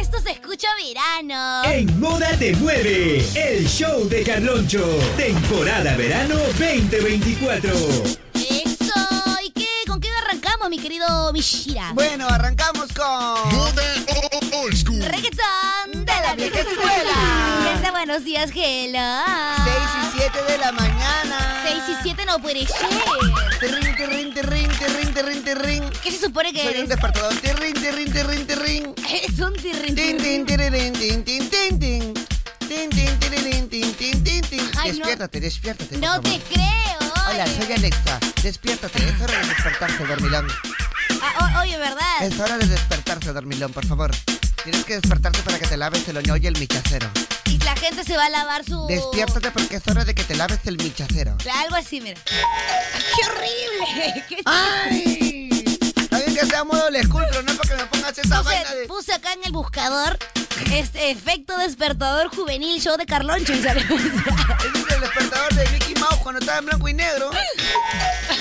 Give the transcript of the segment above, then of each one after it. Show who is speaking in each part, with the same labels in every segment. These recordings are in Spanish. Speaker 1: Esto se escucha verano.
Speaker 2: En Moda Te Mueve, el show de Carloncho. Temporada verano 2024.
Speaker 1: Eso. ¿Y qué? ¿Con qué arrancamos, mi querido Mishira?
Speaker 3: Bueno, arrancamos con.
Speaker 4: Moda Old School.
Speaker 1: Reggaetón de la vieja
Speaker 3: escuela.
Speaker 1: escuela. Desde buenos días, hello.
Speaker 3: 6 y 7 de la mañana.
Speaker 1: 6 y 7 no puede ser.
Speaker 3: Tirrin, tirrin, tirrin, tirrin, tirrin, tirrin.
Speaker 1: ¿Qué se supone que
Speaker 3: Soy un
Speaker 1: eres?
Speaker 3: despertador. Tirrin, tirrin, tirrin, tirrin.
Speaker 1: Es un tirrin,
Speaker 3: Tin, tin,
Speaker 1: tirrin.
Speaker 3: tiririn, tin, tin, tin, tin. Tin, tin, tiririn, tin, tin, tin, tin.
Speaker 1: Ay, no.
Speaker 3: Despiértate, despiértate. por
Speaker 1: No te
Speaker 3: favor.
Speaker 1: creo.
Speaker 3: Hola,
Speaker 1: oye.
Speaker 3: soy Alexa. Despiértate, es hora de despertarse, dormilón.
Speaker 1: Ah, o- oye, ¿verdad?
Speaker 3: Es hora de despertarse, dormilón, por favor. Tienes que despertarte para que te laves el oño y el michacero.
Speaker 1: Y la gente se va a lavar su.
Speaker 3: Despiértate porque es hora de que te laves el michacero.
Speaker 1: Algo así, mira. ¡Qué horrible! ¡Qué
Speaker 3: ¡Ay! Está bien que sea modo el school, pero no porque me pongas esa
Speaker 1: Puse,
Speaker 3: vaina de.
Speaker 1: puse acá en el buscador este efecto despertador juvenil show de Carloncho y sale.
Speaker 3: Ese es el despertador de Mickey Mouse cuando estaba en blanco y negro.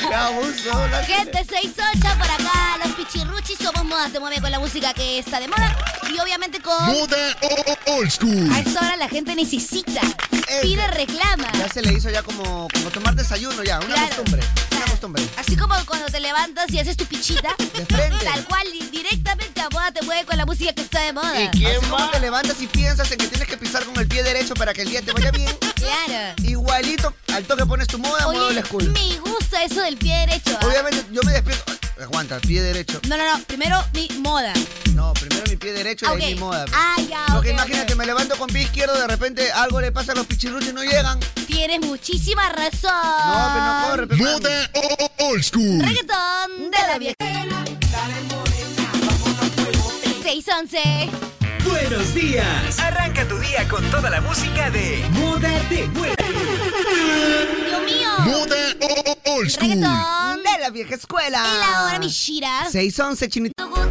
Speaker 3: ¡Qué abuso! la
Speaker 1: Gente 68 por acá, los pichirruchis somos moda, te mueve con la música que está de moda y obviamente con...
Speaker 4: Moda Old School.
Speaker 1: A esta hora la gente necesita,
Speaker 3: Eh,
Speaker 1: pide, reclama.
Speaker 3: Ya se le hizo ya como, como tomar desayuno ya, una
Speaker 1: Claro.
Speaker 3: costumbre. Una costumbre.
Speaker 1: Así como cuando te levantas y haces tu pichita,
Speaker 3: De frente.
Speaker 1: tal cual, y directamente a moda te mueve con la música que está de moda.
Speaker 3: Así como te levantas y piensas en que tienes que pisar con el pie derecho para que el día te vaya bien.
Speaker 1: Claro.
Speaker 3: Igualito al toque pones tu moda, modo
Speaker 1: Oye,
Speaker 3: el school.
Speaker 1: me gusta eso del pie derecho. ¿ah?
Speaker 3: Obviamente yo me despierto. Ay, Aguanta, pie derecho.
Speaker 1: No, no, no, primero mi moda.
Speaker 3: No, primero mi pie derecho y
Speaker 1: Ok.
Speaker 3: ahí mi moda. pues.
Speaker 1: Ah, ya,
Speaker 3: Porque
Speaker 1: ok,
Speaker 3: imagínate,
Speaker 1: ok.
Speaker 3: me levanto con pie izquierdo, de repente algo le pasa a los pichirruchos y no llegan.
Speaker 1: Tienes muchísima razón. Mm.
Speaker 3: No, pero no
Speaker 1: Ah.
Speaker 3: corre, pero.
Speaker 4: Moda Old School.
Speaker 1: Reggaetón de la vieja. 611.
Speaker 2: Buenos días. Arranca tu día con toda la música de Moda Te Mueve.
Speaker 1: Dios mío.
Speaker 4: Moda Old School.
Speaker 1: Reggaetón.
Speaker 3: De la vieja escuela.
Speaker 1: Mm. Y la hora, mi Shira.
Speaker 3: 611, chinito.
Speaker 1: Tu gusta.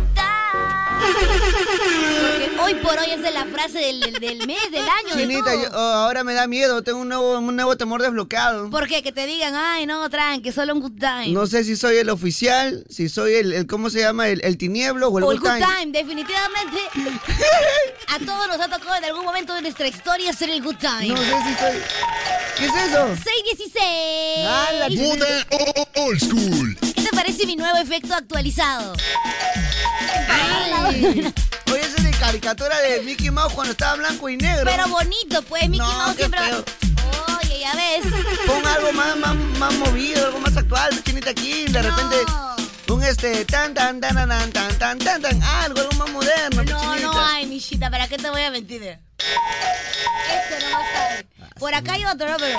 Speaker 1: Porque hoy por hoy es de la frase del, del- del mes, del año, de
Speaker 3: Chinita,
Speaker 1: todo.
Speaker 3: yo- oh, ahora me da miedo, tengo un nuevo, un nuevo temor desbloqueado.
Speaker 1: ¿Por qué? Que te digan, ay, no, tranqui, solo un good time.
Speaker 3: No sé si soy el oficial, si soy el, el- ¿cómo se llama? El, el tinieblo o el,
Speaker 1: O el
Speaker 3: good time.
Speaker 1: definitivamente. A todos nos ha tocado en algún momento de nuestra historia ser el good time.
Speaker 3: No sé si soy. ¿Qué es eso?
Speaker 1: 616.
Speaker 3: Ah, la chi-
Speaker 4: Moda Old School.
Speaker 1: ¿Qué te parece mi nuevo efecto actualizado? Ay,
Speaker 3: Oye, esa es de caricatura de Mickey Mouse cuando estaba blanco y negro.
Speaker 1: pero bonito, pues, Mickey
Speaker 3: No,
Speaker 1: Mouse
Speaker 3: qué
Speaker 1: siempre.
Speaker 3: feo.
Speaker 1: va- Oye, ya ves.
Speaker 3: Pon
Speaker 1: pues,
Speaker 3: algo más, más, más movido, algo más actual, chinita aquí, de repente. Un este, tan, tan, tan, tan, tan, tan, tan, tan, algo, algo más moderno,
Speaker 1: No,
Speaker 3: chinita.
Speaker 1: no hay, Michita, ¿para qué te voy a mentir? Esto no va a saber. Por acá hay otro, ¿no? Pero.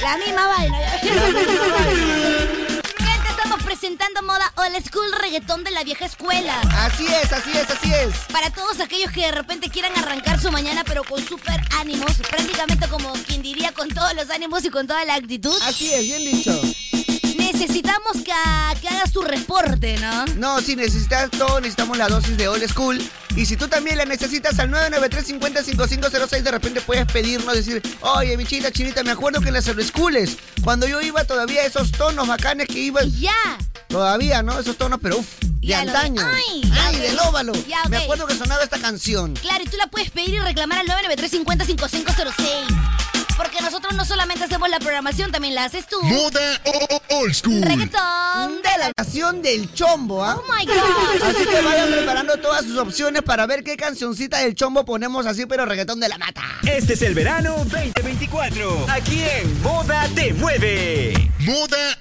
Speaker 1: La misma vaina, ya ves. Gente, estamos presentando moda old school reggaetón de la vieja escuela.
Speaker 3: Así es, así es, así es.
Speaker 1: Para todos aquellos que de repente quieran arrancar su mañana pero con súper ánimos, prácticamente como quien diría con todos los ánimos y con toda la actitud,
Speaker 3: Así es, bien dicho.
Speaker 1: necesitamos que, ha- que hagas tu reporte, ¿no?
Speaker 3: No, si necesitas todo, necesitamos la dosis de Old School. Y si tú también la necesitas al 993-50-5506, de repente puedes pedirnos, decir, oye, bichita, chinita, me acuerdo que en las Old Schools, cuando yo iba todavía esos tonos bacanes que iba,
Speaker 1: Y ya.
Speaker 3: todavía, ¿no? Esos tonos, pero uff, de
Speaker 1: Ya lo de-
Speaker 3: antaño.
Speaker 1: ay,
Speaker 3: Ay,
Speaker 1: ya, ok.
Speaker 3: del óvalo.
Speaker 1: Ya,
Speaker 3: Me
Speaker 1: ok.
Speaker 3: acuerdo que sonaba esta canción.
Speaker 1: Claro, y tú la puedes pedir y reclamar al 993-50-5506. Porque nosotros no solamente hacemos la programación, también la haces tú.
Speaker 4: Moda Old School.
Speaker 1: Reggaetón de la...
Speaker 3: Canción del chombo, ¿ah?
Speaker 1: Oh my God.
Speaker 3: Así que vayan preparando todas sus opciones para ver qué cancioncita del chombo ponemos así, pero reggaetón de la mata.
Speaker 2: Este es el verano 2024. Aquí en Moda Te Mueve.
Speaker 4: Moda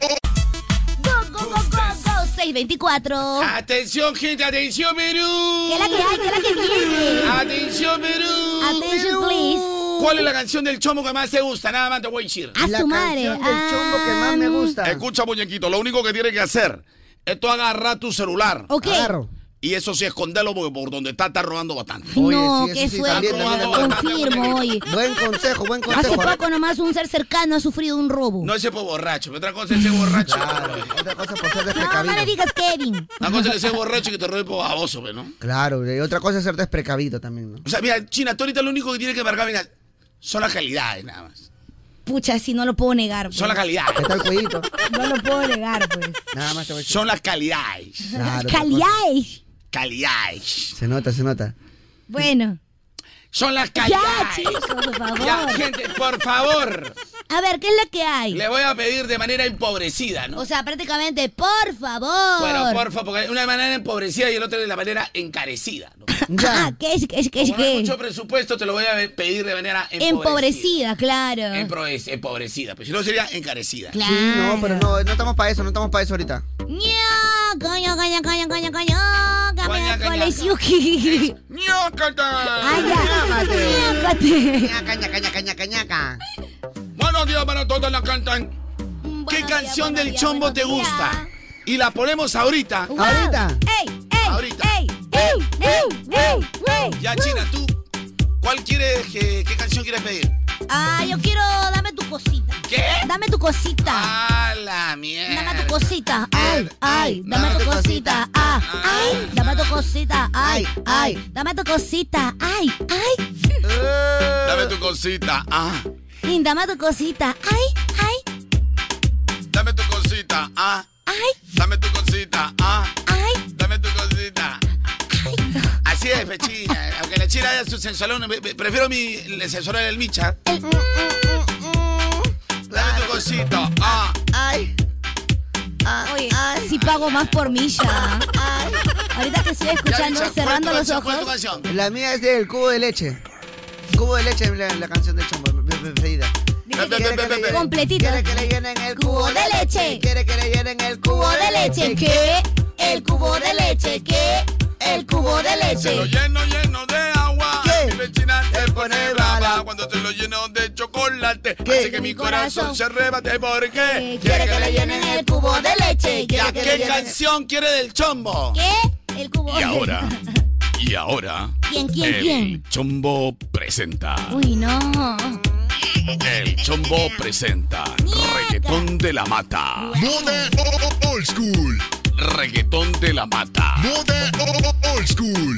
Speaker 1: Go, go, go, go, go. 624.
Speaker 5: Atención, gente, atención, Perú.
Speaker 1: Que es la que hay, que es la que viene.
Speaker 5: Atención, Perú.
Speaker 1: Attention, please.
Speaker 5: ¿Cuál es la canción del chomo que más te gusta? Nada más te voy a decir.
Speaker 1: A
Speaker 3: la
Speaker 1: su madre.
Speaker 3: canción del chombo que más me
Speaker 1: Ah,
Speaker 3: gusta.
Speaker 5: Escucha, muñequito, lo único que tienes que hacer es tú agarrar tu celular.
Speaker 1: Ok.
Speaker 3: Agarro.
Speaker 5: Y eso sí, escondelo porque por donde está, está robando bastante.
Speaker 1: Ay, no,
Speaker 3: Oye, sí,
Speaker 1: qué
Speaker 3: eso sí,
Speaker 1: suerte.
Speaker 3: también, también,
Speaker 5: también.
Speaker 1: Confirmo, oye.
Speaker 3: Buen consejo, buen
Speaker 1: Hace
Speaker 3: consejo.
Speaker 1: poco nomás un ser cercano ha sufrido un robo.
Speaker 5: No ese fue borracho, pero otra cosa es ese borracho.
Speaker 3: Claro, otra cosa por
Speaker 1: No,
Speaker 3: ser
Speaker 1: no le
Speaker 3: desprecavido.
Speaker 1: digas Kevin.
Speaker 5: Una cosa es que sea borracho y que te robe por baboso, pues, ¿no?
Speaker 3: Claro, y otra cosa es ser desprecavido también, ¿no?
Speaker 5: O sea, mira, China, tú ahorita lo único que tiene que marcar, mira, son las calidades nada más.
Speaker 1: Pucha, si no lo puedo negar. pues.
Speaker 5: Son las calidades.
Speaker 3: ¿Qué tal cuellito?
Speaker 1: No lo puedo negar, pues.
Speaker 3: Nada más te voy a decir.
Speaker 5: Son las calidades.
Speaker 3: Claro, otra cosa.
Speaker 1: Caliay.
Speaker 5: Calidades.
Speaker 3: Se nota, se nota.
Speaker 1: Bueno.
Speaker 5: Son las
Speaker 1: Ya,
Speaker 5: calidades.
Speaker 1: chicos, por favor.
Speaker 5: Ya, gente, por favor,
Speaker 1: A ver, ¿qué es la que hay?
Speaker 5: le voy a pedir de manera empobrecida, ¿no?
Speaker 1: O sea, prácticamente, por favor.
Speaker 5: Bueno, porfa, porque una de manera empobrecida y el otro de la manera encarecida. ¿no?
Speaker 1: Ah,
Speaker 3: Ya.
Speaker 1: ¿qué es, qué es, qué es,
Speaker 5: Como no hay
Speaker 1: qué?
Speaker 5: mucho presupuesto, te lo voy a pedir de manera empobrecida.
Speaker 1: Empobrecida, claro.
Speaker 5: Empobrecida. Empobrecida, pues si no sería encarecida.
Speaker 1: Claro.
Speaker 3: Sí, no, pero no, no estamos para eso, no estamos para eso ahorita.
Speaker 1: Ña, coño, coño, coño, coño, coño.
Speaker 5: Coño,
Speaker 1: Coño,
Speaker 5: coño.
Speaker 1: Yuki.
Speaker 5: ¡Ñócata!
Speaker 1: Ay, Ah, ya. Ñácate.
Speaker 3: Caña, caña, caña, cañaca.
Speaker 5: Buenos días para todos los cantan. ¿Qué
Speaker 1: Buenos
Speaker 5: canción
Speaker 1: días,
Speaker 5: del
Speaker 1: buenos días,
Speaker 5: chombo
Speaker 1: Uh.
Speaker 5: te
Speaker 1: buenos
Speaker 5: gusta?
Speaker 1: días.
Speaker 5: Y la ponemos ahorita.
Speaker 1: Wow.
Speaker 3: Ahorita.
Speaker 1: ¡Ey, ey,
Speaker 5: Ahorita.
Speaker 1: ey, ey, ey, ey, ey!
Speaker 5: Ya, China, tú, ¿cuál quieres, que- qué canción quieres pedir?
Speaker 1: Ah, yo quiero... Dame tu cosita.
Speaker 5: ¿Qué?
Speaker 1: Dame tu cosita.
Speaker 5: ¡A la mierda!
Speaker 1: Dame tu cosita, ay, ay, dame tu cosita, ah, ay, dame tu cosita, ay, ay, dame tu cosita, ay, ay,
Speaker 5: Dame tu cosita, ah.
Speaker 1: y dame tu cosita, ay, ay,
Speaker 5: Dame tu cosita, ah.
Speaker 1: ay,
Speaker 5: Dame tu cosita, ah.
Speaker 1: ay,
Speaker 5: Dame tu cosita. Así es, pues, China. Aunque la China haya su sensualón, me- me- prefiero mi el sensualón del Micha. Dame tu cosita, ah.
Speaker 3: Ay.
Speaker 1: oye, si pago más por milla, ahorita te estoy
Speaker 5: Ya,
Speaker 1: escuchando,
Speaker 5: Micha, ¿cuál es tu
Speaker 1: cerrando los
Speaker 5: canción? ¿Cuál es tu
Speaker 1: ojos,
Speaker 5: canción?
Speaker 3: La mía es del cubo de leche. Cubo de leche es la, la canción del chombo, mi- mi preferida.
Speaker 5: Pe- pe- pe- pe- pe-
Speaker 1: completito,
Speaker 3: Quiere que le llenen el cubo de leche. Quiere que le llenen el
Speaker 1: cubo de leche, que, el cubo de leche, que, el cubo de
Speaker 5: Se lo
Speaker 1: leche,
Speaker 5: lleno lleno de agua.
Speaker 3: ¿Qué?
Speaker 5: Mi vecina se
Speaker 3: pone
Speaker 5: pone brava
Speaker 3: brava.
Speaker 5: cuando se lo lleno de chocolate.
Speaker 3: ¿Qué?
Speaker 5: Hace que mi corazón
Speaker 1: Corazón.
Speaker 5: se arrebate porque.
Speaker 1: Eh, quiere que le llenen el cubo de leche,
Speaker 5: ¿Ya
Speaker 1: quiere que le
Speaker 5: qué
Speaker 1: llenen,
Speaker 5: canción quiere del chombo?
Speaker 1: que, el cubo de
Speaker 6: Y ahora, y ahora,
Speaker 1: ¿Quién, quién,
Speaker 6: el
Speaker 1: quién?
Speaker 6: Chombo presenta.
Speaker 1: Uy, no.
Speaker 6: El Chombo presenta Reggaetón de la Mata.
Speaker 7: Moda o- o- old school.
Speaker 6: Reggaetón de la Mata.
Speaker 7: Moda o- o- old school.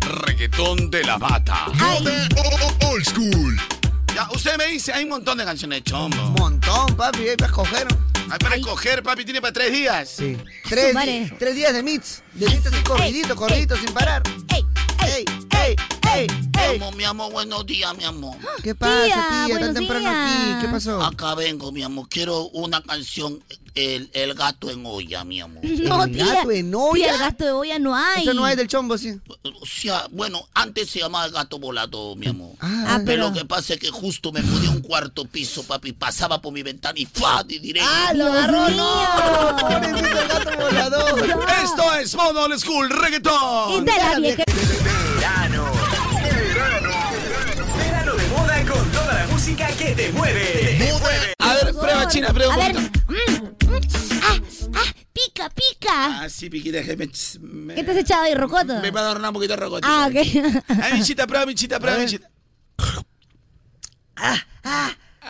Speaker 6: Reggaetón de la Mata.
Speaker 1: Ay,
Speaker 7: Moda o- o- old school.
Speaker 5: Ya, usted me dice, hay un montón de canciones de chombo.
Speaker 3: Montón, papi, ahí para escoger.
Speaker 5: Hay para escoger, papi, tiene para tres días.
Speaker 3: Sí. Tres,
Speaker 1: madre.
Speaker 3: tres días de mix. De mix así corridito, corridito, sin parar.
Speaker 1: ey,
Speaker 3: ¡Ey, ey, ey,
Speaker 5: Mi
Speaker 3: ey!
Speaker 5: amor, mi amor, buenos días, mi amor.
Speaker 3: ¿Qué pasa, tía?
Speaker 1: buenos
Speaker 3: Tan temprano
Speaker 1: días.
Speaker 3: aquí. ¿Qué pasó?
Speaker 5: Acá vengo, mi amor. Quiero una canción, el, el gato en olla, mi amor.
Speaker 1: no,
Speaker 3: ¿El
Speaker 1: tía.
Speaker 3: gato en olla?
Speaker 1: Tía, el gato de olla no hay.
Speaker 3: Eso no es del chombo, sí.
Speaker 5: O sea, bueno, antes se llamaba el gato volado, mi amor.
Speaker 3: Ah,
Speaker 1: Ah,
Speaker 5: Pero
Speaker 1: pero...
Speaker 5: lo que pasa es que justo me mudé a un cuarto piso, papi. Pasaba por mi ventana y ¡fua! Y directo.
Speaker 3: Ah,
Speaker 1: ¡Dios mío!
Speaker 3: Pobrecito el gato volador.
Speaker 5: Esto es Modo Old School
Speaker 1: Y
Speaker 5: Reggaeton.
Speaker 1: de la vieja...
Speaker 2: Verano. Ah, Verano. Verano de moda con toda la música que te mueve. Te mueve.
Speaker 5: A ver, prueba china, prueba.
Speaker 1: A ver...
Speaker 5: bonita.
Speaker 1: mm, mm, ah, ah, pica, pica.
Speaker 5: Ah, sí, piquita, que me, me,
Speaker 1: ¿Qué te has echado ahí, rocoto?
Speaker 5: me va a dar un poquito de rogotito.
Speaker 1: Ah, ok.
Speaker 5: Ay, michita, prueba, michita, prueba, michita. Ah, ah,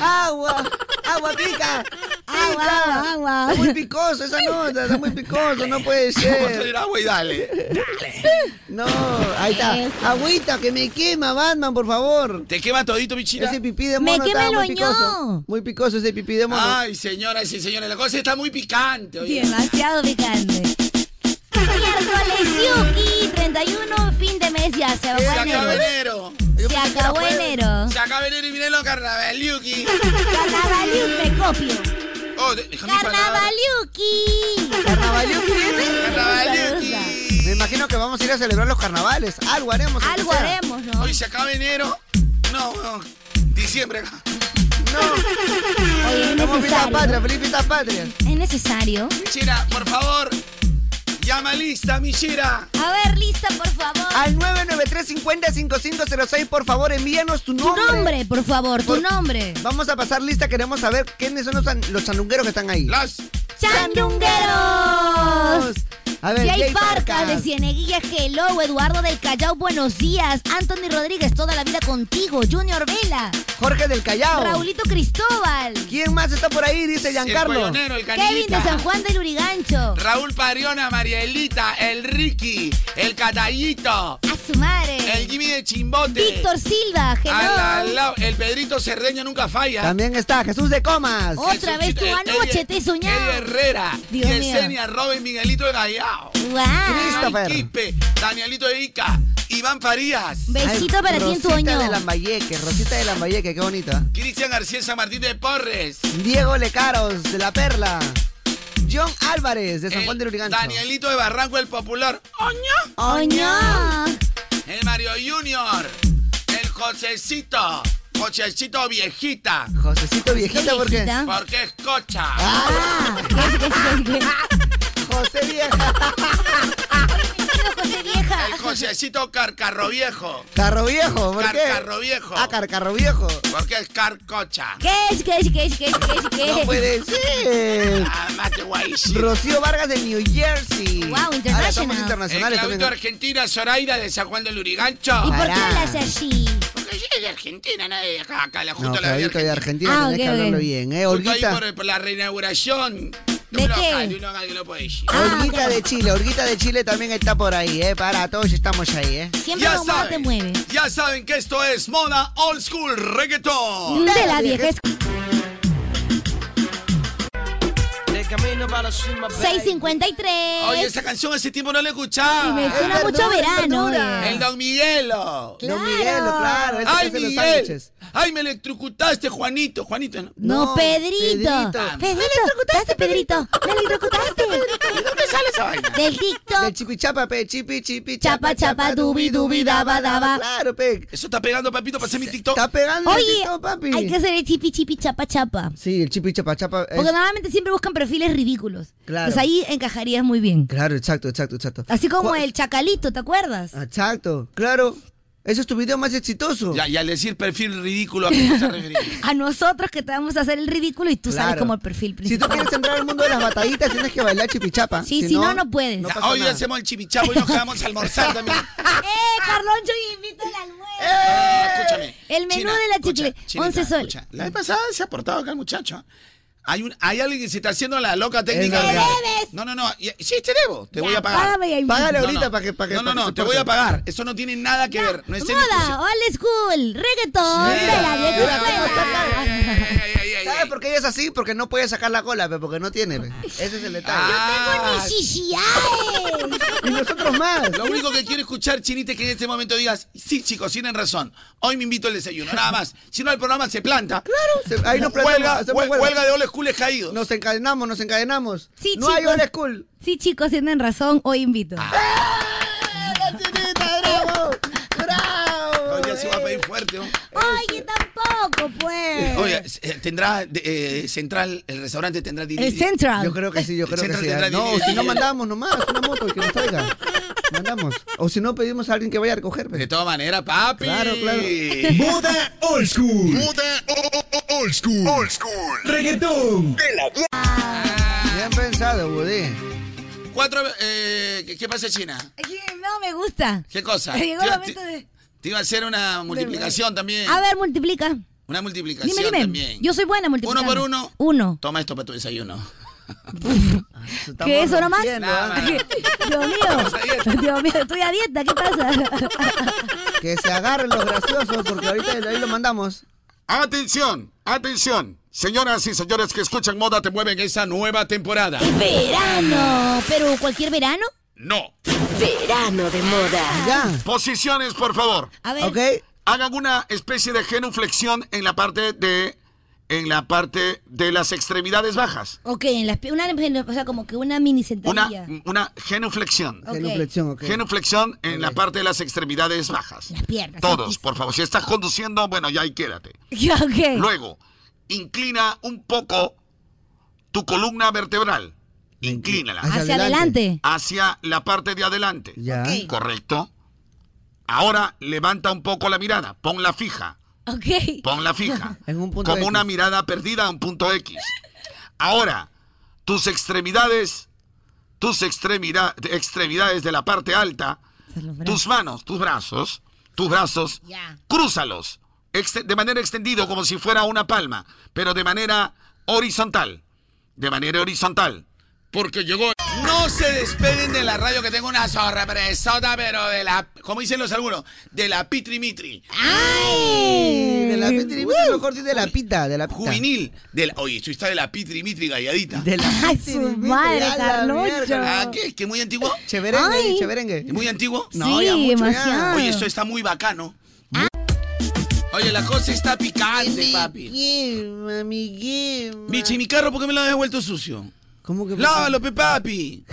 Speaker 3: ah, Agua, agua pica.
Speaker 1: Agua, agua.
Speaker 3: Ah, Está muy picoso esa nota, está muy picoso, no puede
Speaker 5: Vamos a
Speaker 3: ser.
Speaker 5: salir agua y dale.
Speaker 3: No, ahí está. Agüita, que me quema, Batman, por favor.
Speaker 5: Te quema todito, michita.
Speaker 3: Ese pipí de
Speaker 1: Me
Speaker 3: mono
Speaker 1: quema
Speaker 3: está
Speaker 1: el
Speaker 3: muy
Speaker 1: oñó.
Speaker 3: picoso. Muy picoso ese pipí de mono.
Speaker 5: Ay, señoras y señores, la cosa está muy picante. Oye.
Speaker 1: Demasiado picante. Miércoles, Yuki, 31, fin de mes ya, se
Speaker 5: Se
Speaker 1: acabó
Speaker 5: Eh, acaba
Speaker 1: enero.
Speaker 5: enero.
Speaker 1: Se acabó enero.
Speaker 5: Se acaba enero y vienen los carnavaliuki.
Speaker 1: Carnavaliuki, me copio.
Speaker 5: Oh, de- déjame palabra.
Speaker 1: Carnavaliuki.
Speaker 3: Carnavaliuki, ¿eh?
Speaker 5: Carnavaliuki.
Speaker 3: Me imagino que vamos a ir a celebrar los carnavales. Algo haremos. aunque
Speaker 1: Algo
Speaker 3: sea.
Speaker 1: haremos, ¿no?
Speaker 5: Hoy se acaba enero. No, no. Diciembre acá.
Speaker 1: Oye, es
Speaker 3: Estamos fiesta
Speaker 1: necesario.
Speaker 3: patria, feliz fiesta patria.
Speaker 1: Es necesario.
Speaker 5: Chira, por favor. Llama lista, mi Chira.
Speaker 1: A ver, lista, por favor.
Speaker 3: Al 993-50-5506, por favor, envíanos tu
Speaker 1: Tu
Speaker 3: nombre.
Speaker 1: nombre, por favor, tu
Speaker 3: Por-
Speaker 1: nombre.
Speaker 3: Vamos a pasar lista, queremos saber quiénes son los, an- los chanungueros que están ahí.
Speaker 5: Las.
Speaker 1: ¡Chandungueros!
Speaker 3: A ver,
Speaker 1: si hay
Speaker 3: Jay
Speaker 1: Barca
Speaker 3: Farcas.
Speaker 1: de Cieneguilla, hello. Eduardo del Callao, buenos días. Anthony Rodríguez, toda la vida contigo. Junior Vela.
Speaker 3: Jorge del Callao.
Speaker 1: Raulito Cristóbal.
Speaker 3: ¿Quién más está por ahí? Dice
Speaker 5: El
Speaker 3: Giancarlo.
Speaker 5: pollonero, el
Speaker 1: Kevin de
Speaker 5: canillita.
Speaker 1: San Juan del Urigancho.
Speaker 5: Raúl Pariona, Marielita, el Ricky, el Catallito,
Speaker 1: A su madre.
Speaker 5: el Jimmy de Chimbote.
Speaker 1: Víctor Silva, hello.
Speaker 5: Al- al lado, el Pedrito Cerdeña nunca falla.
Speaker 3: También está Jesús de Comas.
Speaker 1: Oh. Otra
Speaker 5: El
Speaker 1: vez
Speaker 5: Suchito-
Speaker 1: tú
Speaker 5: el-
Speaker 1: anoche
Speaker 5: Eddie-
Speaker 1: te he soñado.
Speaker 5: Eddie Herrera,
Speaker 1: Dios mío.
Speaker 5: Yesenia, Robin, Miguelito de Gallao.
Speaker 1: Wow.
Speaker 3: Christopher.
Speaker 5: Ay, Quispe, Danielito de Ica, Iván Farías,
Speaker 1: Besito
Speaker 3: Ay,
Speaker 1: para ti en
Speaker 3: Rosita
Speaker 1: sueño.
Speaker 3: de Lambayeque, Rosita de Lambayeque, qué ¿eh? bonita.
Speaker 5: Cristian García San Martín de Porres,
Speaker 3: Diego Lecaros, de La Perla. John Álvarez, de San
Speaker 5: el
Speaker 3: Juan del Urigancho.
Speaker 5: Danielito de Barranco el Popular, Oña,
Speaker 1: Oño.
Speaker 5: el Mario Junior, el Josecito, Josecito Viejita,
Speaker 3: Josecito Viejita, ¿por qué?
Speaker 1: Viejita.
Speaker 5: porque es cocha.
Speaker 1: Ah, qué- qué- qué- qué-
Speaker 3: José Vieja.
Speaker 1: José Vieja.
Speaker 5: El Josecito Carcarro Viejo,
Speaker 3: Carro Viejo, ¿por qué?
Speaker 5: Carcarro Viejo,
Speaker 3: Ah, Carcarro Viejo.
Speaker 5: porque es Carcocha.
Speaker 1: ¿Qué es? ¿Qué es? ¿Qué es? ¿Qué es? ¿Qué es? ¿Qué
Speaker 3: No
Speaker 1: es?
Speaker 3: puede ser.
Speaker 5: Ah, mate guaychi.
Speaker 3: Rocío Vargas de New Jersey.
Speaker 1: Wow,
Speaker 3: Ahora
Speaker 1: international.
Speaker 3: estamos
Speaker 5: El
Speaker 3: internacionales
Speaker 5: Claudio
Speaker 3: también. Ah.
Speaker 5: Argentina, Zoraida de San Juan del Urigancho.
Speaker 1: ¿Y por qué
Speaker 3: Pará.
Speaker 1: hablas así?
Speaker 5: Porque yo soy de Argentina, nadie de acá, acá la
Speaker 3: No,
Speaker 5: junta la de
Speaker 3: Claudito de
Speaker 5: Argentina.
Speaker 3: Argentina,
Speaker 1: Ah,
Speaker 3: tenés
Speaker 1: ok,
Speaker 3: que hablarlo
Speaker 1: ok.
Speaker 3: bien, ¿eh?
Speaker 5: Justo ahí
Speaker 3: Olguita.
Speaker 5: por, por la reinauguración.
Speaker 1: ¿De
Speaker 5: uno
Speaker 1: qué?
Speaker 5: acá y uno acá que no puede ir.
Speaker 1: Ah,
Speaker 3: Olguita
Speaker 1: claro.
Speaker 3: de Chile, Olguita de Chile también está por ahí, ¿eh? Para todos estamos ahí, ¿eh?
Speaker 1: Siempre
Speaker 5: Ya
Speaker 1: como moda te
Speaker 5: saben,
Speaker 1: mueve.
Speaker 5: ya saben que esto es moda old school reggaeton.
Speaker 1: De la vieja es- 653.
Speaker 5: Oye, esa canción hace tiempo no la escuchaba.
Speaker 1: Y me suena
Speaker 3: es
Speaker 1: mucho
Speaker 3: verdura, es
Speaker 1: verano.
Speaker 3: verdura.
Speaker 1: eh.
Speaker 5: El Don Miguelo.
Speaker 3: Don Miguel, claro, ese que
Speaker 5: Ay,
Speaker 3: hace los
Speaker 5: Miguel.
Speaker 3: sándwiches.
Speaker 5: Ay, me electrocutaste, Juanito. Juanito, ¿no?
Speaker 1: No,
Speaker 3: No,
Speaker 1: Pedrito.
Speaker 3: Pedrito.
Speaker 1: Pedrito. electrocutaste, Pedrito. Me electrocutaste.
Speaker 5: ¿De dónde sale esa vaina?
Speaker 1: Del
Speaker 3: Del
Speaker 1: TikTok.
Speaker 3: chipichapa, pe, chipi, chipi,
Speaker 1: Chapa, chapa, dubi, dubi, daba, daba.
Speaker 3: Claro, pe.
Speaker 5: Eso está pegando, papito, para hacer mi TikTok.
Speaker 3: Está pegando el
Speaker 1: Oye,
Speaker 3: TikTok, papi.
Speaker 1: hay que hacer el chipi chipi chapa chapa.
Speaker 3: Sí, el chipichapa, chapa. es-
Speaker 1: Porque normalmente siempre buscan perfiles ridículos.
Speaker 3: Claro.
Speaker 1: Pues ahí encajarías muy bien.
Speaker 3: Claro, exacto, exacto, exacto.
Speaker 1: Así como
Speaker 3: Cu- Ah.
Speaker 1: el chacalito, ¿te acuerdas?
Speaker 3: Exacto, claro. Ese es tu video más exitoso.
Speaker 5: Ya, y al decir perfil ridículo, ¿a qué te estás refiriendo?
Speaker 1: A nosotros que te vamos a hacer el ridículo y tú sales
Speaker 3: Claro.
Speaker 1: como el perfil
Speaker 3: Si tú
Speaker 1: principal.
Speaker 3: quieres entrar al mundo de las batallitas, tienes que bailar chipichapa.
Speaker 1: Sí, si no, no puedes.
Speaker 3: no
Speaker 5: Ya,
Speaker 3: pasa
Speaker 5: hoy
Speaker 3: nada.
Speaker 5: hacemos el chimichabo y nos quedamos a almorzar también.
Speaker 1: ¡Eh, Carloncho, invita al almuerzo!
Speaker 5: Ah, escúchame.
Speaker 1: El menú de la chicle,
Speaker 5: escucha,
Speaker 1: 11 sol.
Speaker 5: escucha. La vez pasada se ha portado acá el muchacho. Hay, un, hay alguien que se está haciendo la loca técnica.
Speaker 3: Es verdad.
Speaker 1: ¡Me debes!
Speaker 5: No, no, no. y- Sí, te debo. Te
Speaker 1: Ya,
Speaker 5: voy a pagar.
Speaker 1: págame y ahí
Speaker 3: Págale
Speaker 5: No,
Speaker 3: ahorita
Speaker 5: no.
Speaker 3: para que para que
Speaker 5: No, no,
Speaker 3: para que
Speaker 5: no.
Speaker 3: se
Speaker 5: Te voy a
Speaker 3: porte.
Speaker 5: pagar. Eso no tiene nada que ver. No es en
Speaker 1: Moda,
Speaker 5: discusión.
Speaker 1: old school, reggaetón,
Speaker 5: este Sí.
Speaker 1: de la vieja
Speaker 5: Mira,
Speaker 1: escuela.
Speaker 5: ey, ey, ey, ey, ey,
Speaker 3: ¿Sabes
Speaker 5: ey.
Speaker 3: por qué ella es así? Porque no puede sacar la cola, pe, porque no tiene. pe. Ese es el detalle.
Speaker 5: Ah,
Speaker 1: Tengo ni chichiae.
Speaker 3: Y nosotros más.
Speaker 5: Lo único que quiero escuchar, Chinita, es que en este momento digas, sí, chicos, tienen razón. Hoy me invito al desayuno, nada más. Si no, el programa se planta. Claro.
Speaker 3: Se- Ahí nos plantamos,
Speaker 5: huelga,
Speaker 3: hacemos
Speaker 5: hue-
Speaker 3: huelga.
Speaker 5: huelga de old school es caído.
Speaker 3: Nos encadenamos, nos encadenamos.
Speaker 1: Sí,
Speaker 3: no hay
Speaker 1: chicos.
Speaker 3: old school.
Speaker 1: Sí, chicos, tienen razón, hoy invito.
Speaker 5: Ah.
Speaker 3: ¡Chinita, bravo! ¡Bravo!
Speaker 5: Oye, se va a pedir fuerte. ¿no?
Speaker 1: Oye, tampoco, pues.
Speaker 5: Oye, eh, tendrá eh, central, el restaurante tendrá dinero.
Speaker 1: el Central.
Speaker 3: Yo creo que sí, yo creo que
Speaker 5: Centro
Speaker 3: sí. ¿ah?
Speaker 5: tendrá
Speaker 3: No,
Speaker 5: dinero.
Speaker 3: si no mandamos nomás, una moto que nos traiga. Mandamos. O si no, pedimos a alguien que vaya a recoger. pe.
Speaker 5: De todas maneras, papi.
Speaker 3: Claro, claro.
Speaker 2: Moda old school.
Speaker 8: Moda o- o- o- old school. Old school.
Speaker 2: Reggaetón.
Speaker 3: Bien pensado, Budí.
Speaker 5: Cuatro, eh, ¿qué, qué pasa, China?
Speaker 1: Oye, No me gusta.
Speaker 5: ¿Qué cosa?
Speaker 1: Llegó el
Speaker 5: Te iba-
Speaker 1: momento
Speaker 5: te-
Speaker 1: de-
Speaker 5: Te iba a hacer una multiplicación también.
Speaker 1: A ver, multiplica.
Speaker 5: Una multiplicación
Speaker 1: Dime, dime.
Speaker 5: también.
Speaker 1: Yo soy buena multiplicando.
Speaker 5: Uno por uno.
Speaker 1: Uno.
Speaker 5: Toma esto para tu desayuno.
Speaker 1: ¿Qué es eso nomás?
Speaker 3: rompiendo,
Speaker 5: Nada,
Speaker 3: ¿ah?
Speaker 5: nada.
Speaker 1: Dios
Speaker 5: Estamos a dieta.
Speaker 1: mío. Dios mío, estoy a dieta, ¿qué pasa?
Speaker 3: Que se agarren los graciosos, porque ahorita de ahí lo mandamos.
Speaker 9: Atención, atención.
Speaker 5: Señoras y señores que escuchan Moda Te Mueven esa nueva temporada.
Speaker 1: Verano. Pero cualquier verano.
Speaker 9: No.
Speaker 10: Verano de
Speaker 1: Ah,
Speaker 10: moda.
Speaker 3: Ya.
Speaker 9: Posiciones, por favor.
Speaker 1: A ver.
Speaker 3: ¿Ok?
Speaker 9: Hagan una especie de genuflexión en la parte de en la parte de las extremidades bajas.
Speaker 1: Ok, en las, pi- una, o sea, como que una mini
Speaker 9: Una
Speaker 1: sentadilla.
Speaker 9: una genuflexión.
Speaker 1: Ok.
Speaker 3: Genuflexión, ok.
Speaker 9: Genuflexión en la parte de las extremidades bajas.
Speaker 1: Las piernas.
Speaker 9: Todos, por favor. Si estás conduciendo, bueno, ya ahí quédate.
Speaker 1: Ya, ok.
Speaker 9: Luego, inclina un poco tu columna vertebral. Inclínala
Speaker 3: hacia
Speaker 1: Hacia adelante.
Speaker 3: adelante.
Speaker 9: hacia la parte de adelante.
Speaker 3: Ya.
Speaker 1: Ok.
Speaker 9: ¿Correcto? Ahora levanta un poco la mirada. Ponla fija.
Speaker 1: Ok.
Speaker 9: Ponla fija.
Speaker 3: En un punto
Speaker 9: Como
Speaker 3: X.
Speaker 9: una mirada perdida a un punto X. Ahora, tus extremidades tus extremida- extremidades de la parte alta, tus manos, tus brazos, tus brazos,
Speaker 11: Ya.
Speaker 9: crúzalos exte- de manera extendido como si fuera una palma, pero de manera horizontal, de manera horizontal, porque llegó
Speaker 5: No se despeguen de la radio que tengo una sorpresota, pero de la, como dicen los algunos, de la Pitri Mitri.
Speaker 3: De la pita, mejor di de la pita, de la pita.
Speaker 5: Juvenil. De la, oye, tú estás de la Pitri Mitri galladita.
Speaker 3: De la
Speaker 1: Ay,
Speaker 3: pita,
Speaker 1: su
Speaker 3: mira,
Speaker 1: madre,
Speaker 3: ya la
Speaker 1: Carloncho.
Speaker 3: mierda.
Speaker 5: Ah, ¿qué? ¿Que muy antiguo?
Speaker 3: Cheverengue,
Speaker 1: Ay.
Speaker 3: cheverengue.
Speaker 5: ¿Muy antiguo?
Speaker 1: sí,
Speaker 3: ya mucho, ya.
Speaker 1: demasiado.
Speaker 5: Oye, esto está muy bacano. Oye, la cosa está picante, papi.
Speaker 3: ¿Qué, mami, qué, ma-
Speaker 5: Bicho, ¿y mi carro por qué me lo has devuelto sucio?
Speaker 3: ¿Cómo que?
Speaker 5: Lávalo, pe papi.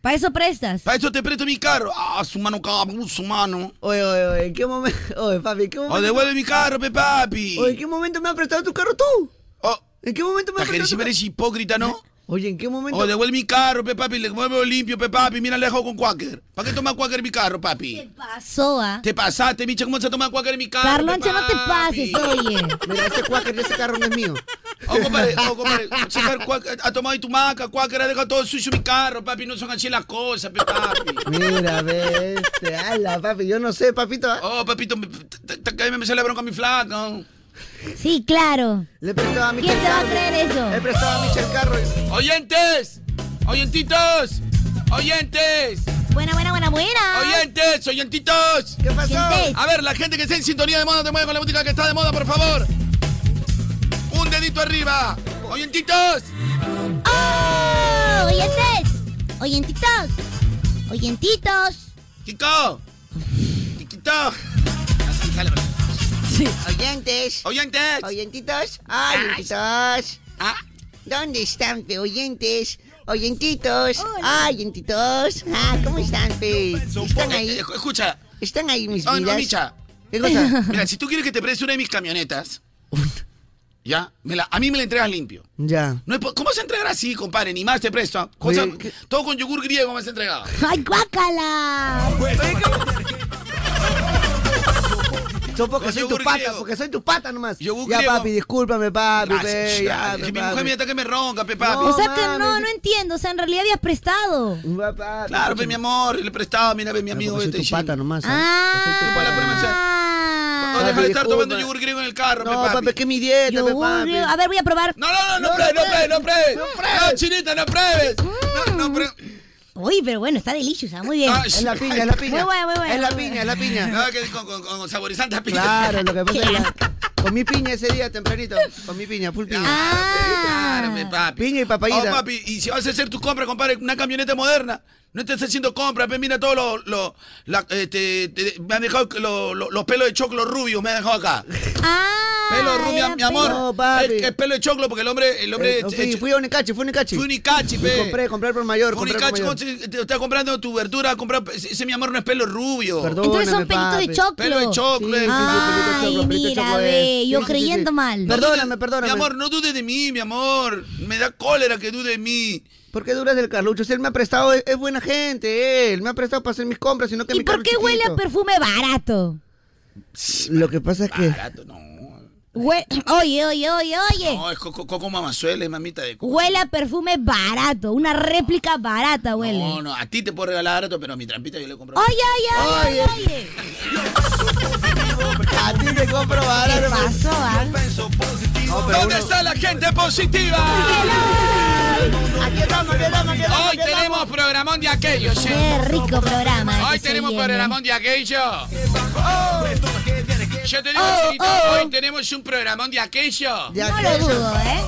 Speaker 11: Para eso prestas.
Speaker 5: Para eso te presto mi carro. Ah, su mano, cabrón, su mano.
Speaker 3: Oye, oye, oye, ¿en qué momento? Oye, papi, ¿en qué
Speaker 5: O
Speaker 3: momento?
Speaker 5: devuelve mi carro, pe papi.
Speaker 3: Oye, ¿en qué momento me has prestado tu carro tú?
Speaker 5: O-
Speaker 3: ¿En qué momento me
Speaker 5: pa'
Speaker 3: has
Speaker 5: que eres-
Speaker 3: prestado tu carro?
Speaker 5: eres hipócrita, ¿no?
Speaker 3: Oye, ¿en qué momento?
Speaker 5: O devuelve mi carro, pe papi, le muevo limpio, pe papi, mira, le dejo con Quaker. ¿Para qué toma Quaker mi carro,
Speaker 11: ¿Qué
Speaker 5: papi?
Speaker 11: pasó, ah?
Speaker 5: Te pasaste, micha, ¿cómo se toma Quaker mi carro?
Speaker 1: Carloncho,
Speaker 5: pe
Speaker 1: no te
Speaker 5: papi?
Speaker 1: pases, oye.
Speaker 3: Mira, ese cuáquer, ese carro no es mío.
Speaker 5: Oh, compadre, oh, compadre, sacar Quaker, ha tomado ahí tu maca, Quaker, ha dejado todo sucio mi carro, papi, no son así las cosas, pe papi.
Speaker 3: Mira, ve, este, ala, papi, yo no sé, papito. ¿ah?
Speaker 5: Oh, papito, me- te- te- que me sale la bronca a mi flaca.
Speaker 1: Sí, claro.
Speaker 3: Le he prestado a Michel
Speaker 1: ¿Quién te va a
Speaker 3: carro.
Speaker 1: creer eso?
Speaker 3: Le
Speaker 5: Eh.
Speaker 3: he prestado a Michel carro.
Speaker 5: ¡Oyentes! ¡Oyentitos! ¡Oyentes!
Speaker 11: Buena, buena, buena, buena.
Speaker 5: ¡Oyentes! ¡Oyentitos!
Speaker 3: ¿Qué pasó?
Speaker 11: Gente.
Speaker 5: A ver, la gente que está en sintonía de moda, te mueve con la música que está de moda, por favor. Un dedito arriba. Oyentitos. Ah.
Speaker 11: ¡Oh! ¡Oyentes! ¡Oyentitos! ¡Oyentitos!
Speaker 5: Kiko. Kikito.
Speaker 3: Oyentes,
Speaker 5: Oyentes.
Speaker 3: oyentitos. Ay, oyentitos.
Speaker 5: Ah,
Speaker 3: ¿Dónde están, pe, oyentes? Oyentitos. Ay, oyentitos. Ah, ¿cómo están, pe? ¿Están
Speaker 5: supongo- eh,
Speaker 3: ahí?
Speaker 5: escu- Escucha.
Speaker 3: ¿Están ahí mis
Speaker 5: No, no,
Speaker 3: vidas?
Speaker 5: Micha.
Speaker 3: ¿Qué cosa?
Speaker 5: Mira, si tú quieres que te preste una de mis camionetas, ya, me la- a mí me la entregas limpio.
Speaker 3: Ya.
Speaker 5: No es po- ¿Cómo se entregará así, compadre? Ni más te presto. ¿ah? Cosa-
Speaker 3: Oye, ¿qué-
Speaker 5: todo con yogur griego me has entregado.
Speaker 1: ¡Ay, guácala!
Speaker 3: Yo porque soy tu
Speaker 5: yogur
Speaker 3: pata,
Speaker 5: griego.
Speaker 3: porque soy tu pata nomás.
Speaker 5: Yogur
Speaker 3: Ya,
Speaker 5: griego.
Speaker 3: papi, discúlpame, papi.
Speaker 5: Gracias,
Speaker 3: pe, ya,
Speaker 5: dale.
Speaker 3: pe,
Speaker 5: Que mi
Speaker 3: papi.
Speaker 5: mujer me ataca y me ronca, pe, papi.
Speaker 3: No,
Speaker 1: o sea que
Speaker 3: mames.
Speaker 1: no, no entiendo. O sea, en realidad habías prestado.
Speaker 3: Va, papi,
Speaker 5: Claro, ve mi amor, le prestaba, mira, ve mi
Speaker 3: Claro,
Speaker 5: amigo.
Speaker 3: porque
Speaker 5: este
Speaker 3: soy tu pata nomás. ¿ah? Yo soy tu pata.
Speaker 1: Ah.
Speaker 5: No, deja de estar
Speaker 3: disculpa.
Speaker 5: tomando yogur griego en el carro, pe,
Speaker 3: No,
Speaker 5: papi.
Speaker 3: papi, que mi dieta, pe,
Speaker 1: Yogur,
Speaker 3: papi.
Speaker 1: a ver, voy a probar.
Speaker 5: No, no, no, no, pruebes, no pruebes, no pruebes. No, chinita, no pruebes. No, no pruebes.
Speaker 1: Uy, pero bueno, está deliciosa, muy bien.
Speaker 5: Ah,
Speaker 3: Es la piña, es la piña.
Speaker 1: Muy bueno, muy bueno,
Speaker 3: Es la
Speaker 1: muy
Speaker 3: piña, es la piña.
Speaker 5: No, que con, con, con saborizante a piña.
Speaker 3: Claro, lo que pasa es que con mi piña ese día tempranito, con mi piña, full piña.
Speaker 5: Claro, pe, papi.
Speaker 3: Piña Ah. y
Speaker 5: Oh,
Speaker 3: papayita.
Speaker 5: papi, y si vas a hacer tus compras, compadre, una camioneta moderna, no estés haciendo compras, pe, mira todo lo, lo, la, este, te- me han dejado lo- lo- los pelos de choclo rubios, me han dejado acá.
Speaker 1: Ah,
Speaker 5: Pelo rubio,
Speaker 1: era
Speaker 5: mi amor.
Speaker 1: pelo.
Speaker 3: No, papi.
Speaker 5: Es, es pelo de choclo porque el hombre, el hombre,
Speaker 3: Eh,
Speaker 5: eh,
Speaker 3: fui,
Speaker 5: ch-
Speaker 3: fui a Unicachi, fui a Unicachi.
Speaker 5: fue unicachi, pe.
Speaker 3: Compré, compré por mayor, compré por
Speaker 5: Unicachi,
Speaker 3: mayor.
Speaker 5: ¿cómo se- te está comprando tu verdura, comprar, ese, ese, mi amor no es pelo rubio.
Speaker 3: Perdón.
Speaker 1: Entonces son
Speaker 3: Perdóname,
Speaker 1: pelitos de
Speaker 3: papi.
Speaker 1: choclo.
Speaker 5: Pelo de choclo, eh.
Speaker 3: Sí, Ah, sí, sí,
Speaker 1: Ay,
Speaker 3: pelito choclo, pelito
Speaker 1: mira,
Speaker 3: choclo,
Speaker 1: ve,
Speaker 3: eh.
Speaker 1: yo
Speaker 3: Sí, sí, sí,
Speaker 1: creyendo
Speaker 3: sí.
Speaker 1: mal.
Speaker 3: Perdóname, perdóname.
Speaker 5: Mi amor, no dudes de mí, mi amor. Me da cólera que dude de mí.
Speaker 3: ¿Por qué duras del Carlucho? Si él me ha prestado, es, es buena gente, él me ha prestado para hacer mis compras, sino que
Speaker 1: ¿Y
Speaker 3: mi
Speaker 1: por
Speaker 3: carro
Speaker 1: qué
Speaker 3: es
Speaker 1: huele a
Speaker 3: chiquito.
Speaker 1: perfume barato?
Speaker 3: Lo que pasa es que...
Speaker 5: Barato, no.
Speaker 1: Hue- oye, oye, oye, oye.
Speaker 5: No, es coco, coco mamazueles, mamita de coco.
Speaker 1: Huele a perfume barato, una réplica barata huele.
Speaker 5: No, no, a ti te puedo regalar barato, pero a mi trampita yo le compro.
Speaker 1: Oye, oye, oye, oye.
Speaker 3: A ti te compro barato.
Speaker 1: ¿Qué pasó, ah?
Speaker 5: ¿Dónde está la gente positiva?
Speaker 3: Aquí estamos, aquí estamos, aquí estamos.
Speaker 5: Hoy tenemos programón de aquellos, ¿eh?
Speaker 1: Qué rico programa.
Speaker 5: Hoy
Speaker 1: ese se
Speaker 5: tenemos
Speaker 1: viene.
Speaker 5: programón de aquello. Yo te digo,
Speaker 1: Oh,
Speaker 5: señorita,
Speaker 1: oh.
Speaker 5: hoy tenemos un programón de aquello.
Speaker 3: De
Speaker 1: No lo
Speaker 3: aquello.
Speaker 1: dudo, ¿eh?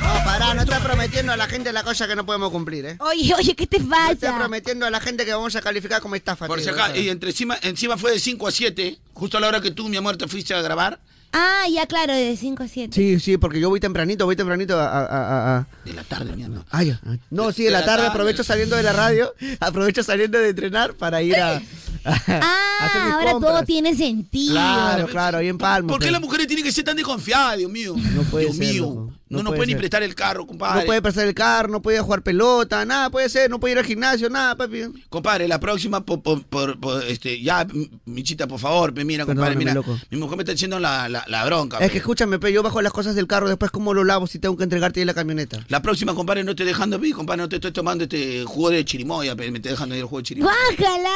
Speaker 3: No, pará, no está prometiendo a la gente la cosa que no podemos cumplir, ¿eh?
Speaker 1: Oye, oye, ¿qué te
Speaker 3: No está
Speaker 1: pasa?
Speaker 3: prometiendo a la gente que vamos a calificar como estafa.
Speaker 5: Por si
Speaker 3: tío,
Speaker 5: acá,
Speaker 3: ¿sabes?
Speaker 5: y entre encima, encima fue de 5 a 7, justo a la hora que tú, mi amor, te fuiste a grabar.
Speaker 1: Ah, ya claro, de 5 a 7.
Speaker 3: Sí, sí, porque yo voy tempranito, voy tempranito a... a, a- a- a-
Speaker 5: De la tarde, mi amor.
Speaker 3: Ay, ay. No, sí,
Speaker 5: De
Speaker 3: de
Speaker 5: la
Speaker 3: la tarde
Speaker 5: tarde.
Speaker 3: aprovecho saliendo de la radio, aprovecho saliendo de entrenar para ir a, Hacer mis
Speaker 1: Ah, ahora todo
Speaker 3: compras.
Speaker 1: tiene sentido.
Speaker 3: Claro, claro, ahí en Palma.
Speaker 5: ¿Por qué
Speaker 3: pues.
Speaker 5: las mujeres tienen que ser tan desconfiadas, Dios mío?
Speaker 3: No puede
Speaker 5: Dios
Speaker 3: ser,
Speaker 5: mío.
Speaker 3: loco.
Speaker 5: No,
Speaker 3: No
Speaker 5: nos
Speaker 3: puede
Speaker 5: pueden ni
Speaker 3: ser.
Speaker 5: prestar el carro, compadre.
Speaker 3: No puede pasar el carro, no puede jugar pelota, nada puede ser, no puede ir al gimnasio, nada, papi.
Speaker 5: Compadre, la próxima, por, por- por- por, este, ya, m- Michita, por favor, pe, mira, compadre,
Speaker 3: Perdóname,
Speaker 5: mira.
Speaker 3: loco.
Speaker 5: Mi mujer me está echando la, la- la bronca.
Speaker 3: Es
Speaker 5: pe.
Speaker 3: que escúchame, pe, yo bajo las cosas del carro, después cómo lo lavo si tengo que entregarte ahí la camioneta.
Speaker 5: La próxima, compadre, no estoy dejando, pe, compadre, no te estoy tomando este jugo de chirimoya, pe, me estoy dejando ahí el jugo de chirimoya.
Speaker 1: ¡Guácala!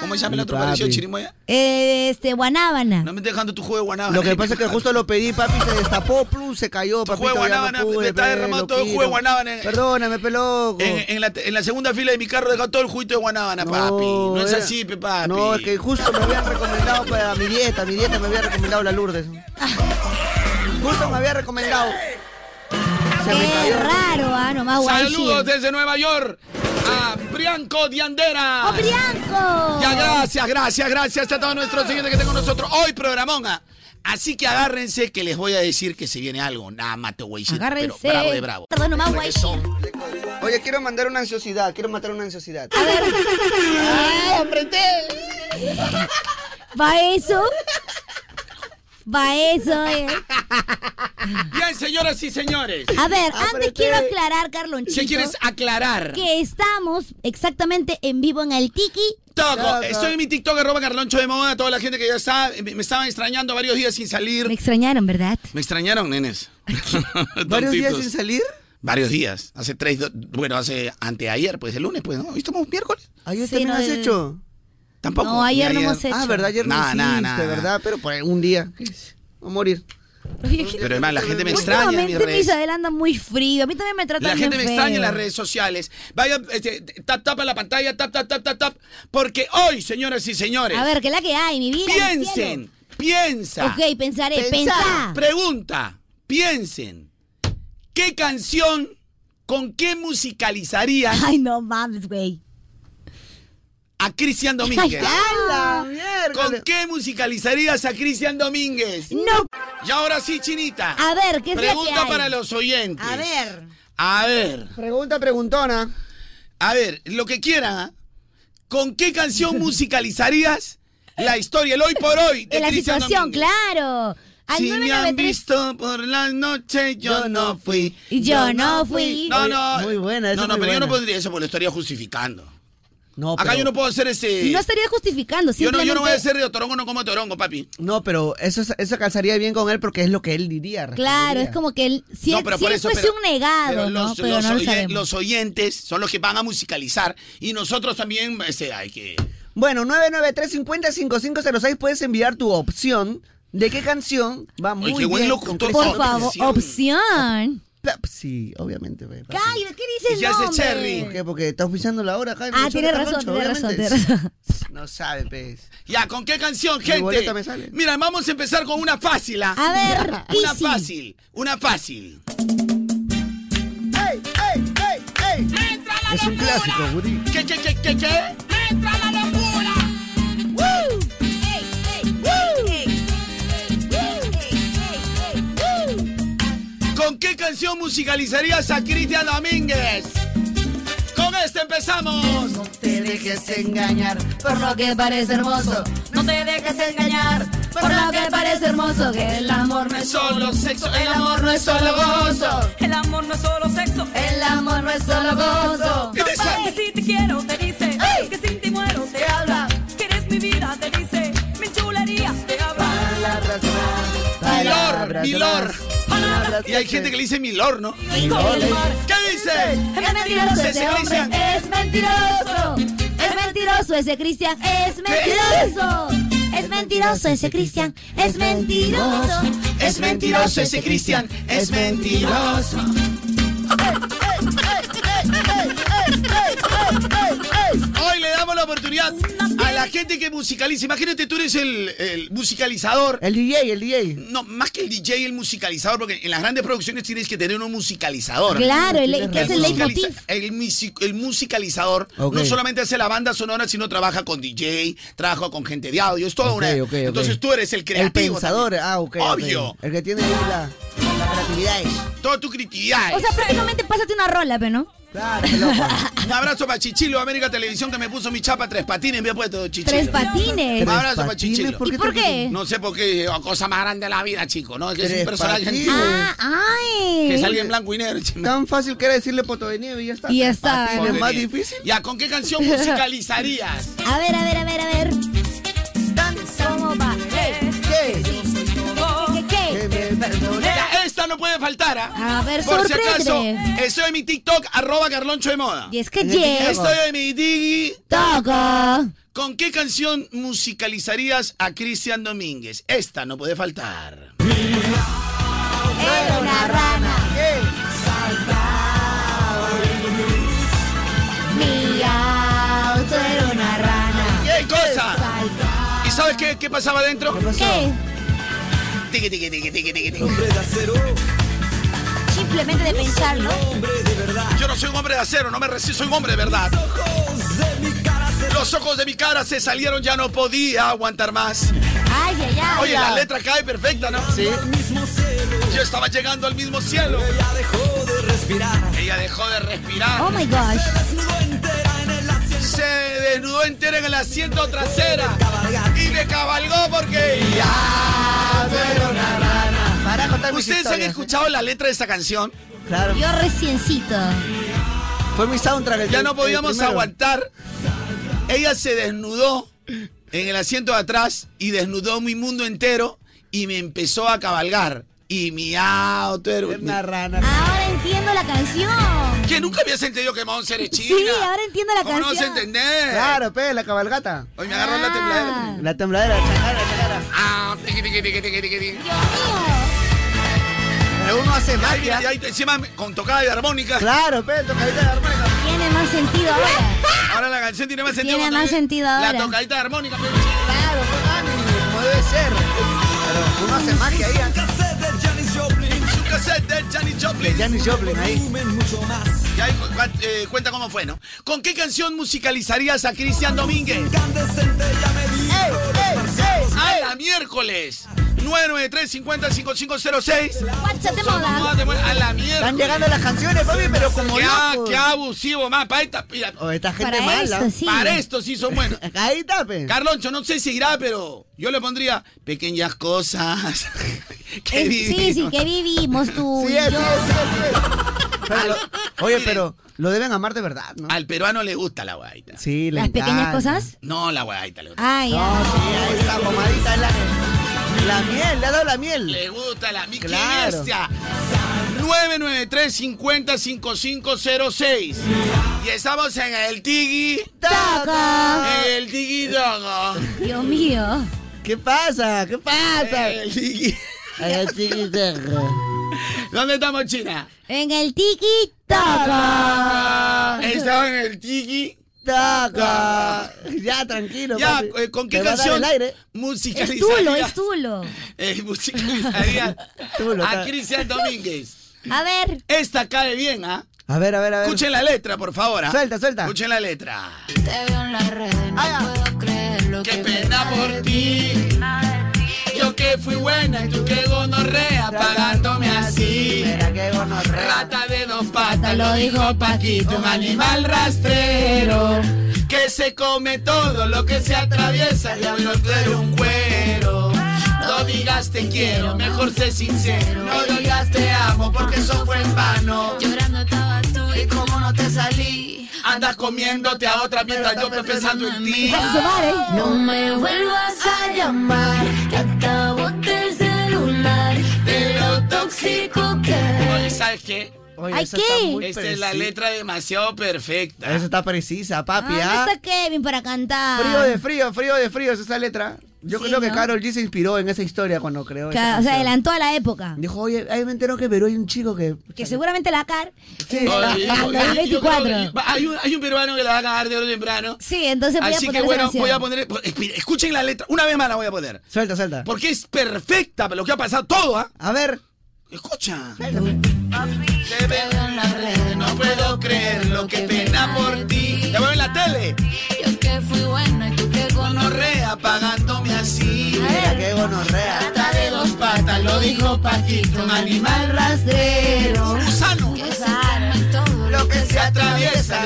Speaker 5: ¿Cómo se llama el
Speaker 3: Mi
Speaker 5: otro parecido de
Speaker 3: papi.
Speaker 5: chirimoya?
Speaker 1: Eh, este, guanábana.
Speaker 5: No me estés dejando tu juego de guanábana.
Speaker 3: Lo que pasa es que justo lo pedí, papi, se destapó, plum, se cayó, papi.
Speaker 5: juego de guanábana, me está derramando todo el juego de guanábana en-
Speaker 3: Perdóname, peloco.
Speaker 5: En, en la, en la segunda fila de mi carro dejó todo el juguito de guanábana, papi. No es así, pe, papi.
Speaker 3: eh. No, es que justo me habían recomendado para mi dieta, mi dieta me había recomendado la Lourdes. Justo me había recomendado. Se me
Speaker 1: Qué
Speaker 3: cayó.
Speaker 1: raro, ah, nomás guay.
Speaker 5: Saludos desde Nueva York a Brianco Diandera.
Speaker 1: ¡Oh, Brianco!
Speaker 5: Ya, gracias, gracias, gracias a todos nuestros siguientes que están con nosotros. Hoy programón, ah. Así que agárrense que les voy a decir que se viene algo. Nada, mate, güey. Pero
Speaker 1: Agárrense.
Speaker 5: bravo de bravo.
Speaker 1: Perdón, nomás guay.
Speaker 5: Regresó.
Speaker 3: Oye, quiero mandar una ansiosidad, quiero matar una ansiosidad.
Speaker 1: ¿Va eso? ¿Va eso? eh?
Speaker 5: Bien, señoras y señores.
Speaker 1: A ver, antes
Speaker 3: Apreté.
Speaker 1: quiero aclarar, Carlonchito.
Speaker 5: Si este- quieres aclarar?
Speaker 1: Que estamos exactamente en vivo en el Tiki.
Speaker 5: Toco. Estoy en mi TikTok, arroba Carloncho de Moda. Toda la gente que ya está, me, me estaban extrañando varios días sin
Speaker 1: Me
Speaker 5: salir.
Speaker 1: extrañaron, ¿verdad?
Speaker 5: Me extrañaron, nenes.
Speaker 3: ¿Varios días
Speaker 5: Tontitos.
Speaker 3: sin salir?
Speaker 5: Varios días. Hace tres, do- bueno, hace anteayer, pues el lunes, pues, ¿no? Hoy estamos miércoles.
Speaker 3: Ayer
Speaker 1: Sí,
Speaker 3: también
Speaker 1: no,
Speaker 3: has
Speaker 1: no, no.
Speaker 3: hecho.
Speaker 5: Tampoco.
Speaker 1: No, ayer
Speaker 5: Ni
Speaker 1: no hemos hecho.
Speaker 3: Ah, verdad, ayer no,
Speaker 5: Nah, nah,
Speaker 3: hiciste,
Speaker 5: nah, nah.
Speaker 3: ¿verdad? Pero por un día. Voy a morir.
Speaker 5: Pero además la gente me extraña. en mis
Speaker 1: Últimamente
Speaker 5: redes.
Speaker 1: mis anda muy frío. A mí también me tratan
Speaker 5: La gente me
Speaker 1: bien
Speaker 5: extraña en
Speaker 1: feo.
Speaker 5: las redes sociales. Vayan, este, tap, tap a la pantalla, tap, tap, tap, tap, tap. Porque hoy, señoras y señores,
Speaker 1: A ver, ¿qué es la que hay, mi vida?
Speaker 5: piensen, piensa,
Speaker 1: Ok, pensaré,
Speaker 3: Pensá.
Speaker 1: pensá.
Speaker 5: pregunta, piensen. ¿Qué canción, con qué musicalizaría
Speaker 1: Ay, no mames, güey.
Speaker 5: a Cristian Domínguez?
Speaker 3: ¡La mierda!
Speaker 5: ¿Con qué musicalizarías a Cristian Domínguez?
Speaker 1: No.
Speaker 5: Y ahora sí, Chinita.
Speaker 1: A ver, ¿qué es la que
Speaker 5: Pregunta
Speaker 1: hay?
Speaker 5: para los oyentes.
Speaker 12: A ver.
Speaker 5: A ver.
Speaker 3: Pregunta preguntona.
Speaker 5: A ver, lo que quieran, ¿ah? ¿con qué canción musicalizarías la historia, el hoy por hoy? De
Speaker 1: En la
Speaker 5: Cristian
Speaker 1: situación,
Speaker 5: Domínguez?
Speaker 1: claro. Al
Speaker 5: si me han
Speaker 1: 993
Speaker 5: visto por la noche, yo
Speaker 3: Yo
Speaker 5: no
Speaker 3: no
Speaker 5: fui.
Speaker 1: Y yo no fui.
Speaker 5: No, no.
Speaker 3: Muy buena, esa
Speaker 5: No, no,
Speaker 3: es muy
Speaker 5: pero yo no
Speaker 3: buena.
Speaker 5: podría eso porque lo estaría justificando.
Speaker 3: No,
Speaker 5: Acá yo no puedo hacer ese.
Speaker 1: Y no estaría justificando.
Speaker 5: yo, no, yo no voy a
Speaker 1: simplemente-
Speaker 5: ser de Otorongo, no como Otorongo, papi.
Speaker 3: No, pero eso, eso calzaría bien con él porque es lo que él diría.
Speaker 1: Claro, es como que él. Si,
Speaker 5: no,
Speaker 1: él-
Speaker 5: pero
Speaker 1: si
Speaker 5: por
Speaker 1: él
Speaker 5: eso.
Speaker 1: fuese
Speaker 5: pero-
Speaker 1: un negado,
Speaker 5: pero
Speaker 1: ¿no?
Speaker 5: los,
Speaker 1: Pero
Speaker 5: los
Speaker 1: no lo
Speaker 5: oye-
Speaker 1: sabemos.
Speaker 5: los oyentes son los que van a musicalizar y nosotros también este, hay que.
Speaker 3: Bueno, 993-50-5506 puedes enviar tu opción de qué canción va muy
Speaker 5: Oye, qué buen
Speaker 3: bien. con
Speaker 5: locutor.
Speaker 1: Por
Speaker 5: opción.
Speaker 1: favor, opción.
Speaker 3: Chris- Sí, obviamente. pe, papi.
Speaker 1: Ay, ¿qué dices,
Speaker 5: Ya sé,
Speaker 1: nombre?
Speaker 5: Cherry.
Speaker 3: ¿Por qué? Porque estás pisando la hora acá. en el
Speaker 1: Ah,
Speaker 3: show
Speaker 1: tiene
Speaker 3: de
Speaker 1: razón,
Speaker 3: Carloncho,
Speaker 1: tiene razón,
Speaker 3: obviamente.
Speaker 1: tiene razón.
Speaker 3: No sabe, pues. pez.
Speaker 5: Ya, ¿con qué canción,
Speaker 3: boleta me
Speaker 5: gente?
Speaker 3: sale.
Speaker 5: Mira, vamos a empezar con una fácil. ¿ah?
Speaker 1: A ver,
Speaker 5: Una
Speaker 1: easy.
Speaker 5: fácil, una fácil.
Speaker 3: ¡Ey, ey, ey, ey! Es un clásico, Guri.
Speaker 5: ¿Qué, qué, qué, qué, qué? ¿Con qué canción musicalizarías a Cristian Domínguez? Con esta empezamos.
Speaker 3: Te dejes engañar.
Speaker 13: por lo que parece hermoso. No te dejes engañar por lo que parece hermoso. Que el amor no
Speaker 5: No es
Speaker 13: es
Speaker 5: solo sexo, el amor no es solo gozo.
Speaker 14: El amor no es solo sexo.
Speaker 13: el amor no es solo gozo.
Speaker 5: ¿Qué te
Speaker 14: Que
Speaker 5: sale?
Speaker 14: si te quiero, te dice. Que sin ti muero, te habla. Que eres mi vida, te dice. Mi chulería, te habla.
Speaker 3: Palabras
Speaker 5: Milor, Milor.
Speaker 14: Palabras
Speaker 5: Y hay gente que le dice Milor, ¿no?
Speaker 14: y con el mar.
Speaker 5: ¿Qué dice?
Speaker 13: Es mentiroso
Speaker 5: Sí,
Speaker 13: ese hombre.
Speaker 5: Cristian.
Speaker 13: Es mentiroso.
Speaker 1: Es mentiroso ese Cristian, es mentiroso. Es mentiroso ese Cristian, es mentiroso.
Speaker 5: Es mentiroso ese Cristian, es mentiroso. Hoy le damos la oportunidad a la gente que musicaliza. Imagínate, tú eres el, el musicalizador.
Speaker 3: El DJ, el DJ.
Speaker 5: No, más que el DJ, el musicalizador, porque en las grandes producciones tienes que tener un musicalizador.
Speaker 1: Claro, el, que es el
Speaker 5: musicaliza-
Speaker 1: leitmotiv.
Speaker 5: el music- el musicalizador
Speaker 3: Ok.
Speaker 5: no solamente hace la banda sonora, sino trabaja con DJ, trabaja con gente de audio, es toda
Speaker 3: Ok,
Speaker 5: una.
Speaker 3: ok, ok.
Speaker 5: Entonces tú eres el
Speaker 3: El
Speaker 5: creativo.
Speaker 3: pensador.
Speaker 5: también.
Speaker 3: Ah, ok. ok.
Speaker 5: Obvio.
Speaker 3: El que tiene ahí la, la creatividad.
Speaker 5: Toda tu creatividad.
Speaker 1: O sea, prácticamente pásate una rola, pero no.
Speaker 5: Un abrazo para Chichilo, América Televisión, que me puso mi chapa tres patines, me ha puesto Chichilo.
Speaker 1: Tres patines.
Speaker 5: Un abrazo para Chichilo.
Speaker 1: ¿Y por qué?
Speaker 5: No sé por qué, o cosa más grande de la vida, chico, ¿no? Es que es un
Speaker 3: Tres
Speaker 5: personaje
Speaker 3: patines.
Speaker 5: antiguo.
Speaker 1: Ah, Ay.
Speaker 5: Que
Speaker 1: Ah,
Speaker 5: es alguien blanco y negro. chico.
Speaker 3: Tan fácil que era decirle poto de nieve y ya está.
Speaker 1: Y ya está.
Speaker 3: Patines, más difícil.
Speaker 5: Ya, ¿con qué canción musicalizarías?
Speaker 1: A ver, a ver, a ver, a ver.
Speaker 15: ¿Cómo va? Eh,
Speaker 1: ¿Qué, qué?
Speaker 5: Ya, Esta no puede faltar, ¿ah?
Speaker 1: A ver,
Speaker 5: Por si acaso,
Speaker 1: sorprende.
Speaker 5: estoy en mi TikTok, arroba Carloncho de Moda.
Speaker 1: Y es que llego.
Speaker 5: Estoy en este mi Digi.
Speaker 1: Toco.
Speaker 5: ¿Con qué canción musicalizarías a Cristian Domínguez? Esta no puede faltar.
Speaker 1: Era una rana mi auto era una rana.
Speaker 5: ¡Qué cosa! ¿Y sabes qué, qué pasaba adentro?
Speaker 1: ¿Qué?
Speaker 5: Tiqui, tiqui, tiqui, tiqui, tiqui, tiqui.
Speaker 16: Simplemente de pensarlo.
Speaker 5: Yo no soy un hombre de acero, no me resisto, soy un hombre de verdad. Los ojos de mi cara se salieron, ya no podía aguantar más.
Speaker 16: Ay, ay, ay.
Speaker 5: Oye, la letra cae perfecta, ¿no? Sí. Yo estaba llegando al mismo cielo. Ella dejó de respirar.
Speaker 1: Oh my gosh.
Speaker 5: Se desnudó entera en el asiento trasera y me cabalgó porque
Speaker 3: Para contar mis
Speaker 5: ¿Ustedes han
Speaker 1: ¿eh?
Speaker 3: historias,
Speaker 5: escuchado la letra de esta canción?
Speaker 3: ¿eh? Claro.
Speaker 1: Yo reciencito.
Speaker 3: Fue mi soundtrack. el-
Speaker 5: Ya
Speaker 3: el
Speaker 5: no podíamos
Speaker 3: primero.
Speaker 5: aguantar. Ella se desnudó en el asiento de atrás y desnudó mi mundo entero y me empezó a cabalgar. Y mi auto
Speaker 3: Era
Speaker 5: era un-
Speaker 3: Una rana.
Speaker 1: Ahora entiendo la canción.
Speaker 5: Que nunca habías entendido que Monse eres
Speaker 1: Sí,
Speaker 5: china.
Speaker 1: ahora entiendo la
Speaker 5: ¿Cómo no vas a
Speaker 1: canción?
Speaker 5: entender?
Speaker 3: Claro, pe, la cabalgata.
Speaker 5: Hoy me agarró la
Speaker 1: Ah.
Speaker 5: tembladera.
Speaker 3: La tembladera, chacara, chacara.
Speaker 5: Ah, tiqui, tiqui, tiqui, tiqui, tiqui, tiqui.
Speaker 1: Dios mío.
Speaker 3: Pero uno hace
Speaker 5: Ay, mira,
Speaker 3: magia.
Speaker 5: y ahí te- encima me- con tocada de armónica.
Speaker 3: Claro, pe, tocadita de armónica.
Speaker 1: Tiene más sentido ahora.
Speaker 5: Ahora la canción tiene más sentido.
Speaker 1: Tiene
Speaker 5: cuando
Speaker 1: más
Speaker 5: viene
Speaker 1: sentido
Speaker 5: La
Speaker 1: ahora.
Speaker 5: tocadita de armónica. pero-
Speaker 3: Claro, fue anime, como debe ser. Pero uno hace magia ahí. ¿eh?
Speaker 5: En su cassette de Janis Joplin.
Speaker 3: Janis Joplin ahí.
Speaker 5: Y ahí cu- cu- eh, cuenta cómo fue, ¿no? ¿Con qué canción musicalizarías a Cristian Domínguez? ¡A la miércoles! 993-50-5506.
Speaker 1: WhatsApp de moda.
Speaker 5: A la
Speaker 3: Están
Speaker 5: miércoles.
Speaker 3: llegando las canciones, papi, pero como
Speaker 5: Qué, a-
Speaker 3: locos.
Speaker 5: qué abusivo, más. Para, esta, mira,
Speaker 3: O esta gente
Speaker 1: Para
Speaker 3: mala.
Speaker 1: eso, sí.
Speaker 5: para esto sí son buenos.
Speaker 3: Ahí está, pe.
Speaker 5: Carloncho, no sé si irá, pero yo le pondría pequeñas cosas. que
Speaker 1: Eh,
Speaker 5: vivimos.
Speaker 1: Sí, sí, que vivimos tú
Speaker 3: Sí,
Speaker 1: y
Speaker 3: es, sí,
Speaker 1: yo.
Speaker 3: es, sí, es, sí es. Pero lo- oye, pero lo deben amar de verdad, ¿no?
Speaker 5: Al peruano le gusta la guaita.
Speaker 3: Sí, Ah. le
Speaker 1: Las pequeñas
Speaker 3: encanta.
Speaker 1: cosas.
Speaker 5: No, la guaita le gusta.
Speaker 1: Ay,
Speaker 3: No, sí, ahí está, pomadita es la, la miel, le ha dado la miel.
Speaker 5: Le gusta la mi
Speaker 3: Claro.
Speaker 5: 993 50 5506 Y estamos en el Tigi.
Speaker 3: Taca.
Speaker 5: El Tigi Dogo.
Speaker 1: Dios mío.
Speaker 3: ¿Qué pasa? ¿Qué pasa?
Speaker 5: El Tiki.
Speaker 3: Ay, sí, sí.
Speaker 5: ¿Dónde estamos, China?
Speaker 1: En el tiki toco.
Speaker 3: Ah.
Speaker 5: Estamos en el Tiki.
Speaker 3: Taca. Ya, tranquilo.
Speaker 5: Ya,
Speaker 3: papi.
Speaker 5: eh, ¿con qué
Speaker 3: Te va a dar
Speaker 5: canción
Speaker 3: el aire.
Speaker 1: Es
Speaker 5: musicalizaría?
Speaker 1: tulo, es tulo.
Speaker 5: eh, musicalizaría
Speaker 3: Tulo,
Speaker 5: a
Speaker 3: ta-
Speaker 5: Cristian Domínguez.
Speaker 1: A ver.
Speaker 5: Esta cae bien, ¿ah?
Speaker 3: A ver, a ver, a ver.
Speaker 5: Escuchen la letra, por favor. ¿ah?
Speaker 3: Suelta, suelta.
Speaker 5: Escuchen la letra.
Speaker 3: Ah, ya.
Speaker 5: Qué pena por ti. Yo que fui buena y tú que gonorrea pagándome así.
Speaker 3: Mira qué gonorrea.
Speaker 5: Rata de dos patas, lo dijo Paquito, un animal rastrero. Que se come todo lo que se atraviesa, ya no de un cuero. No digas te quiero, mejor sé sincero. No digas te amo, porque eso fue en vano.
Speaker 15: Llorando estabas tú y cómo no te salí.
Speaker 5: Andas comiéndote a otra mientras yo estoy pensando en ti.
Speaker 1: A su madre.
Speaker 15: No me vuelvas a llamar, que acabo del celular, de lo tóxico que
Speaker 5: Oye, ¿Sabes qué?
Speaker 3: Oye,
Speaker 1: Ay,
Speaker 3: esa
Speaker 1: ¿qué?
Speaker 3: está muy
Speaker 5: Esta es
Speaker 3: precisa.
Speaker 5: la letra demasiado perfecta.
Speaker 3: Esa está precisa, papi.
Speaker 1: Ah,
Speaker 3: ¿ah?
Speaker 1: ¿dónde está Kevin para cantar?
Speaker 3: Frío de frío, frío de frío es esa letra. Yo
Speaker 1: Ah. Sí,
Speaker 3: creo que
Speaker 1: ¿no?
Speaker 3: Carol G se inspiró en esa historia cuando creó
Speaker 1: Que,
Speaker 3: esa
Speaker 1: o sea,
Speaker 3: canción.
Speaker 1: adelantó a la época.
Speaker 3: Dijo, oye, ahí me enteró que en Perú hay un chico que...
Speaker 1: Que seguramente la CAR.
Speaker 3: Sí.
Speaker 1: eh, la-
Speaker 5: Oye,
Speaker 1: la-
Speaker 5: oye,
Speaker 1: la
Speaker 5: yo creo que
Speaker 1: 24.
Speaker 5: Hay un, hay un peruano que la va a ganar de oro temprano.
Speaker 1: Sí, entonces voy a
Speaker 5: Así
Speaker 1: poner
Speaker 5: que
Speaker 1: esa
Speaker 5: bueno,
Speaker 1: canción.
Speaker 5: voy a poner. espera, Escuchen la letra. Una vez más la voy a poner.
Speaker 3: Suelta, suelta.
Speaker 5: Porque es perfecta para lo que ha pasado todo, ¿ah?
Speaker 3: A ver.
Speaker 5: Escucha. Te veo en las redes, no puedo creer lo que pena por ti. Te veo en la tele.
Speaker 15: yo que fui buena y tú que gonorrea.
Speaker 5: Gonorrea pagándome así.
Speaker 3: Mira qué gonorrea.
Speaker 5: Rata de dos patas, lo dijo Paquito. Un animal rastrero. Un gusano.
Speaker 15: Todo
Speaker 5: Lo que se atraviesa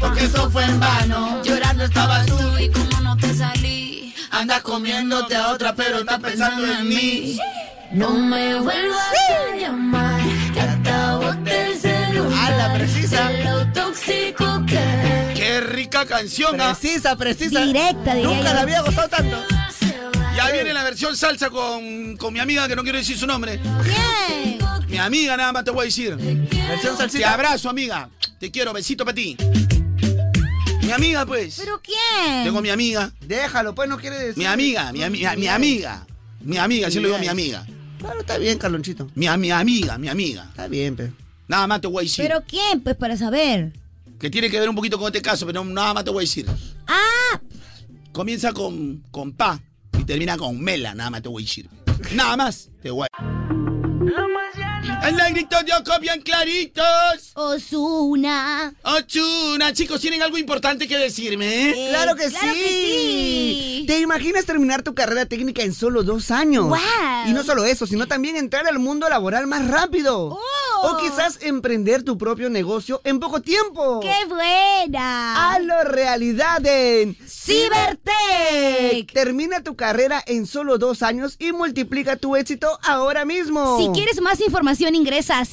Speaker 17: porque eso fue en vano.
Speaker 18: Llorando estabas tú y como no te salí.
Speaker 17: Andas comiéndote a otra, pero estás pensando en mí.
Speaker 18: No me vuelvas a llamar, que acabo el celular.
Speaker 17: A la precisa.
Speaker 18: De lo tóxico que
Speaker 5: Qué rica canción, ¿ah?
Speaker 3: Precisa, precisa.
Speaker 1: Directa, diría
Speaker 3: Nunca
Speaker 1: yo.
Speaker 3: la había gustado tanto.
Speaker 5: Ya viene la versión salsa con, con mi amiga, que no quiero decir su nombre.
Speaker 19: Bien.
Speaker 5: Mi amiga, nada más te voy a decir.
Speaker 3: Versión
Speaker 5: Te
Speaker 3: salsita.
Speaker 5: abrazo, amiga. Te quiero, besito para ti. Mi amiga, pues.
Speaker 19: ¿Pero quién?
Speaker 5: Tengo mi amiga.
Speaker 3: Déjalo, pues no quiere decir.
Speaker 5: Mi amiga, mi, ami- mi amiga. Mi amiga, yo le digo mi amiga.
Speaker 3: Claro, está bien, Carlonchito.
Speaker 5: Mi, mi amiga, mi amiga.
Speaker 3: Está bien, pe.
Speaker 5: Nada más te voy a decir.
Speaker 1: ¿Pero quién? Pues para saber.
Speaker 5: Que tiene que ver un poquito con este caso, pero no- nada más te voy a decir.
Speaker 1: ¡Ah!
Speaker 5: Comienza con, con pa y termina con mela, nada más te voy a decir. Nada más te voy a El negrito de Oco bien claritos.
Speaker 1: Osuna.
Speaker 5: Ochuna, chicos, ¿tienen algo importante que decirme? eh?
Speaker 3: Claro que
Speaker 1: claro
Speaker 3: sí.
Speaker 1: que sí.
Speaker 3: ¿Te imaginas terminar tu carrera técnica en solo dos años?
Speaker 1: Wow.
Speaker 3: Y no solo eso, sino también entrar al mundo laboral más rápido.
Speaker 1: Oh.
Speaker 3: O quizás emprender tu propio negocio en poco tiempo.
Speaker 1: ¡Qué buena!
Speaker 3: A lo realidad en
Speaker 1: Cybertech.
Speaker 3: Termina tu carrera en solo dos años y multiplica tu éxito ahora mismo.
Speaker 1: Si quieres más información ingresa a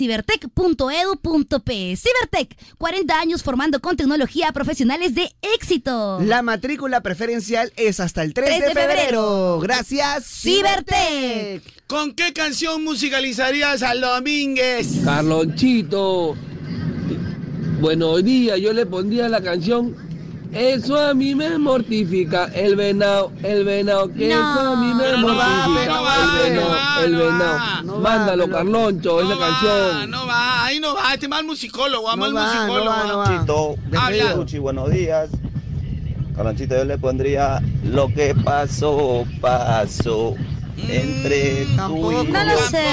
Speaker 1: cibertech.edu.p. Cibertech, 40 años formando con tecnología a profesionales de éxito.
Speaker 3: La matrícula preferencial es hasta el 3,
Speaker 1: 3
Speaker 3: de
Speaker 1: de febrero.
Speaker 3: febrero. Gracias,
Speaker 1: Cibertech.
Speaker 5: ¿Con qué canción musicalizarías al Domínguez?
Speaker 20: Carlonchito. Buenos días, yo le pondría la canción Eso a mí me mortifica, el venado, el venado, que
Speaker 1: No.
Speaker 20: eso a mí me
Speaker 5: Pero no va,
Speaker 20: mortifica,
Speaker 5: pero va,
Speaker 20: el
Speaker 5: no
Speaker 20: venado,
Speaker 5: va,
Speaker 20: el
Speaker 5: no
Speaker 20: venado.
Speaker 5: va.
Speaker 20: Mándalo, Carloncho, esa
Speaker 5: no Va,
Speaker 20: canción.
Speaker 5: no va, ahí no va, este mal musicólogo, ah,
Speaker 3: No
Speaker 5: mal
Speaker 3: va, no
Speaker 5: musicólogo.
Speaker 3: va, no
Speaker 5: ah.
Speaker 3: va.
Speaker 21: Carlonchito,
Speaker 5: Habla.
Speaker 21: Luchi, buenos días. Carlonchito, yo le pondría lo que pasó, pasó
Speaker 19: Mm,
Speaker 21: entre tú
Speaker 3: tampoco.
Speaker 21: y
Speaker 1: No lo
Speaker 21: yo.
Speaker 1: sé, Rick.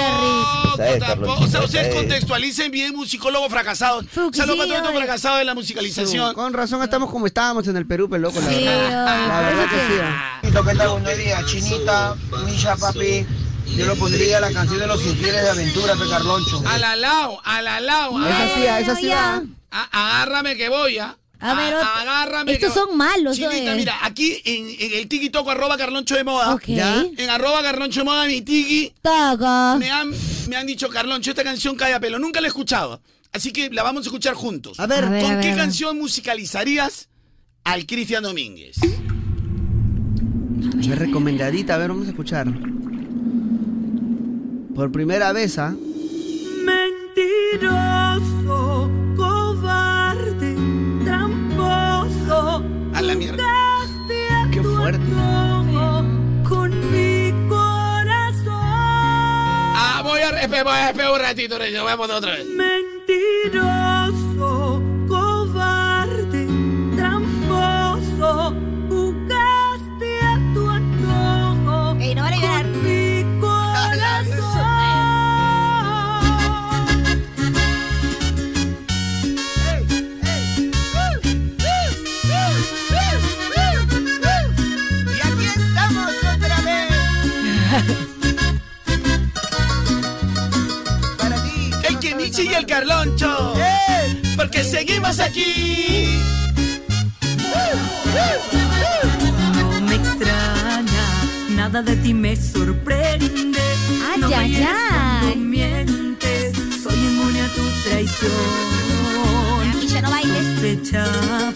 Speaker 5: Tampoco,
Speaker 21: Esa es,
Speaker 5: tampoco.
Speaker 21: Carlonchito,
Speaker 5: O sea, ustedes
Speaker 21: esa es.
Speaker 5: contextualicen bien musicólogo fracasado.
Speaker 1: Fuki,
Speaker 5: Saludos para
Speaker 1: sí,
Speaker 5: todos los
Speaker 1: oye.
Speaker 5: fracasados de la musicalización.
Speaker 3: Con razón estamos como estábamos en el Perú, pero loco, la
Speaker 1: Sí,
Speaker 3: verdad.
Speaker 1: ay,
Speaker 3: La verdad
Speaker 1: parece
Speaker 3: que sí.
Speaker 1: que-
Speaker 3: ah.
Speaker 22: ¿Qué tal? Buenos días, Chinita, Misha, papi. Yo lo pondría la canción de los infieles de aventura, pe Carloncho.
Speaker 5: Al alao, al alao.
Speaker 3: Esa sí, ah, esa
Speaker 1: Bueno,
Speaker 3: sí
Speaker 1: ya.
Speaker 3: va.
Speaker 5: A- Agárrame que voy, ¿ah?
Speaker 1: A ver, otro.
Speaker 5: agárrame.
Speaker 1: Estos
Speaker 5: que-
Speaker 1: son malos,
Speaker 5: Chinita,
Speaker 1: oye.
Speaker 5: mira, aquí en, en el tiki toco arroba carloncho de moda.
Speaker 1: Ok.
Speaker 3: Ya.
Speaker 5: En arroba carloncho de moda mi tiki.
Speaker 1: Taga.
Speaker 5: Me han, me han dicho, Carloncho, esta canción cae a pelo. Nunca la he escuchado. Así que la vamos a escuchar juntos.
Speaker 3: A ver.
Speaker 1: A ver,
Speaker 5: ¿Con
Speaker 1: a ver,
Speaker 5: qué
Speaker 1: a ver.
Speaker 5: canción musicalizarías al Cristian Domínguez?
Speaker 3: Che, recomendadita, a ver, vamos a escuchar. Por primera vez, ¿ah?
Speaker 14: Mentiroso, cobarde, tramposo.
Speaker 5: A la mierda.
Speaker 14: Daste a
Speaker 3: Qué
Speaker 14: tu
Speaker 3: fuerte.
Speaker 14: antojo con mi corazón.
Speaker 5: Ah, voy a esperar voy a esperar un ratito, Reyo. Voy a poner otra vez.
Speaker 14: Mentiroso, cobarde, tramposo. Jugaste a tu antojo
Speaker 19: Ey, no van a llorar.
Speaker 14: con mi corazón.
Speaker 3: Y aquí estamos otra vez. Para ti.
Speaker 5: El Kenichi y el Carloncho.
Speaker 1: Eh.
Speaker 5: Porque seguimos aquí.
Speaker 14: No me extraña, nada de ti me sorprende.
Speaker 1: Ay,
Speaker 14: no
Speaker 1: ay,
Speaker 14: me hieres
Speaker 1: ay.
Speaker 14: cuando mientes, soy inmune a tu
Speaker 19: Ya,
Speaker 14: traición.
Speaker 19: Misha, no bailes.
Speaker 14: Sospechaba,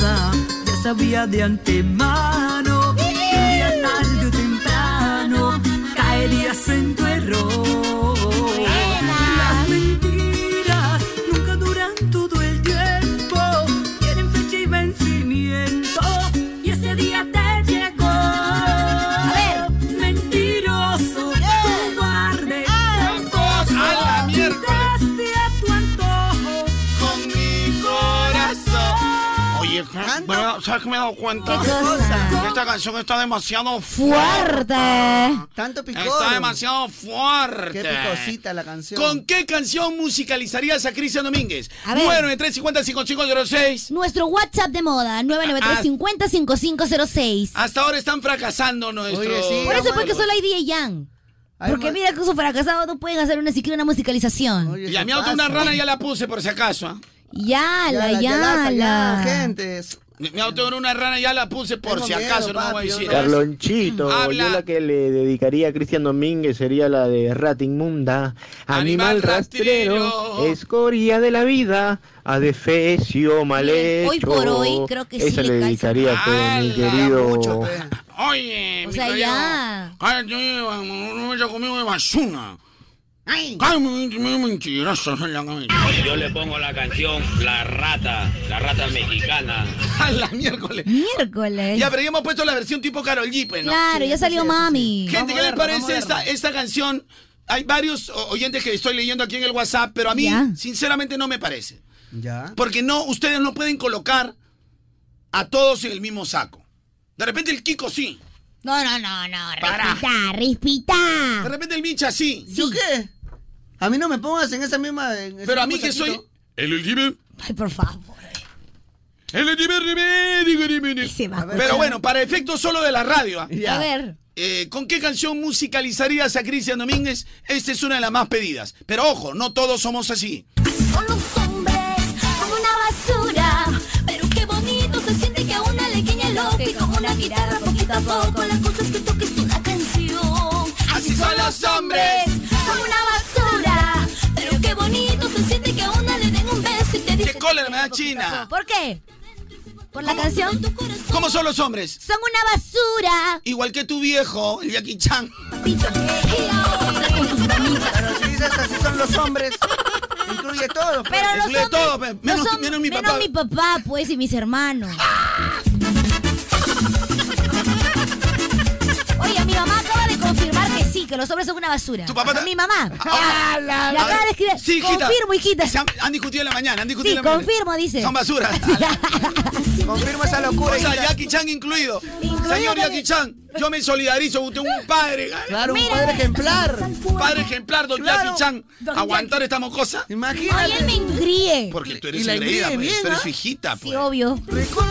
Speaker 14: ya sabía de antemano que un día tarde o temprano caerías en tu error. Las mentiras nunca duran todo el tiempo, tienen fecha y vencimiento. Y ese día te llegó. A ver, mentiroso, cobarde, tramposo.
Speaker 5: A la miércoles.
Speaker 14: Jugaste a tu antojo.
Speaker 5: Con mi corazón. Oye, Frank, bueno, ¿sabes qué me he dado cuenta?
Speaker 1: ¿Qué cosa?
Speaker 5: Que Esta canción está demasiado
Speaker 1: Fuerte.
Speaker 3: Tanto picor.
Speaker 5: Está demasiado fuerte.
Speaker 3: Qué picosita la canción.
Speaker 5: ¿Con qué canción musicalizarías a Cristian Domínguez?
Speaker 1: A ver.
Speaker 5: Bueno, en 350-5506.
Speaker 1: Nuestro WhatsApp de moda,
Speaker 3: Ah,
Speaker 1: 993-50-5506.
Speaker 5: Hasta ahora están fracasando nuestros...
Speaker 3: Oye, sí,
Speaker 1: Por eso
Speaker 3: bueno.
Speaker 1: fue que solo hay DJ Yang.
Speaker 3: Ay,
Speaker 1: Porque
Speaker 3: ma-
Speaker 1: mira que esos fracasados no pueden hacer una siquiera una musicalización.
Speaker 3: Oye,
Speaker 5: Y a
Speaker 3: se
Speaker 5: mi auto
Speaker 3: pasa.
Speaker 5: una rana ya la puse por si acaso. ¿ah?
Speaker 1: Yala, yala.
Speaker 3: Yala, yala, gente.
Speaker 5: Me me auto en una rana, ya la puse por
Speaker 3: Tengo
Speaker 5: si
Speaker 3: miedo,
Speaker 5: acaso, no
Speaker 3: papi,
Speaker 5: voy a decir.
Speaker 23: Carlonchito, yo la que le dedicaría a Cristian Domínguez sería la de Ratimunda. Animal,
Speaker 5: Animal
Speaker 23: rastrero, escoria de la vida, adefesio mal hecho.
Speaker 19: hoy por hoy creo que sí
Speaker 23: Esa
Speaker 19: le
Speaker 23: le
Speaker 19: calza.
Speaker 23: dedicaría a mi querido.
Speaker 5: Oye,
Speaker 19: O
Speaker 5: mi
Speaker 19: sea,
Speaker 5: querido,
Speaker 19: ya.
Speaker 5: Cállate, oye, no vayas conmigo de basura. Cállate, me mentiroso en la cabeza.
Speaker 8: Yo le pongo la canción La Rata, la Rata Mexicana.
Speaker 5: A la miércoles.
Speaker 1: Miércoles.
Speaker 5: Ya, pero ya hemos puesto la versión tipo Carol G, pues, ¿no?
Speaker 1: Claro, ya salió mami.
Speaker 5: Gente, ¿qué les parece esta, esta canción? Hay varios o- oyentes que estoy leyendo aquí en el WhatsApp, pero a mí,
Speaker 3: Ya.
Speaker 5: sinceramente, no me parece.
Speaker 3: Ya.
Speaker 5: Porque no, ustedes no pueden colocar a todos en el mismo saco. De repente el Kiko sí.
Speaker 19: No, no, no, no.
Speaker 5: Para.
Speaker 1: Rispita, rispita.
Speaker 3: Ah.
Speaker 5: De repente el Micha sí.
Speaker 3: ¿Yo qué? A mí no me pongas en esa misma. en ese
Speaker 5: Pero a mí
Speaker 3: mismo
Speaker 5: que soy.
Speaker 3: saquito.
Speaker 5: El último.
Speaker 19: Ay, por favor.
Speaker 5: El último remedio, remedio. Pero bueno, para efectos solo de la radio. ¿ah?
Speaker 3: Ya. A ver.
Speaker 5: Eh, ¿Con qué canción musicalizarías a Cristian Domínguez? Esta es una de las más pedidas. Pero ojo, no todos somos así.
Speaker 18: como una basura. Pero qué bonito se siente que a una le guiña el ojo y como una guitarra poquito a poco las cosas que toques tú la canción. Así son los hombres, como una basura. Pero qué bonito se siente que a una le den un beso y te dice.
Speaker 5: ¿Qué cólera me da China?
Speaker 1: ¿Por qué? ¿Por la canción?
Speaker 5: ¿Cómo son los hombres?
Speaker 1: Son una basura.
Speaker 5: Igual que tu viejo, el Jackie Chan.
Speaker 3: Pero si dices así son los hombres, incluye todo. pues.
Speaker 1: Pero los hombres,
Speaker 5: todo, pe- menos-
Speaker 1: no son-
Speaker 5: menos mi
Speaker 1: menos
Speaker 5: papá.
Speaker 1: mi papá, pues, y mis hermanos. Oye, mi mamá acaba de confirmar que sí, que los hombres son una basura.
Speaker 5: ¿Tu papá ta-
Speaker 1: Mi mamá.
Speaker 5: Ah,
Speaker 1: la, acaba de escribir.
Speaker 5: Sí, hijita.
Speaker 1: confirmo, hijita.
Speaker 5: Se han, han discutido en la mañana, han discutido
Speaker 1: Sí,
Speaker 5: en la mañana.
Speaker 1: confirmo, dice.
Speaker 5: Son basura.
Speaker 3: Confirmo esa locura.
Speaker 5: O sea,
Speaker 3: hijita.
Speaker 5: Jackie Chan incluido. Señor Jackie Chan, yo me solidarizo. Usted es un padre.
Speaker 3: Claro, un padre ejemplar.
Speaker 5: Padre ejemplar, don
Speaker 3: Claro.
Speaker 5: Jackie Chan.
Speaker 3: Don
Speaker 5: Aguantar esta mocosa.
Speaker 3: Imagínate.
Speaker 1: Oye, él me engríe.
Speaker 5: Porque tú
Speaker 3: Y
Speaker 5: eres
Speaker 3: la
Speaker 5: engreída,
Speaker 3: engríe bien,
Speaker 5: pues. Tú eres
Speaker 3: ¿ah?
Speaker 5: su hijita, pues.
Speaker 1: Sí, obvio.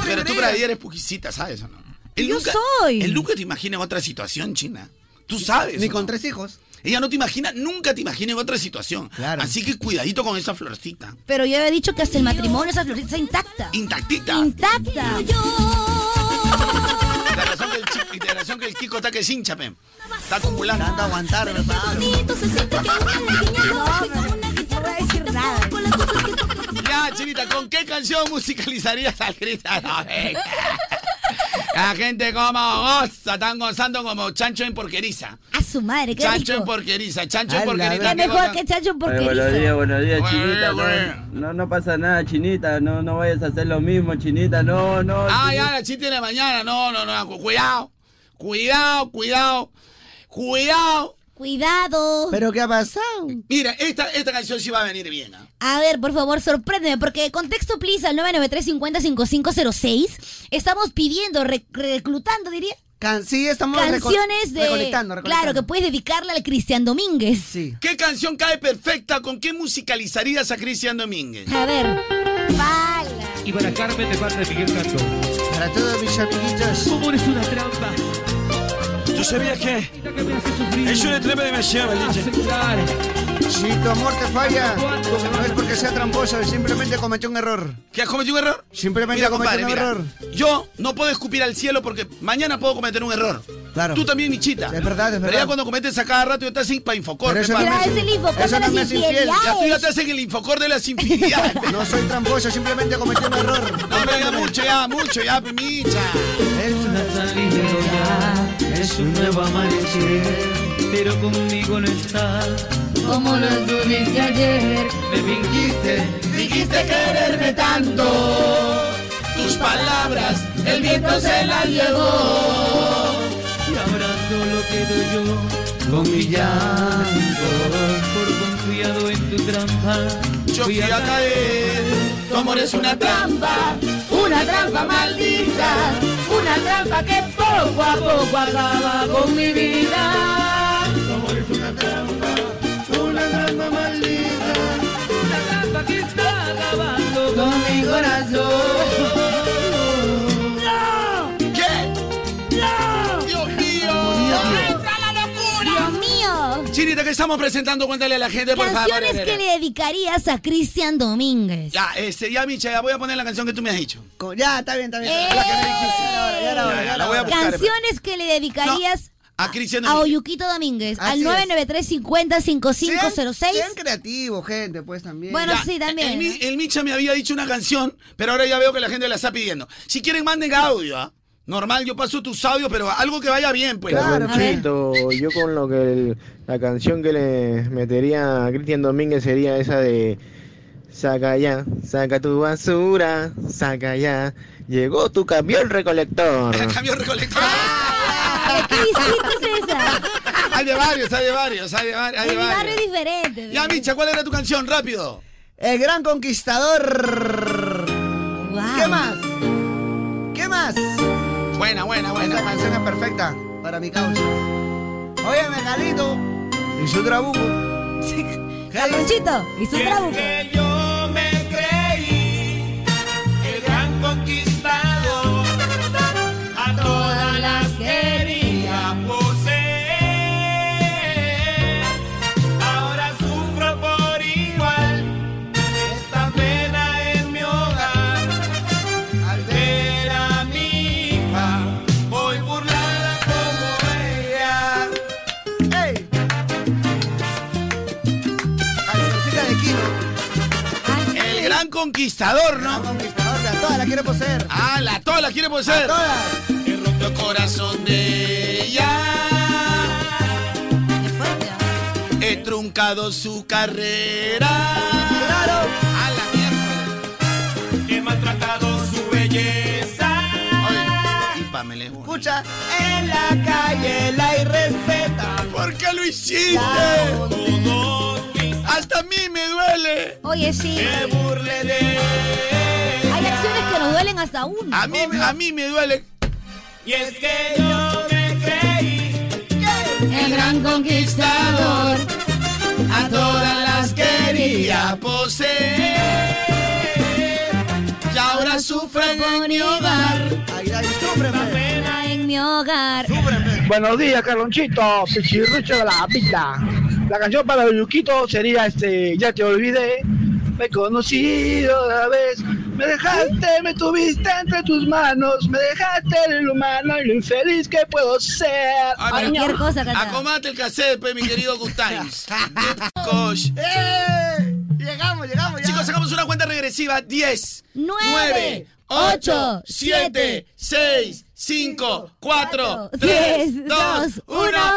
Speaker 5: Pero tú para ella eres puquisita, ¿sabes o no? Él
Speaker 1: Yo
Speaker 5: nunca-
Speaker 1: soy.
Speaker 5: Él nunca te imagina en otra situación, China. Tú sabes.
Speaker 3: Ni
Speaker 5: ¿o
Speaker 3: con
Speaker 5: no?
Speaker 3: tres hijos.
Speaker 5: Ella no te imagina, nunca te imagina en otra situación. Así que cuidadito con esa florcita.
Speaker 1: Pero yo he dicho que hasta el matrimonio esa florita está intacta.
Speaker 5: Intactita.
Speaker 1: Intacta.
Speaker 5: La razón que el, chi- la razón que el Kiko está que se hincha, pe. Está acumulando.
Speaker 3: Tanto aguantar, ¿verdad?
Speaker 5: Ya, Chinita, ¿con qué canción musicalizarías al Cristian? Domínguez? La gente como goza, están gozando como chancho en porqueriza.
Speaker 1: A su madre, qué
Speaker 5: Chancho en
Speaker 1: rico.
Speaker 5: porqueriza, chancho en
Speaker 1: Qué
Speaker 5: porqueriza. ¿qué
Speaker 1: mejor
Speaker 5: gozan?
Speaker 1: que chancho en
Speaker 24: Oye, buenos días,
Speaker 1: porqueriza.
Speaker 24: buenos días,
Speaker 5: Bueno,
Speaker 24: chinita.
Speaker 5: bueno.
Speaker 24: No, no, no pasa nada, chinita. No, no vayas a hacer lo mismo, chinita. No, no.
Speaker 5: Ah,
Speaker 24: chinita.
Speaker 5: ya, la chiste de la mañana. No, no, no, cu- cuidado. Cuidado, cuidado. Cuidado.
Speaker 1: Cuidado.
Speaker 3: ¿Pero qué ha pasado?
Speaker 5: Mira, esta, esta canción sí va a venir bien. ¿ah?
Speaker 1: A ver, por favor, sorpréndeme, porque contexto, please, al 993-50-5506. Estamos pidiendo, re- reclutando, diría.
Speaker 3: Can- sí, estamos reco-
Speaker 1: canciones de.
Speaker 3: recolectando, recolectando.
Speaker 1: Claro, que puedes dedicarle al Cristian Domínguez.
Speaker 3: Sí.
Speaker 5: ¿Qué canción cae perfecta? ¿Con qué musicalizarías a Cristian Domínguez?
Speaker 1: A ver.
Speaker 25: Y para Carmen de parte de Miguel Canto.
Speaker 3: Para todos mis amiguitos.
Speaker 25: ¿Cómo eres una trampa?
Speaker 17: ¿Tú sabías que es una trampa demasiado,
Speaker 14: Ah,
Speaker 17: dice?
Speaker 3: Si tu amor te falla, no es porque sea tramposo, simplemente cometió un error.
Speaker 5: ¿Que has cometido un error?
Speaker 3: Simplemente
Speaker 5: Mira,
Speaker 3: cometió
Speaker 5: compadre,
Speaker 3: un
Speaker 5: mira.
Speaker 3: error.
Speaker 5: Yo no puedo escupir al cielo porque mañana puedo cometer un error.
Speaker 3: Claro.
Speaker 5: Tú también, Michita.
Speaker 3: Es verdad, es
Speaker 5: Pero ya
Speaker 3: verdad.
Speaker 5: cuando cometes a cada rato, ya estás para infocor.
Speaker 3: Pero eso no me hace- Pero es el Infocor eso de no las me hace infiel. infidelidades.
Speaker 5: Ya tú ya estás en el infocor de las infidelidades.
Speaker 3: No soy tramposo, simplemente cometí un error.
Speaker 5: No me da mucho, ya, mucho, ya, pe, Micha.
Speaker 25: Es un nuevo amanecer, pero conmigo no estás.
Speaker 9: Como lo estuviste ayer,
Speaker 25: Me fingiste,
Speaker 5: Dijiste quererme tanto. Tus palabras, el viento se las llevó.
Speaker 25: y ahora solo quedo yo con mi llanto. Por confiado en tu trampa,
Speaker 5: Yo fui a caer. Tu amor es una trampa,
Speaker 9: una trampa maldita, una trampa que poco a poco acaba con mi vida.
Speaker 3: Una trampa maldita,
Speaker 9: una trampa que está acabando con mi corazón.
Speaker 5: ¡No! ¿Qué? ¡No! ¡Dios mío!
Speaker 9: ¡Entra la locura!
Speaker 1: Dios mío.
Speaker 5: Chinita, que estamos presentando, cuéntale a la gente, por favor.
Speaker 1: Canciones que le dedicarías a Cristian Domínguez.
Speaker 5: Ya, este, ya, Micha, ya voy a poner la canción que tú me has dicho.
Speaker 3: Ya, está bien, está bien.
Speaker 5: La que me dijiste. Ya era hora, ya era hora.
Speaker 1: Canciones que le dedicarías
Speaker 5: A Ah, Cristian
Speaker 1: a
Speaker 5: Domínguez.
Speaker 1: Oyuquito Domínguez
Speaker 3: Así es.
Speaker 1: al 993 50 5506
Speaker 3: Sean creativos, gente, pues también.
Speaker 1: Bueno,
Speaker 5: Ya,
Speaker 1: sí, también.
Speaker 5: El,
Speaker 1: ¿no?
Speaker 5: Mi- el Micha me había dicho una canción, pero ahora ya veo que la gente la está pidiendo. Si quieren, manden audio, ¿ah? Normal, yo paso tus audios, pero algo que vaya bien, pues.
Speaker 23: Carlonchito, yo con lo que el- la canción que le metería a Cristian Domínguez sería esa de Saca ya, saca tu basura, saca ya, llegó tu camión recolector.
Speaker 5: Cambio recolector.
Speaker 1: Ah. ¿Qué hiciste esa?
Speaker 5: Hay de varios, hay de varios, hay de varios. Hay de
Speaker 1: En mi barrio
Speaker 5: varios.
Speaker 1: es diferente.
Speaker 5: Ya, Micha, ¿cuál era tu canción? Rápido.
Speaker 3: El gran conquistador.
Speaker 1: Ah.
Speaker 3: ¿Qué más? ¿Qué más?
Speaker 5: Buena, buena,
Speaker 3: buena. Esta canción es perfecta para mi causa. Oye, Megalito. Y su trabuco.
Speaker 1: Carlonchito, y su trabuco.
Speaker 17: Yo me creí el gran conquistador. A todas las quería poseer. Ahora sufro por igual esta pena en mi hogar. Al ver a mi hija, voy burlada como ella.
Speaker 3: ¡Ey! Cancioncita de Kino.
Speaker 5: El gran conquistador, ¿no?
Speaker 3: Conquistador, que a todas la quiere poseer.
Speaker 5: Ah, la toda la quiere poseer. Que rompió el corazón de ella. He truncado su carrera. Claro. A la mierda. He maltratado su belleza. Oye, y Pamela es buena.
Speaker 3: Escucha.
Speaker 17: En la calle la irrespeta.
Speaker 5: ¿Por qué lo hiciste? Hasta a mí me duele.
Speaker 1: Oye, sí.
Speaker 5: Que burle de
Speaker 1: Hay acciones que nos duelen hasta uno.
Speaker 5: A mí, a mí me duele.
Speaker 17: Y es que yo me creí el gran conquistador. A todas las quería poseer. Y ahora sufren en mi hogar.
Speaker 3: Ay, ay, sufre, pues.
Speaker 1: Pena en mi hogar.
Speaker 26: Buenos días, Carlonchito, pichirrucho de la pita. La canción para Yuquito sería este, ya te olvidé, me he conocido la vez, me dejaste, me tuviste entre tus manos, me dejaste el humano y lo infeliz que puedo ser.
Speaker 5: Ay, mira.
Speaker 1: Cualquier cosa, Cata.
Speaker 5: Acomate el cassette, pe, mi querido Good Times. Coach.
Speaker 3: Ah. ¡Eh! Llegamos, llegamos, ya.
Speaker 5: Chicos, sacamos una cuenta regresiva. 10,
Speaker 1: Nueve,
Speaker 5: 9,
Speaker 1: ocho,
Speaker 5: 8,
Speaker 1: siete,
Speaker 5: 7, 6, 5, 4,
Speaker 1: cuatro,
Speaker 5: 3,
Speaker 1: tres,
Speaker 5: 2,
Speaker 1: dos,
Speaker 5: 1.
Speaker 1: uno.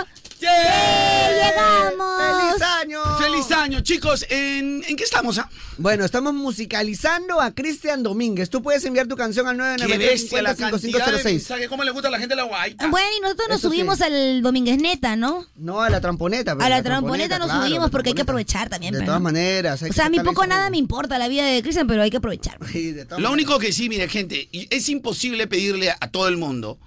Speaker 1: ¡Llegamos!
Speaker 3: ¡Feliz año!
Speaker 5: ¡Feliz año, chicos! ¿En, en qué estamos? ah?
Speaker 3: Bueno, estamos musicalizando a Cristian Domínguez. Tú puedes enviar tu canción al
Speaker 5: ¡Qué bestia la cantidad de
Speaker 3: 993
Speaker 5: mensajes! ¿Cómo le gusta a la gente la guayta?
Speaker 1: Bueno, y nosotros nos
Speaker 3: Eso sí.
Speaker 1: subimos al Domínguez Neta, ¿no?
Speaker 3: No, a la tramponeta. pero
Speaker 1: A la tramponeta nos
Speaker 3: claro,
Speaker 1: subimos
Speaker 3: la
Speaker 1: porque hay que
Speaker 3: tramponeta.
Speaker 1: aprovechar también.
Speaker 3: De
Speaker 1: pero,
Speaker 3: todas
Speaker 1: ¿no?
Speaker 3: maneras. hay
Speaker 1: O
Speaker 3: que
Speaker 1: sea, a mí
Speaker 3: sacarle
Speaker 1: poco
Speaker 3: sabor.
Speaker 1: nada me importa la vida de Cristian, pero hay que aprovechar.
Speaker 3: Sí, de todas
Speaker 5: Lo
Speaker 3: maneras.
Speaker 5: único que sí, mire, gente, y es imposible pedirle a todo el mundo,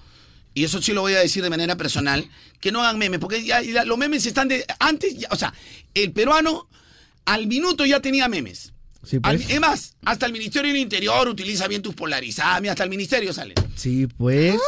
Speaker 5: y eso sí lo voy a decir de manera personal, que no hagan memes, porque ya, ya los memes están de. Antes, ya- o sea, el peruano al minuto ya tenía memes.
Speaker 27: Sí, pues.
Speaker 5: Al- es más, hasta el Ministerio del Interior utiliza bien tus polarizadas, mira, hasta el Ministerio sale.
Speaker 27: Sí, pues.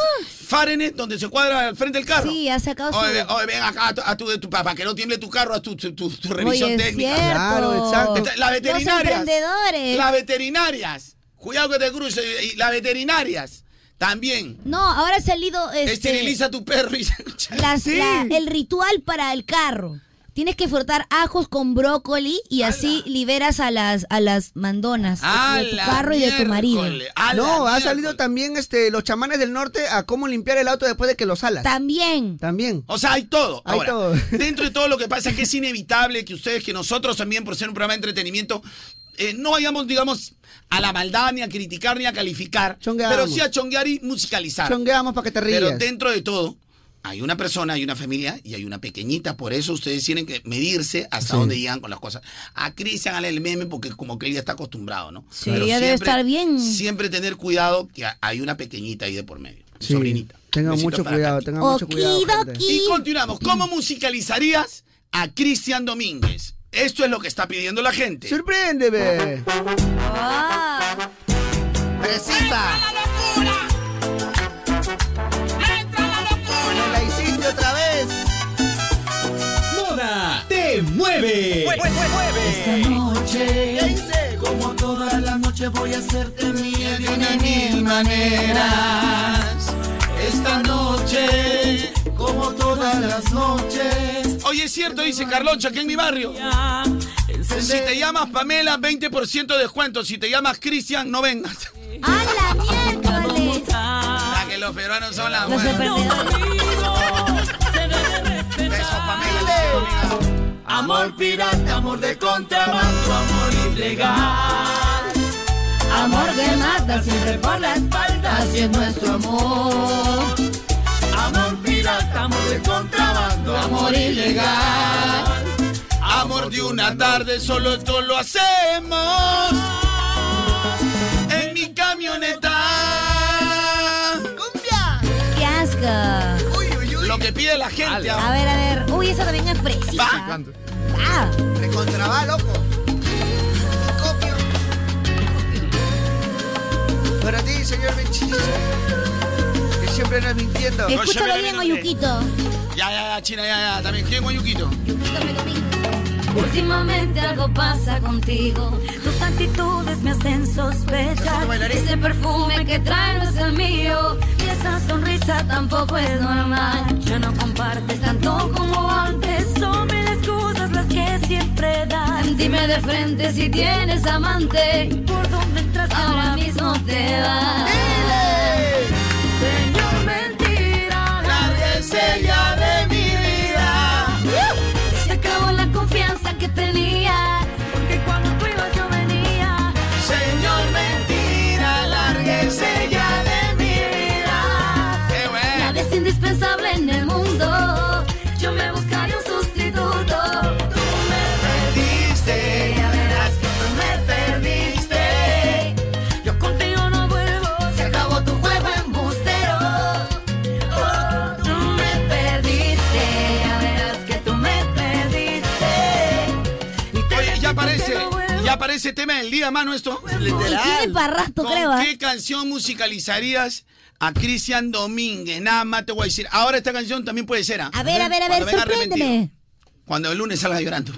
Speaker 5: Fárenes, donde se cuadra al frente del carro.
Speaker 1: Sí, ha sacado su...
Speaker 5: Oye, oye, ven acá a tu, a tu- tu- para que no tiemble tu carro, a tu, tu- tu- tu revisión
Speaker 1: Oye, es
Speaker 5: técnica.
Speaker 1: cierto. Claro, exacto.
Speaker 5: Entonces, Las
Speaker 1: Los
Speaker 5: veterinarias.
Speaker 1: emprendedores.
Speaker 5: Las veterinarias. Cuidado que te cruce. Y las veterinarias también.
Speaker 1: No, ahora ha salido... Este...
Speaker 5: Esteriliza a tu perro y
Speaker 1: las- la- el ritual para el carro. Tienes que frotar ajos con brócoli y así liberas a las a las mandonas de tu carro y de tu marido.
Speaker 3: No, ha salido también este, los chamanes del norte a cómo limpiar el auto después de que lo salas.
Speaker 1: También.
Speaker 3: También.
Speaker 5: O sea, hay todo.
Speaker 3: Hay
Speaker 5: Ahora,
Speaker 3: todo.
Speaker 5: Dentro de todo lo que pasa es que es inevitable que ustedes, que nosotros también, por ser un programa de entretenimiento, eh, no vayamos, digamos, a la maldad, ni a criticar, ni a calificar.
Speaker 3: Chongueamos.
Speaker 5: Pero sí a chonguear y musicalizar.
Speaker 3: Chongueamos para que te
Speaker 5: Pero
Speaker 3: rías.
Speaker 5: dentro de todo, hay una persona, hay una familia y hay una pequeñita. Por eso ustedes tienen que medirse
Speaker 3: Sí.
Speaker 5: hasta dónde llegan con las cosas. A Cristian, al el meme, porque como que él ya está acostumbrado, ¿no?
Speaker 1: Sí, ya debe estar bien.
Speaker 5: Siempre tener cuidado que ha- hay una pequeñita ahí de por medio.
Speaker 3: Sí, Tengan
Speaker 5: Besito
Speaker 3: mucho
Speaker 5: para
Speaker 3: cuidado,
Speaker 5: Katy.
Speaker 3: tengan mucho cuidado. gente.
Speaker 5: Y continuamos. ¿Cómo musicalizarías a Cristian Domínguez? Esto es lo que está pidiendo la gente.
Speaker 3: Sorpréndeme.
Speaker 5: Ah. Precisa.
Speaker 3: Me la hiciste otra vez.
Speaker 2: Moda, mueve.
Speaker 14: Esta noche, como todas las noches, voy a hacerte mía de una y mil maneras. Esta noche, como todas las noches.
Speaker 5: Oye, es cierto, dice Carloncha, aquí en mi barrio. Si te llamas Pamela, 20% de descuento. Si te llamas Cristian, no vengas.
Speaker 19: ¡A la miércoles!
Speaker 5: Ah, que los peruanos son la
Speaker 19: Los
Speaker 18: Pues
Speaker 14: Amor pirata, amor de contrabando, amor ilegal. Amor que mata siempre por la espalda, así es nuestro amor. Amor pirata, amor de contrabando, amor ilegal.
Speaker 5: Amor de una tarde, solo esto lo hacemos. En mi camioneta.
Speaker 1: ¡Qué asco!
Speaker 5: Lo que pide la gente.
Speaker 1: A ver, a ver. Uy, esa también es fresita. Va.
Speaker 3: Recontraba, loco. Copio. Para ti, señor Benchis. Que siempre nos mintiendo.
Speaker 1: Escúchalo bien, Oyuquito.
Speaker 5: Ya, ya, ya, China, ya, ya. También, ¿quién Yuquito?
Speaker 18: Últimamente algo pasa contigo. Tus actitudes me hacen sospechar. Ese perfume que traes no es el mío. Y esa sonrisa tampoco es normal. Ya no compartes tanto como antes. Son mil excusas las que siempre das. Dime de frente si tienes amante. Por dónde entras ahora mismo te vas. Señor mentira,
Speaker 14: Nadie es ella de mi vida.
Speaker 18: se acabó la confianza que tenía. Porque cuando tú ibas yo venía.
Speaker 14: Señor mentira, lárguese ya de mi vida.
Speaker 5: Eh.
Speaker 18: Nadie es indispensable en el mundo. Yo me buscaré un sustituto. Tú me perdiste. Ya verás que tú me perdiste. Yo contigo no vuelvo. Se acabó tu juego embustero. Oh, tú me perdiste. Ya verás que tú me perdiste.
Speaker 5: Oye, ya aparece. Ya aparece tema del día, mano, esto.
Speaker 1: tiene pa' rato,
Speaker 5: ¿Con
Speaker 1: creo, ¿ah?
Speaker 5: ¿Qué canción musicalizarías a Cristian Domínguez? Nada más te voy a decir. Ahora esta canción también puede ser. ¿ah?
Speaker 1: A ver, a ver, a ver,
Speaker 5: Cuando venga arrepentido.
Speaker 1: sorpréndeme.
Speaker 5: Cuando el lunes salga llorando.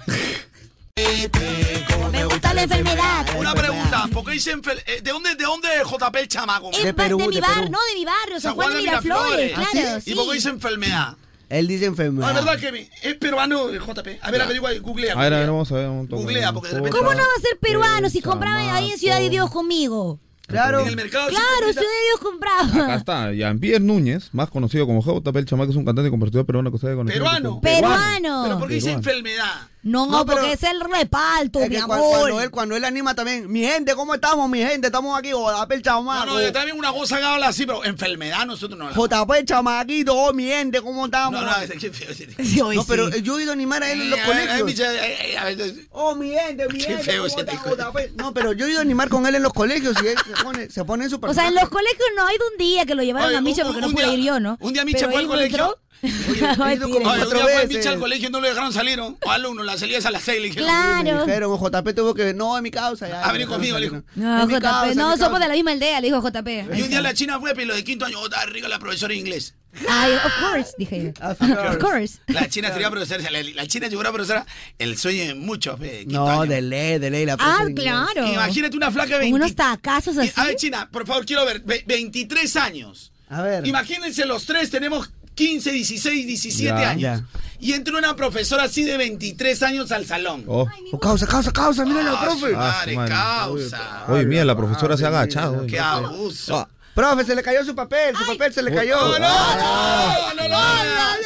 Speaker 1: Me gusta la enfermedad.
Speaker 5: Una pregunta, ¿por qué dicen fel- eh, ¿de dónde de dónde es JP el chamaco?
Speaker 1: Es de, de mi barrio, no de mi barrio, San Juan de Miraflores, claro.
Speaker 5: ¿Y por qué dice enfermedad?
Speaker 3: Él dice enfermedad.
Speaker 5: No, es Ah, verdad que es peruano el JP. A ver, averigua, ahí, googlea.
Speaker 23: A ver, a ver, vamos a ver un toque.
Speaker 5: Googlea, porque de repente-
Speaker 1: ¿Cómo no va a ser peruano si compraba ahí en Ciudad de Dios conmigo?
Speaker 3: Claro.
Speaker 5: En el mercado de
Speaker 1: Claro,
Speaker 5: Chucuita.
Speaker 1: Ciudad de Dios
Speaker 23: Acá
Speaker 1: compraba.
Speaker 23: está, Jean-Pierre Núñez, más conocido como JP el Chamaco, es un cantante y compositor peruano que se ha conocido.
Speaker 5: Peruano.
Speaker 1: Peruano.
Speaker 5: Pero ¿por qué dice
Speaker 23: Peruano.
Speaker 5: enfermedad?
Speaker 1: No,
Speaker 3: No, pero-
Speaker 1: porque es el repalto,
Speaker 3: Es
Speaker 1: mi
Speaker 3: que cua-
Speaker 1: amor.
Speaker 3: cuando, él, cuando él anima también, mi gente, ¿cómo estamos, mi gente? Estamos aquí, JP el
Speaker 5: No,
Speaker 3: chamaco.
Speaker 5: no, yo también una cosa que habla así, pero enfermedad nosotros no hablamos.
Speaker 3: JP el chamaquito, oh, mi gente, ¿cómo
Speaker 5: No,
Speaker 3: estamos?
Speaker 5: no, es- qué feo. sí.
Speaker 3: No, pero yo he ido a animar a él en los
Speaker 5: Eh, eh,
Speaker 3: colegios.
Speaker 5: Michelle, eh, eh, a ver,
Speaker 3: Oh, mi gente, mi
Speaker 5: Qué
Speaker 3: gente.
Speaker 5: feo
Speaker 3: ¿cómo
Speaker 5: ese
Speaker 3: estás,
Speaker 5: tico.
Speaker 3: JP? No, pero yo he ido a animar con él en los colegios y él se pone, se pone en su
Speaker 1: O sea, en
Speaker 3: personaje.
Speaker 1: los colegios no hay de un día que lo llevaron
Speaker 5: Oye,
Speaker 1: a Micha
Speaker 5: un-
Speaker 1: porque
Speaker 5: un
Speaker 1: no pude
Speaker 5: día-
Speaker 1: ir yo, ¿no?
Speaker 5: un día Micha
Speaker 1: Pero
Speaker 5: fue al
Speaker 1: él
Speaker 5: colegio.
Speaker 1: entró-
Speaker 3: ido
Speaker 1: Mentira.
Speaker 3: como
Speaker 5: Oye, un
Speaker 3: cuatro
Speaker 5: día fue
Speaker 3: veces.
Speaker 5: Micha al colegio y no lo dejaron salir, ¿no? O alumno, la salida es a las seis, le dijeron.
Speaker 3: Me
Speaker 1: Claro.
Speaker 3: dijeron, JP tuvo que. No, es mi causa. Ya,
Speaker 5: Ah, vení
Speaker 3: ya,
Speaker 5: conmigo,
Speaker 3: ya,
Speaker 5: le dijo.
Speaker 3: ya.
Speaker 1: No,
Speaker 3: Es mi
Speaker 1: JP,
Speaker 3: causa, es mi
Speaker 1: no,
Speaker 3: causa.
Speaker 1: somos de la misma aldea, le dijo JP.
Speaker 5: Y un día la China fue, pero lo de quinto año, oh, está rica la profesora de inglés.
Speaker 1: Ay, of course, dije yo. Of course.
Speaker 5: La China sería profesora, la, la China llegó a profesora, el sueño de muchos, pe, de quinto
Speaker 3: No,
Speaker 5: año.
Speaker 3: de ley, de ley. La
Speaker 1: Ah,
Speaker 3: profesora de inglés.
Speaker 1: claro.
Speaker 5: Imagínate una flaca de
Speaker 1: Con
Speaker 5: 20.
Speaker 1: unos tacazos así.
Speaker 5: A ver, China, por favor, quiero ver, ve- 23 años.
Speaker 3: A ver.
Speaker 5: Imagínense los tres, tenemos 15, 16, 17
Speaker 3: Ya,
Speaker 5: años.
Speaker 3: ya.
Speaker 5: Y entra una profesora así de 23 años al salón.
Speaker 23: Oh.
Speaker 3: Oh, causa, causa, causa, mira la
Speaker 5: Ah, su
Speaker 3: profe.
Speaker 5: madre,
Speaker 23: madre.
Speaker 5: causa.
Speaker 23: Oye, mira, la profesora se ha agachado. oye.
Speaker 5: Qué abuso.
Speaker 23: Ah,
Speaker 3: Profe, se le cayó su papel, su papel se le cayó.
Speaker 5: Oh, No, no, no, no lo hagas.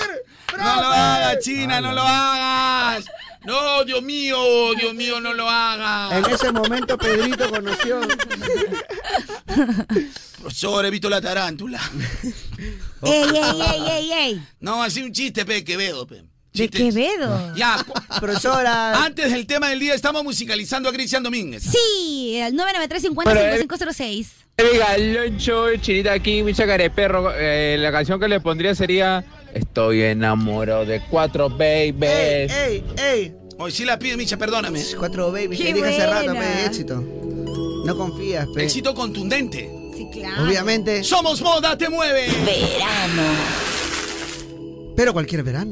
Speaker 5: No lo hagas, China, no lo hagas. No, Dios mío, Dios mío, no lo hagas.
Speaker 3: En ese momento Pedrito conoció.
Speaker 5: Profesor, he visto la tarántula.
Speaker 1: Ey, ey, ey, ey, ey.
Speaker 5: No, así un chiste, pe, Quevedo, pe.
Speaker 1: De
Speaker 5: Chiste.
Speaker 1: Quevedo.
Speaker 5: Ya, cu-
Speaker 3: Profesora.
Speaker 5: antes del tema del día, estamos musicalizando a Cristian Domínguez.
Speaker 1: Sí, al 993-50-5506.
Speaker 27: Diga, Loncho, Chinita aquí, mi de perro. eh, la canción que le pondría sería Estoy enamorado de cuatro babies.
Speaker 3: ¡Ey, ey!
Speaker 5: Hoy sí la pido, Micha, perdóname.
Speaker 3: Cuatro babies,
Speaker 1: Qué
Speaker 3: te dije hace rato,
Speaker 1: buena.
Speaker 3: pe, éxito. No confías, pe.
Speaker 5: Éxito contundente.
Speaker 1: Sí, claro.
Speaker 3: Obviamente.
Speaker 5: Somos moda, te mueve.
Speaker 28: Verano,
Speaker 3: Pero cualquier verano.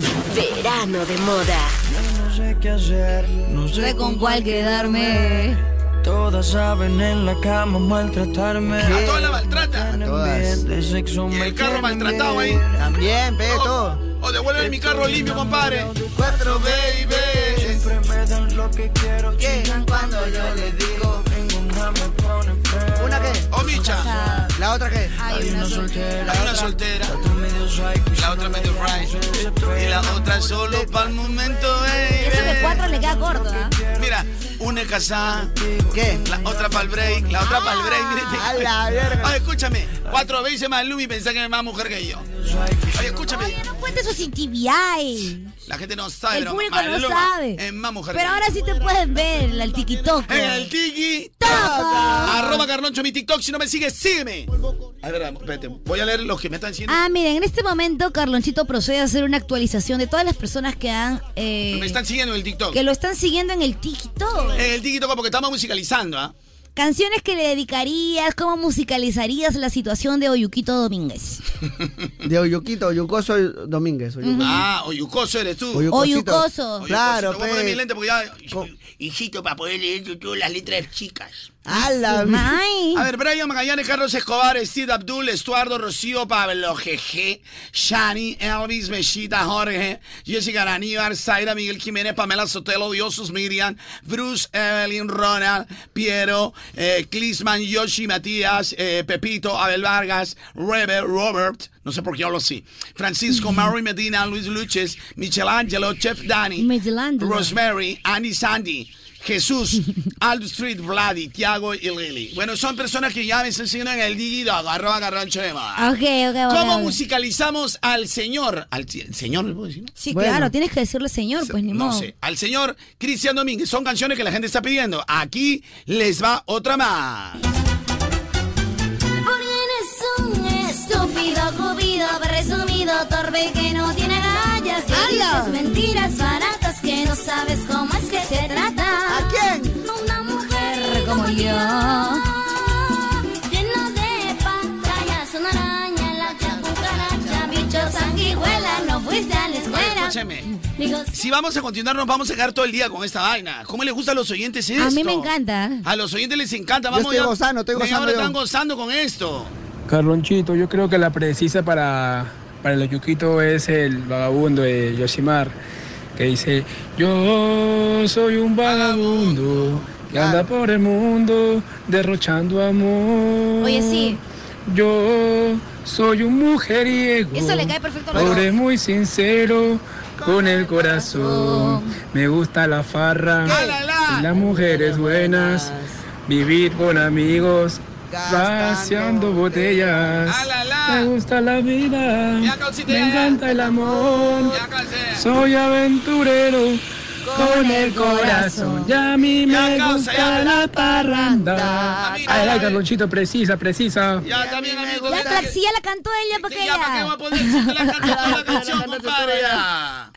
Speaker 28: verano de moda.
Speaker 25: sé qué hacer, no sé
Speaker 1: Sé con cuál quedarme.
Speaker 25: Todas saben en la cama maltratarme.
Speaker 5: A todas la maltrata.
Speaker 25: Todas. De sexo
Speaker 5: Y el carro maltratado ahí.
Speaker 3: También, ve
Speaker 25: Oh,
Speaker 3: todo.
Speaker 5: O devuelve mi carro limpio, compadre.
Speaker 25: Cuatro baby. Siempre me dan lo que quiero. Chingan oh, cuando yo les digo. Ninguna me pone feo.
Speaker 3: ¿Una qué?
Speaker 5: O Oh, micha.
Speaker 3: ¿La otra qué?
Speaker 25: Hay una soltera.
Speaker 5: Hay una soltera. La otra medio right. Y la otra solo para el momento,
Speaker 19: Eso de
Speaker 5: baby.
Speaker 19: cuatro le queda corto, ¿ah?
Speaker 5: Mira, una es casada.
Speaker 3: ¿Qué?
Speaker 5: La otra para el break. La otra para el break. Mírate.
Speaker 3: a la verga.
Speaker 5: Ay, escúchame. Cuatro veces más Lumi pensá que es más mujer que yo. Oye, escúchame.
Speaker 19: No cuente sus intimidades.
Speaker 5: La gente no sabe.
Speaker 19: El
Speaker 5: pero
Speaker 19: público no
Speaker 5: Maluma
Speaker 19: sabe.
Speaker 5: Es más mujer
Speaker 19: Pero
Speaker 5: que
Speaker 19: ahora sí te pueden ver el TikTok.
Speaker 5: yo. El tiki. Arroba Carloncho mi TikTok. Si no me sigues, sígueme. A ver, espérate. Voy a leer los que me están diciendo.
Speaker 1: Ah, miren, en este momento Carlonchito procede a hacer una actualización de todas las personas que han eh,
Speaker 5: Me están siguiendo en el TikTok.
Speaker 1: que lo están siguiendo en el TikTok.
Speaker 5: En el TikTok porque estamos musicalizando, ¿ah?
Speaker 1: Canciones que le dedicarías, cómo musicalizarías la situación de Oyuquito Domínguez.
Speaker 3: De Oyuquito, Oyucoso Domínguez. Oyucoso.
Speaker 5: Ah, oyucoso eres tú.
Speaker 3: Oyucosito. Oyucoso. Claro,
Speaker 5: Te voy a poner
Speaker 3: pe.
Speaker 5: mis lentes porque ya... Hijito, para poder leer tú las letras chicas.
Speaker 3: A la
Speaker 5: A ver, Brian Magallanes, Carlos Escobar, Steve Abdul, Estuardo Rocío, Pablo GG, Shani, Elvis, Mechita, Jorge, Jessica Araníbar, Zaira, Miguel Jiménez, Pamela Sotelo, Diosus Miriam, Bruce, Evelyn, Ronald, Piero, eh, Clisman, Yoshi, Matías, eh, Pepito, Abel Vargas, Rebe, Robert, no sé por qué hablo así, Francisco, Mary Medina, Luis Luches, Michelangelo, Chef Dani, Rosemary, Annie Sandy. Jesús, Aldo Street, Vladi, Tiago y Lili. Bueno, son personas que ya me están siguiendo en el digidog, arroba garrancho de moda.
Speaker 1: Ok, ok, ok,
Speaker 5: ¿Cómo
Speaker 1: ok.
Speaker 5: musicalizamos al señor? Al ti- señor, ¿le puedo decir?
Speaker 1: Sí, claro, tienes que decirle señor, pues ni
Speaker 5: No
Speaker 1: modo.
Speaker 5: sé. Al señor Cristian Domínguez. Son canciones que la gente está pidiendo. Aquí les va otra más.
Speaker 18: Eres un estúpido, cubido, presumido, torpe que no tiene gallas. Que
Speaker 19: ¡Hala!
Speaker 18: dices mentiras baratas que no sabes cómo es que se trata. ¿A quién? A una mujer como yo. Lleno de pantallas, una araña, la cucaracha, bichos, sanguijuela, no fuiste a la
Speaker 5: Oye,
Speaker 18: escuela.
Speaker 5: escúcheme.
Speaker 18: Digo,
Speaker 5: Si vamos a continuar, nos vamos a quedar todo el día con esta vaina. ¿Cómo les gusta a los oyentes esto?
Speaker 1: A mí me encanta.
Speaker 5: A los oyentes les encanta.
Speaker 3: Yo
Speaker 5: Vamos
Speaker 3: estoy
Speaker 5: ya.
Speaker 3: gozando, estoy
Speaker 5: Media
Speaker 3: gozando
Speaker 5: hora
Speaker 3: yo.
Speaker 5: están gozando con esto.
Speaker 29: Carlonchito, yo creo que la precisa para, para el Yuquito es el vagabundo de Yoshimar, que dice, yo soy un
Speaker 9: Ah.
Speaker 29: vagabundo que anda por el mundo derrochando amor.
Speaker 1: Oye, sí.
Speaker 29: Yo soy un mujeriego.
Speaker 1: Eso le cae perfecto a los
Speaker 29: Pobre muy sincero con el corazón. Me gusta la farra. y Las mujeres buenas. Vivir con amigos. Vaciando botellas. Me gusta la vida. Me encanta el amor. Soy aventurero. Con el corazón, ya a mí me gusta la parranda. Ay, ay, Carlonchito, precisa, precisa.
Speaker 5: Ya también, amigo.
Speaker 19: La flaxilla la cantó ella, ¿para qué ella?
Speaker 5: Atención, compadre, ya.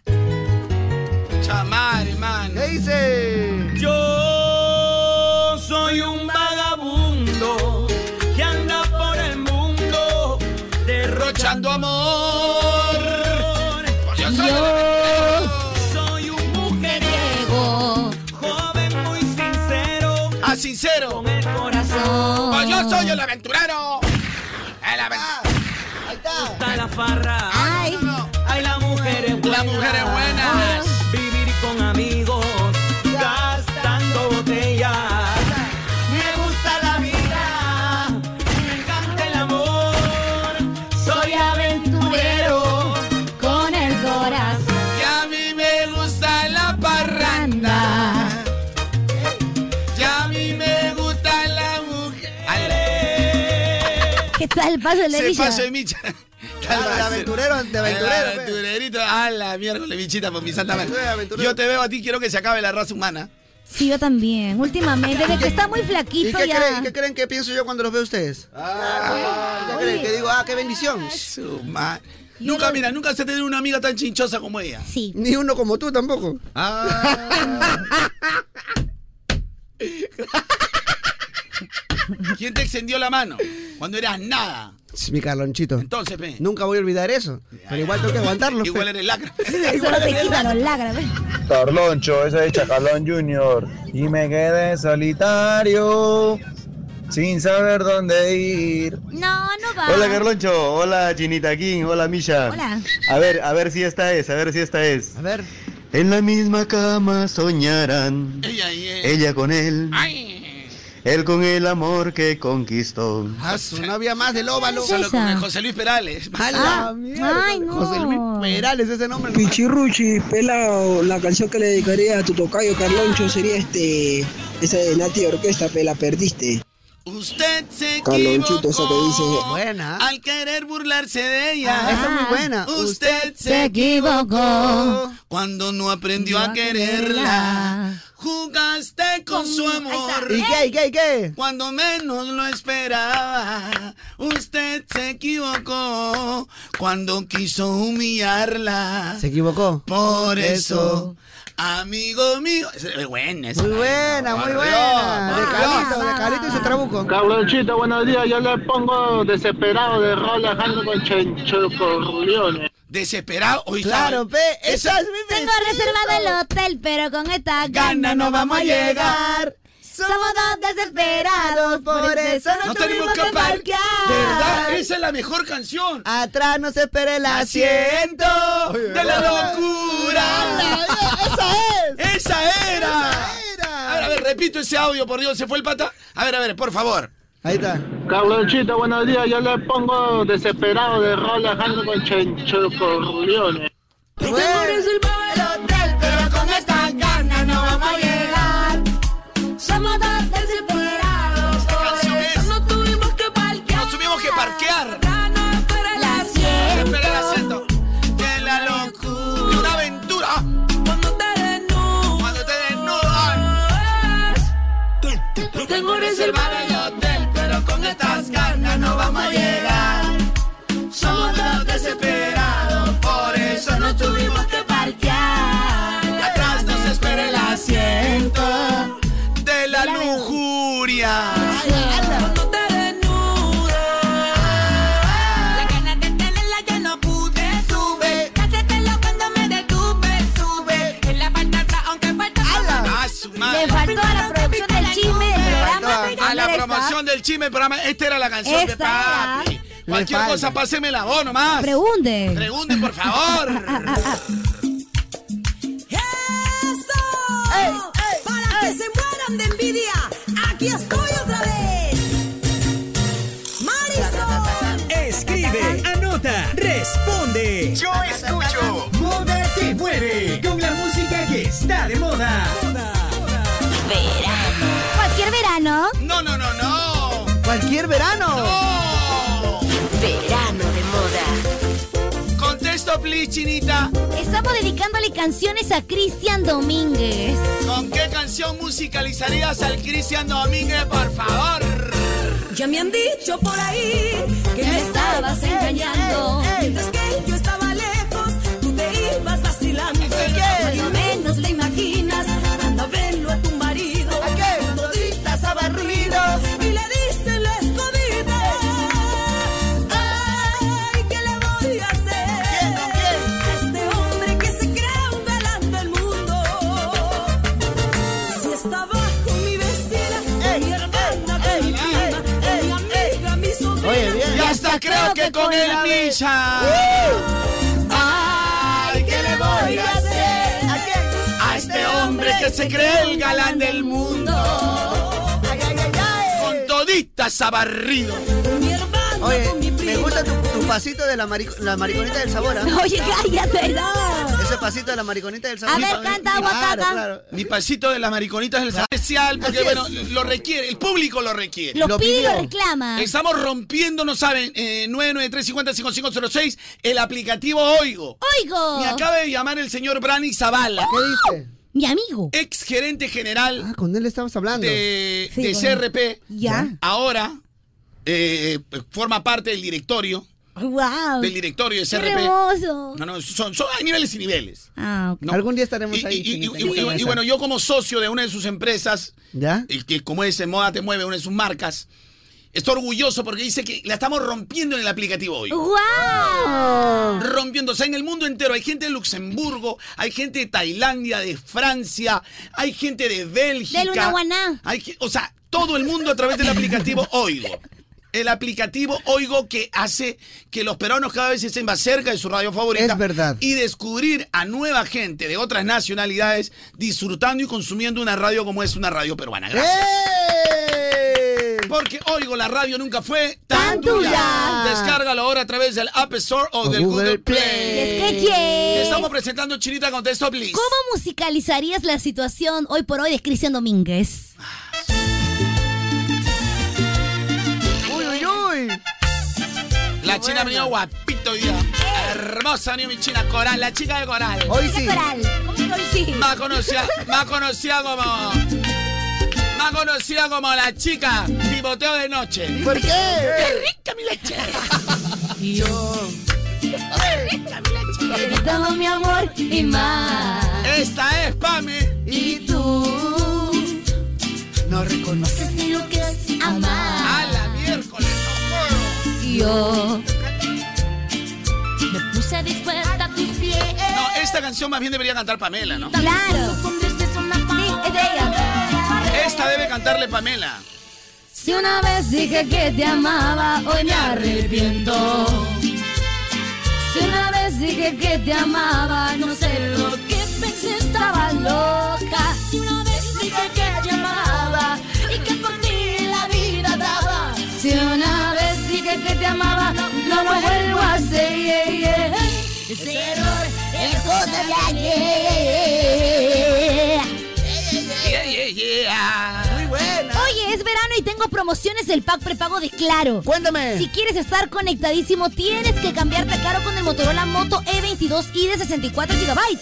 Speaker 5: Chamar, hermano.
Speaker 3: ¿Qué dice?
Speaker 25: Yo soy un vagabundo que anda por el mundo derrochando amor.
Speaker 5: Pues Yo
Speaker 25: soy, un
Speaker 5: mujeriego,
Speaker 25: joven muy sincero.
Speaker 5: Ah, sincero. Con
Speaker 25: el corazón.
Speaker 5: Pues yo soy el aventurero. El
Speaker 25: Está la farra. Ay, ay la mujer es buena.
Speaker 5: Las mujeres buenas.
Speaker 25: Vivir con amigos, gastando botellas. Me gusta la vida, me encanta el amor. Soy aventurero con el corazón.
Speaker 5: Y a mí me gusta la parranda. Y a mí me gusta la mujer.
Speaker 1: ¿Qué tal el paso de la
Speaker 5: Se
Speaker 1: villa?
Speaker 5: pasó de micha.
Speaker 30: Ah,
Speaker 5: Ah,
Speaker 3: Claro, de aventurero, de aventurero,
Speaker 30: pues.
Speaker 5: El aventurerito. A Ah, la miércoles, michita, por mi santa madre. Yo te veo a ti, quiero que se acabe la raza humana.
Speaker 1: Sí, yo también. Últimamente, desde que está muy
Speaker 3: ¿Y
Speaker 1: flaquito
Speaker 3: qué
Speaker 1: ya.
Speaker 3: creen, qué creen que pienso yo cuando los veo a ustedes? ¿Qué creen? Que digo, ah, qué bendición.
Speaker 5: Su ma- Nunca, mira, nunca se ha tenido una amiga tan chinchosa como ella.
Speaker 1: Sí.
Speaker 3: Ni uno como tú tampoco.
Speaker 5: ¿Quién te extendió la mano? Cuando eras nada.
Speaker 3: Sí, Mi Carlonchito.
Speaker 5: Entonces, pe.
Speaker 30: pues.
Speaker 3: Nunca voy a olvidar eso. Pero igual tengo que aguantarlo.
Speaker 5: Igual
Speaker 3: pe.
Speaker 5: eres lacra.
Speaker 1: Eso no te quita los lagras, ¿ves?
Speaker 30: Carloncho, ese de Chacalón Junior. Y me quedé solitario, sin saber dónde ir.
Speaker 1: No, no va.
Speaker 30: Hola Carloncho, hola Chinita King, hola Misha.
Speaker 1: Hola.
Speaker 30: A ver, a ver si esta es, a ver si esta
Speaker 3: pues.
Speaker 30: es. A ver. En la misma cama soñarán.
Speaker 5: Ella,
Speaker 30: Ella con él. Él con el amor que conquistó.
Speaker 5: Ah, su no había más del óvalo.
Speaker 3: ¿Qué es esa?
Speaker 5: Con el José Luis Perales.
Speaker 3: Ah,
Speaker 5: Ay, no. José Luis Perales, ese nombre.
Speaker 31: Pichirruchi, pelado, la canción que le dedicaría a tu tocayo Carloncho sería este, esa de Nati Orquesta, pe, la perdiste.
Speaker 5: Usted se
Speaker 31: Carlonchito, esa que dice,
Speaker 5: Buena. Al querer burlarse de ella.
Speaker 3: Ah, esa es muy buena.
Speaker 5: Usted se
Speaker 3: se
Speaker 5: equivocó
Speaker 3: equivocó
Speaker 5: cuando no aprendió a quererla. Jugaste con su amor.
Speaker 3: ¿Y qué, y qué, y qué?
Speaker 5: Cuando menos lo esperaba, usted se equivocó cuando quiso humillarla.
Speaker 3: Se equivocó.
Speaker 5: Por eso, amigo mío. Es- es Buena, esa
Speaker 3: Muy buena,
Speaker 5: vaina,
Speaker 3: muy
Speaker 5: barrió,
Speaker 3: buena. De
Speaker 5: barrió.
Speaker 3: Carlito, de Carlito y su trabuco.
Speaker 29: Cabronchito, buenos días. Yo le pongo desesperado de rol Alejandro con chenchocorriones.
Speaker 5: Desesperado, hoy
Speaker 3: Claro, pe, esa es mi
Speaker 1: Tengo reservado el hotel, pero con esta gana
Speaker 5: no vamos a llegar.
Speaker 1: Somos dos desesperados, por eso no, tuvimos que parquear.
Speaker 5: ¿Verdad? Esa es la mejor canción.
Speaker 3: Atrás no se espera el asiento.
Speaker 5: Asiento de la
Speaker 14: Ah.
Speaker 5: locura.
Speaker 3: Ah, ¡Esa
Speaker 5: es! ¡Esa era! A ver, a ver, repito ese audio, por Dios, se fue el pata. A ver, a ver, por favor.
Speaker 3: Ahí está.
Speaker 29: Cabronchito, buenos días. Yo le pongo desesperado de rol Alejandro con chenchocorriones.
Speaker 14: el hotel, pero con esta gana no vamos a llegar. Somos dos desesperados, por eso no tuvimos que parquear.
Speaker 5: Nos tuvimos que parquear.
Speaker 14: La
Speaker 5: Espera el asiento de la locura. De una aventura. Ah,
Speaker 14: Cuando te desnudas.
Speaker 5: Cuando te
Speaker 18: eh.
Speaker 5: desnudas.
Speaker 14: Tengo reservado el hotel, pero con estas ganas no vamos a llegar. Somos dos desesperados, por eso no tuvimos que parquear.
Speaker 5: Atrás nos espera el asiento de la lujuria.
Speaker 14: Cuando te desnudas, la ganas de tenerla ya no pude, sube. Cácetelo cuando me detuve, sube. En la parte atrás, aunque falta.
Speaker 5: Ah, su madre.
Speaker 1: Le faltó a la producción del chisme del programa.
Speaker 5: A la promoción del chisme, del programa. Esta era la canción de
Speaker 1: Esta.
Speaker 5: papi. Cualquier
Speaker 1: falta.
Speaker 5: cosa, pásenmela vos nomás.
Speaker 32: Pregunte.
Speaker 5: Pregunte, por favor.
Speaker 14: ¡Eso! Para que se mueran de envidia, aquí estoy otra vez. Marisol.
Speaker 2: Escribe, anota, responde. Yo escucho. Moda te mueve con la música que está de moda.
Speaker 1: Cualquier verano.
Speaker 5: No, no, no, no.
Speaker 3: Cualquier verano.
Speaker 33: Verano de moda.
Speaker 5: Contesto, please, chinita.
Speaker 1: Estamos dedicándole canciones a Cristian Domínguez.
Speaker 5: ¿Con qué canción musicalizarías al Cristian Domínguez, por favor?
Speaker 14: Ya me han dicho por ahí que me estabas engañando. Mientras que yo estaba lejos, tú te ibas vacilando. Cuando menos te imaginas, anda a verlo a tu marido. Cuando ditas a barridos y le diste la escondida. Ay, ¿qué le voy a hacer? A Este hombre que se cree un galán del mundo. Si estaba con mi vecina, con mi hermana, con mi prima, con mi amiga, mi sobrina.
Speaker 5: Oye, bien. Y hasta creo que con el Misha.
Speaker 14: Ay, ¿qué le voy a hacer?
Speaker 5: A este hombre que se cree el galán del mundo. Con toditas abarrido.
Speaker 3: Oye, me gusta tu, tu pasito de la, mari- la mariconita del sabor. ¿ah?
Speaker 1: Oye, cállate.
Speaker 3: Ese pasito de la mariconita del sabor.
Speaker 1: A ver, canta,
Speaker 3: Claro,
Speaker 1: Guataca.
Speaker 3: claro.
Speaker 5: Mi pasito de las mariconitas del especial, porque bueno, lo requiere, el público lo requiere.
Speaker 1: Lo pide y lo
Speaker 3: Ah.
Speaker 1: reclama.
Speaker 5: Estamos rompiendo, no saben, eh, 993-50-5506, el aplicativo Oigo.
Speaker 1: Oigo.
Speaker 3: Oh.
Speaker 5: Me acaba de llamar el señor Brani Zavala.
Speaker 3: ¿Qué dice?
Speaker 1: Mi amigo.
Speaker 5: Ex gerente general
Speaker 3: Ah, con él estabas hablando.
Speaker 5: de,
Speaker 3: Sí,
Speaker 5: de
Speaker 3: con-
Speaker 5: CRP.
Speaker 3: Ya.
Speaker 5: Ahora eh, forma parte del directorio.
Speaker 1: Wow.
Speaker 5: Del directorio de
Speaker 1: Qué
Speaker 5: CRP.
Speaker 1: hermoso.
Speaker 5: No, no, son, son- hay niveles y niveles.
Speaker 1: Ah, ok.
Speaker 3: Algún día estaremos ahí.
Speaker 5: Y, y-
Speaker 3: chinita,
Speaker 5: y-
Speaker 3: en esa
Speaker 5: y- y
Speaker 3: mesa.
Speaker 5: bueno, yo como socio de una de sus empresas,
Speaker 3: ¿Ya?
Speaker 5: y que como es en Moda Te Mueve, una de sus marcas, Está orgulloso porque dice que la estamos rompiendo en el aplicativo hoy.
Speaker 19: ¡Guau!
Speaker 5: Rompiendo. O sea, en el mundo entero hay gente de Luxemburgo, hay gente de Tailandia, de Francia, hay gente de Bélgica.
Speaker 19: Del Unaguaná.
Speaker 5: Hay ge- o sea, todo el mundo a través del aplicativo Oigo. El aplicativo Oigo que hace que los peruanos cada vez estén más cerca de su radio favorita.
Speaker 3: Es verdad.
Speaker 5: Y descubrir a nueva gente de otras nacionalidades disfrutando y consumiendo una radio como es una radio peruana.
Speaker 3: Eh.
Speaker 5: Gracias. Porque Oigo, la radio nunca fue tan dura. Descárgalo ahora a través del App Store o, del Google, Play.
Speaker 1: Es que, yes.
Speaker 5: Te Estamos presentando Chinita Contesto Please.
Speaker 1: ¿Cómo musicalizarías la situación hoy por hoy de Cristian Domínguez?
Speaker 3: ¡Uy, uy, uy!
Speaker 5: La china ha venido guapito hoy día. Hermosa, ni mi china. Coral, la chica de Coral.
Speaker 3: Hoy sí.
Speaker 19: ¿Cómo que hoy sí?
Speaker 5: Más conocida, más conocida como... Más conocida como la chica pivoteo de noche.
Speaker 3: ¿Por qué?
Speaker 5: ¡Qué rica mi leche!
Speaker 14: Yo
Speaker 5: Te
Speaker 14: daba mi amor y más.
Speaker 5: Esta es Pame.
Speaker 14: Y tú Uh, no reconoces ni lo que es
Speaker 5: A
Speaker 14: amar.
Speaker 5: la miércoles, no puedo.
Speaker 14: Yo me puse dispuesta a tus pies.
Speaker 5: No, esta canción más bien debería cantar Pamela, ¿no?
Speaker 14: Claro.
Speaker 19: Sí, es de ella.
Speaker 5: Esta debe cantarle Pamela.
Speaker 14: Si una vez dije que te amaba, hoy me arrepiento. Si una vez dije que te amaba, no sé lo que pensé, estaba loca. Si una vez dije que te amaba y que por ti la vida daba. Si una vez dije que te amaba, no lo vuelvo a hacer. Ese error es cosa de ayer.
Speaker 5: Yeah, yeah, yeah.
Speaker 3: Muy buena.
Speaker 1: Oye, es verano y tengo promociones del pack prepago de Claro.
Speaker 3: Cuéntame.
Speaker 1: Si quieres estar conectadísimo, tienes que cambiarte a Claro con el Motorola Moto E22i de 64 GB.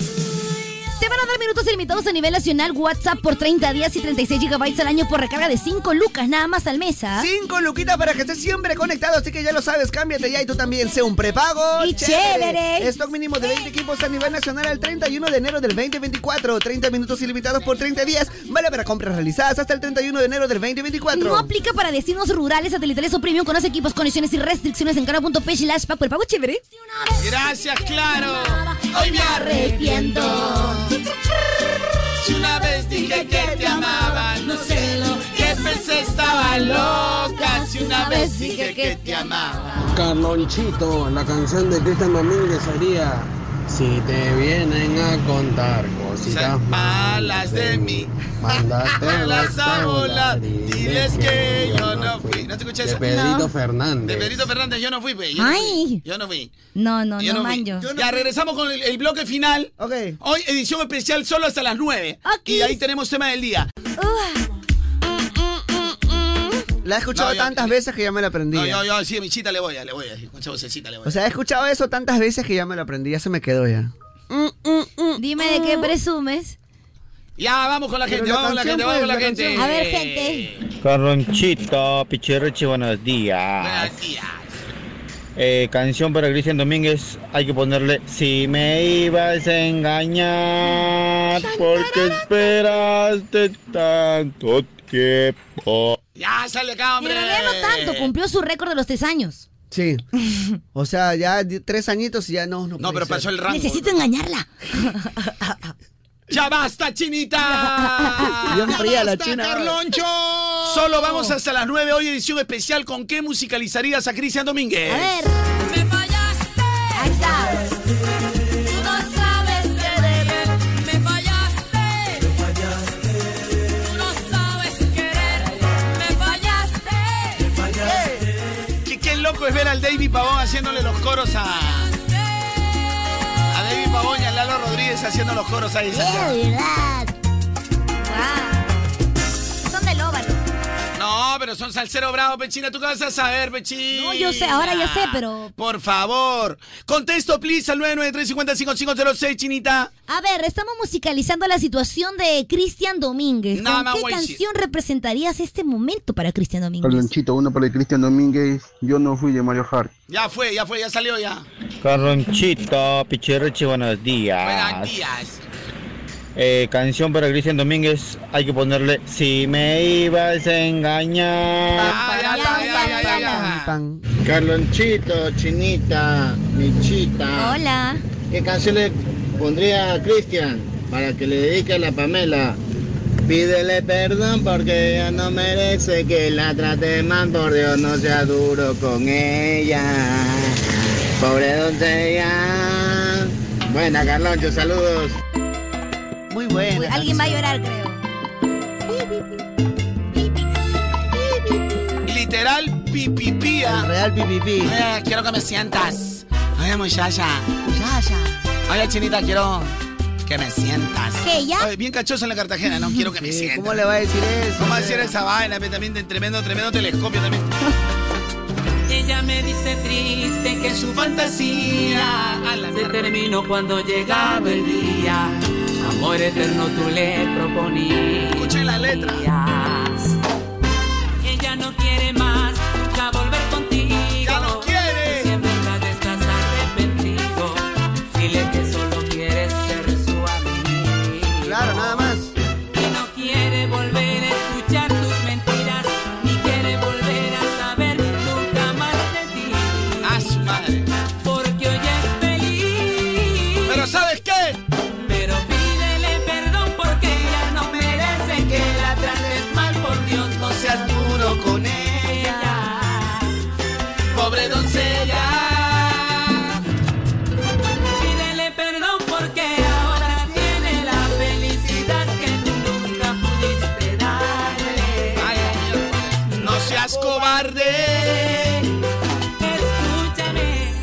Speaker 1: Te van a dar minutos ilimitados a nivel nacional, WhatsApp por 30 días y 36 GB al año por recarga de 5 lucas nada más al mes. ¿ah?
Speaker 3: Cinco luquitas para que estés siempre conectado, así que ya lo sabes, cámbiate ya y tú también sé un prepago.
Speaker 1: Y chévere.
Speaker 3: Stock mínimo de 20 equipos a nivel nacional al 31 de enero del 2024. 30 minutos ilimitados por 30 días. Vale para compras realizadas hasta el 31 de enero del 2024.
Speaker 1: No aplica para destinos rurales, satelitales o premium. Conoce equipos, condiciones y restricciones en cara.p slash pack prepago chévere.
Speaker 5: Gracias, claro. Hoy me arrepiento. Si una vez dije que te amaba, no sé lo que pensé, estaba loca. Si una vez dije que te amaba.
Speaker 29: Carlonchito, la canción de Cristian Domínguez sería Si te vienen a contar cositas
Speaker 5: Malas de mí,
Speaker 29: Mándatelas
Speaker 5: las a volar. Diles que yo no
Speaker 29: fui.
Speaker 5: fui. ¿No te escuché
Speaker 29: De
Speaker 5: eso?
Speaker 29: Pedrito
Speaker 5: No.
Speaker 29: Fernández.
Speaker 5: De Pedrito Fernández, yo no fui, pe. Yo no
Speaker 1: Ay.
Speaker 5: fui. Yo no fui.
Speaker 1: No, no,
Speaker 5: Yo
Speaker 1: no,
Speaker 5: no fui.
Speaker 1: manjo.
Speaker 5: Ya regresamos con el, el bloque final.
Speaker 3: Ok.
Speaker 5: Hoy edición especial solo hasta las 9.
Speaker 1: Ok.
Speaker 5: Y ahí tenemos tema del día.
Speaker 3: La he escuchado
Speaker 5: No, yo-
Speaker 3: tantas veces que ya me la aprendí.
Speaker 5: No, yo, yo, sí, a mi chita le voy, a- le voy, a- con esa vocecita le voy.
Speaker 3: O sea, he escuchado eso tantas veces que ya me la aprendí, ya se me quedó ya.
Speaker 1: Dime de
Speaker 5: Mm.
Speaker 1: qué presumes.
Speaker 5: Ya, vamos con la gente,
Speaker 3: Pero la
Speaker 5: vamos con la
Speaker 3: canción,
Speaker 5: gente, vamos
Speaker 3: pues,
Speaker 5: con la
Speaker 3: la
Speaker 5: gente.
Speaker 3: canción.
Speaker 1: A ver, gente.
Speaker 20: Carronchito, Pichirrichi, buenos días.
Speaker 5: Buenos días.
Speaker 20: Eh, canción para Cristian Domínguez, hay que ponerle Si me ibas a engañar, porque esperaste tanto tiempo.
Speaker 5: Ya, sale acá,
Speaker 1: En
Speaker 5: hombre.
Speaker 1: realidad no tanto, cumplió su récord de los tres años.
Speaker 3: Sí. O sea, ya di- tres añitos y ya no. No,
Speaker 5: No,
Speaker 3: puede
Speaker 5: pero
Speaker 3: ser.
Speaker 5: pasó el rango.
Speaker 1: Necesito engañarla.
Speaker 5: ¡Ya basta, chinita!
Speaker 3: Bien
Speaker 5: ¡Ya
Speaker 3: fría la
Speaker 5: basta,
Speaker 3: china.
Speaker 5: Carloncho! Solo vamos hasta las 9 hoy, edición especial. ¿Con qué musicalizarías a Cristian Domínguez?
Speaker 1: A ver.
Speaker 18: Me fallaste.
Speaker 1: Ahí está.
Speaker 18: Tú no sabes que querer. Me fallaste. Me fallaste. Tú no sabes querer. Me fallaste. Me fallaste.
Speaker 5: ¿Qué, qué loco es ver al David Pavón haciéndole los coros a. A David Pavón y a Lalo Rodríguez haciendo los coros ahí.
Speaker 1: verdad.
Speaker 19: Son del óvalo.
Speaker 5: No, pero son salsero bravo, Pechina. ¿Tú qué vas a saber, Pechina?
Speaker 1: No, yo sé, ahora ya sé, pero-
Speaker 5: Por favor. Contesto, please, al 993 Chinita.
Speaker 1: A ver, estamos musicalizando la situación de Cristian Domínguez.
Speaker 5: Nada
Speaker 1: ¿Con
Speaker 5: más,
Speaker 1: qué
Speaker 5: güey, sí.
Speaker 1: canción representarías este momento para Cristian Domínguez?
Speaker 21: Carlonchito, uno para el Cristian Domínguez. Yo no fui de Mario Hart.
Speaker 5: Ya fue, ya fue, ya salió ya.
Speaker 20: Carronchito, Pichirrichi, buenos días.
Speaker 5: Díaz.
Speaker 20: Eh, canción para Cristian Domínguez, hay que ponerle Si me ibas a engañar.
Speaker 22: Carlonchito, Chinita, Michita.
Speaker 1: Hola.
Speaker 22: ¿Qué canción le pondría a Cristian para que le dedique a la Pamela? Pídele perdón porque ella no merece que la trate mal, por Dios no sea duro con ella. Pobre doncella. Buena, Carloncho, saludos.
Speaker 3: Muy buena.
Speaker 19: Uy, Alguien va a llorar, creo.
Speaker 5: Literal pipipía.
Speaker 3: Real pipipi.
Speaker 5: quiero que me sientas. Oye, muchacha. Oye, chinita, quiero que me sientas.
Speaker 19: ¿Qué, ya?
Speaker 5: Oye, bien cachoso en la Cartagena, no quiero que me sientas.
Speaker 3: ¿Cómo le va a decir eso?
Speaker 5: ¿Cómo va a decir esa vaina? Ve, También de tremendo, tremendo telescopio también.
Speaker 8: Ella me dice triste que su fantasía se terminó cuando llegaba el día. Amor eterno tú le proponías. Escuchen la letra. Ella no quiere más ya volver contigo. Ya no quiere. Siempre la de estás arrepentido. Dile que solo quieres ser su amigo.
Speaker 3: Claro, nada más.
Speaker 8: Que no quiere volver a escuchar tus mentiras. Ni quiere volver a saber nunca más de ti.
Speaker 5: A su madre.
Speaker 8: Porque hoy es feliz.
Speaker 5: Pero ¿sabes qué?
Speaker 8: Pero pídele perdón porque ella no merece que la trates mal, por Dios, no seas duro con ella. Pobre doncella. Pídele perdón porque ahora tiene la felicidad que tú nunca pudiste darle.
Speaker 5: No seas cobarde.
Speaker 8: Escúchame.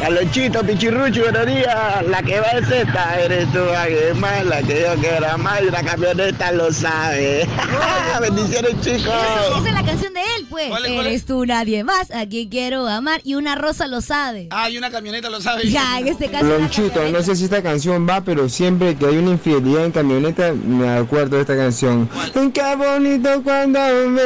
Speaker 22: Carlonchito, Pichirrucho, buenos días. La que va es esta, eres tú, además, la que yo que era mal, la camioneta lo sabe. Bendiciones,
Speaker 1: Esa
Speaker 22: chicos.
Speaker 1: es la canción de él, pues.
Speaker 5: ¿Cuál es, cuál es?
Speaker 1: Eres tú, nadie más, a quien quiero amar y una rosa lo sabe.
Speaker 5: Ah, y una camioneta lo sabe.
Speaker 1: Ya, en este caso.
Speaker 24: Lonchito, no sé si esta canción va, pero siempre que hay una infidelidad en camioneta, me acuerdo de esta canción. Qué bonito cuando me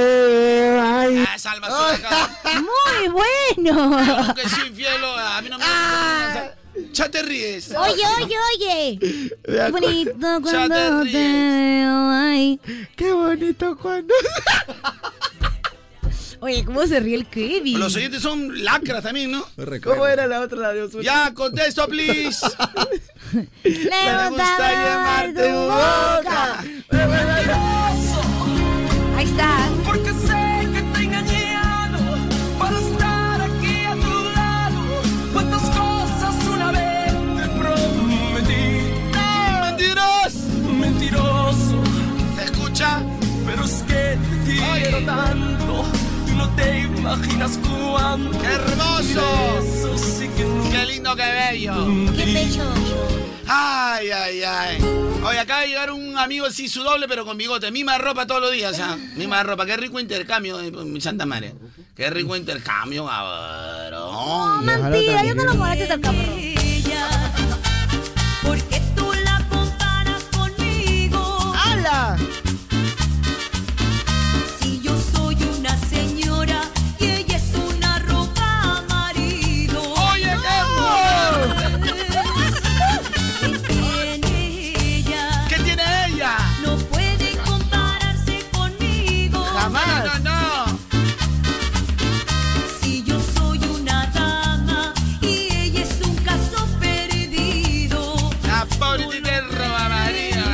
Speaker 24: ay.
Speaker 5: Ah,
Speaker 1: Muy bueno.
Speaker 5: Aunque soy fiel, a mí no me gusta. Ya te ríes.
Speaker 1: Oye, oye, oye.
Speaker 5: De
Speaker 1: Qué
Speaker 5: acuerdo.
Speaker 1: bonito
Speaker 5: Ya te
Speaker 1: cuando
Speaker 5: ríes.
Speaker 1: te veo, ay. Qué bonito cuando. Oye, ¿cómo se ríe el Kevin?
Speaker 5: Los oyentes son lacras también, ¿no?
Speaker 3: ¿Cómo era la otra, la de Ozuna?
Speaker 5: Ya, contesto, please.
Speaker 1: Me
Speaker 5: gusta llamarte
Speaker 1: tu boca. Ahí está.
Speaker 8: Porque sé que te he engañado para estar aquí a tu lado. Cuántas cosas una vez te prometí. Mentiroso, mentiroso. ¿Se escucha? Pero es que te quiero tanto. Tú no te imaginas cuánto. ¡Qué
Speaker 5: hermoso!
Speaker 8: Eso sí que no.
Speaker 5: ¡Qué lindo, qué bello!
Speaker 8: ¡Qué pecho!
Speaker 5: Ay, ay, ay. Oye, acaba de llegar un amigo, sí, su doble, pero con bigote. Misma ropa todos los días, ¿ah? Misma ropa. Qué rico intercambio, eh, mi Santa María. Qué rico intercambio, cabrón.
Speaker 1: Mentira, yo no lo
Speaker 14: este
Speaker 1: molestes al cabrón.
Speaker 8: Porque tú la comparas conmigo. ¡Hala! Si yo soy una señora y ella es una ropa marido. ¡Oye, qué tiene ella?
Speaker 5: ¿Qué tiene ella?
Speaker 8: No puede compararse conmigo.
Speaker 5: ¡Jamás! ¡No, no!
Speaker 8: Si yo soy una dama y ella es un caso perdido.
Speaker 5: La pobre tiene ropa, María.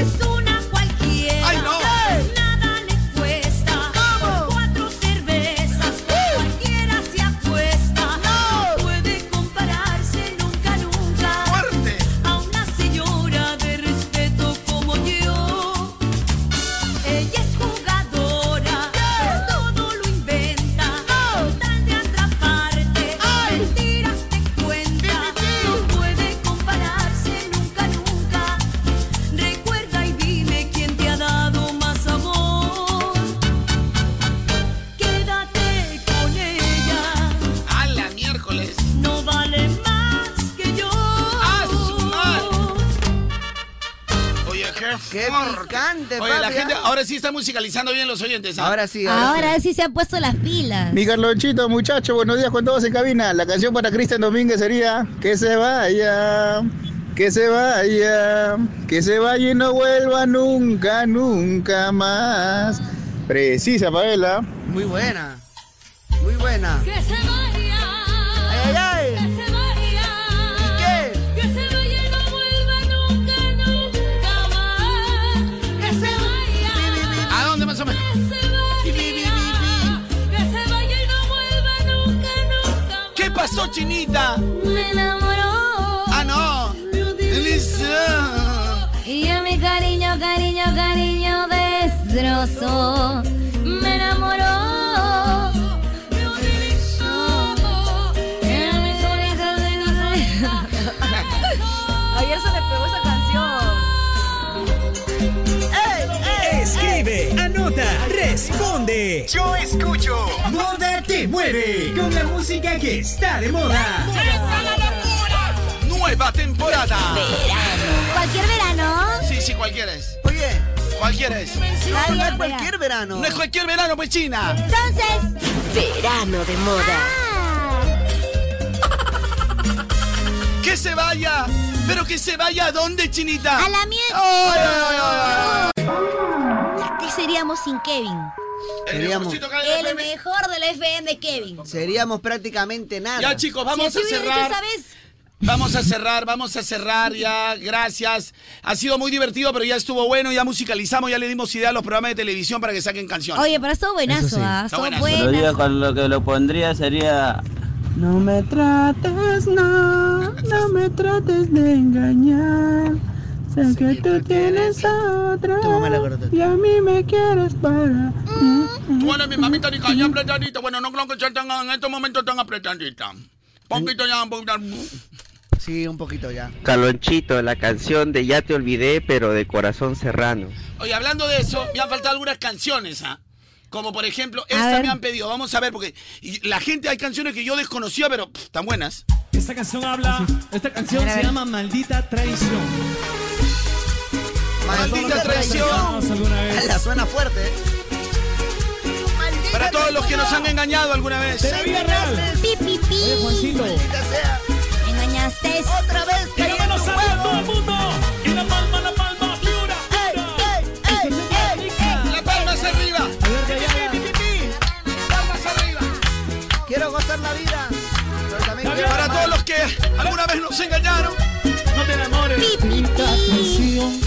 Speaker 8: Es una cualquiera. pues
Speaker 5: Ay, no.
Speaker 8: Nada le cuesta. Por Cuatro cervezas. pues Cualquiera se acuesta. No puede compararse nunca, nunca.
Speaker 5: Fuerte.
Speaker 8: A una señora de respeto como yo. Ella es jugadora. Todo lo inventa. Tan de atraparte. Mentiras te cuenta. No puede compararse nunca, nunca. Recuerda y dime quién te ha dado más amor. Quédate con ella,
Speaker 5: ¡A la miércoles!
Speaker 8: no vale más que yo.
Speaker 3: Ah,
Speaker 5: ¡A su madre! Oye, qué
Speaker 3: Qué
Speaker 5: forro.
Speaker 3: picante,
Speaker 5: Oye, la
Speaker 3: papi,
Speaker 5: gente
Speaker 3: ¿ah?
Speaker 5: ahora sí está musicalizando bien los oyentes. ¿ah?
Speaker 3: Ahora sí,
Speaker 1: Ahora sí se han puesto las pilas.
Speaker 22: Mi Carlonchito, muchacho, buenos días con todos en cabina. La canción para Cristian Domínguez sería Que se vaya.
Speaker 29: Que se vaya, que se vaya y no vuelva nunca, nunca más. Precisa, Paela.
Speaker 3: Muy buena. Muy buena.
Speaker 14: Que se vaya.
Speaker 3: Ay, ay, ay.
Speaker 14: Que se vaya.
Speaker 3: ¿Y
Speaker 14: qué? Que se vaya y no vuelva nunca, nunca más. Que se vaya.
Speaker 5: ¿A dónde más o menos?
Speaker 14: Que se vaya y no vuelva nunca, nunca más.
Speaker 5: ¿Qué pasó, Chinita?
Speaker 14: Me enamoró.
Speaker 5: Ah, no. Lisa.
Speaker 14: Y a mi cariño, cariño, cariño destrozó. Me enamoró. Me utilizó. En mis orejas de mis orejas. Ayer se le pegó esa canción.
Speaker 2: Escribe, anota, responde. Yo escucho. Moda te mueve. Con la música que está de moda.
Speaker 5: Nueva temporada.
Speaker 1: Cualquier verano.
Speaker 5: Sí, sí, cualquiera es.
Speaker 3: Oye,
Speaker 5: Cualquiera es.
Speaker 3: no, no es cualquier verano.
Speaker 5: No es cualquier verano, pues China.
Speaker 1: Entonces.
Speaker 34: Verano de moda.
Speaker 14: Ah.
Speaker 5: Que se vaya. Pero que se vaya a dónde, Chinita.
Speaker 1: A la mierda.
Speaker 5: Ay, ay, ay, ay,
Speaker 1: ¿Qué seríamos sin Kevin?
Speaker 5: ay. El
Speaker 3: Queríamos-
Speaker 5: mejorcito acá de la
Speaker 1: El
Speaker 5: FM.
Speaker 1: mejor del FM de Kevin.
Speaker 3: Seríamos prácticamente nada.
Speaker 5: Ya, chicos, vamos
Speaker 1: Si
Speaker 5: a
Speaker 1: así hubiera
Speaker 5: cerrar.
Speaker 1: dicho esa vez,
Speaker 5: Vamos a cerrar, vamos a cerrar ya, gracias. Ha sido muy divertido, pero ya estuvo bueno, ya musicalizamos, ya le dimos idea a los programas de televisión para que saquen canciones.
Speaker 1: Oye, pero estuvo buenazo, ah.
Speaker 5: Está
Speaker 1: Estuvo
Speaker 5: buenazo.
Speaker 1: buena.
Speaker 35: Pero yo con lo que lo pondría sería. No me trates, no, no me trates de engañar. Sé que tú tienes a otra. Y a mí me quieres para.
Speaker 5: Bueno, mi mamita ni caña apretadita, bueno, no creo que se tengan en estos momentos tan apretadita. Poquito ya, un poquito.
Speaker 3: Sí, un poquito ya.
Speaker 8: Calonchito, la canción de Ya te olvidé, pero de corazón serrano.
Speaker 5: Oye, hablando de eso, me han faltado algunas canciones, ¿ah? Como por ejemplo,
Speaker 8: ver.
Speaker 5: esta me han pedido, vamos a ver, porque y la gente, hay canciones que yo desconocía, pero pff, tan buenas.
Speaker 8: Esta canción habla, esta canción
Speaker 5: A ver, a
Speaker 8: se
Speaker 5: ver.
Speaker 8: llama Maldita Traición.
Speaker 5: Maldita traición.
Speaker 8: Alguna vez.
Speaker 3: La suena fuerte. ¿eh?
Speaker 5: Para todos los que nos han engañado alguna vez.
Speaker 8: De la vida real.
Speaker 1: Pi, pi, pi.
Speaker 3: Maldita sea.
Speaker 1: Me engañaste.
Speaker 3: Otra vez
Speaker 8: Y la mano
Speaker 3: cayendo
Speaker 8: sale a
Speaker 3: huevo.
Speaker 8: todo el mundo. Y la palma, la palma, piura, piura.
Speaker 3: ¡Ey, ey, ey!
Speaker 5: La palma hacia arriba.
Speaker 8: A ver, Dayana.
Speaker 3: Pi, pi, pi.
Speaker 5: Palma hacia arriba.
Speaker 3: Quiero gozar la vida. Pero también
Speaker 8: Está
Speaker 3: quiero
Speaker 8: bien,
Speaker 5: Para
Speaker 3: amar.
Speaker 5: todos los que alguna vez nos engañaron.
Speaker 8: No te enamores. Maldita traición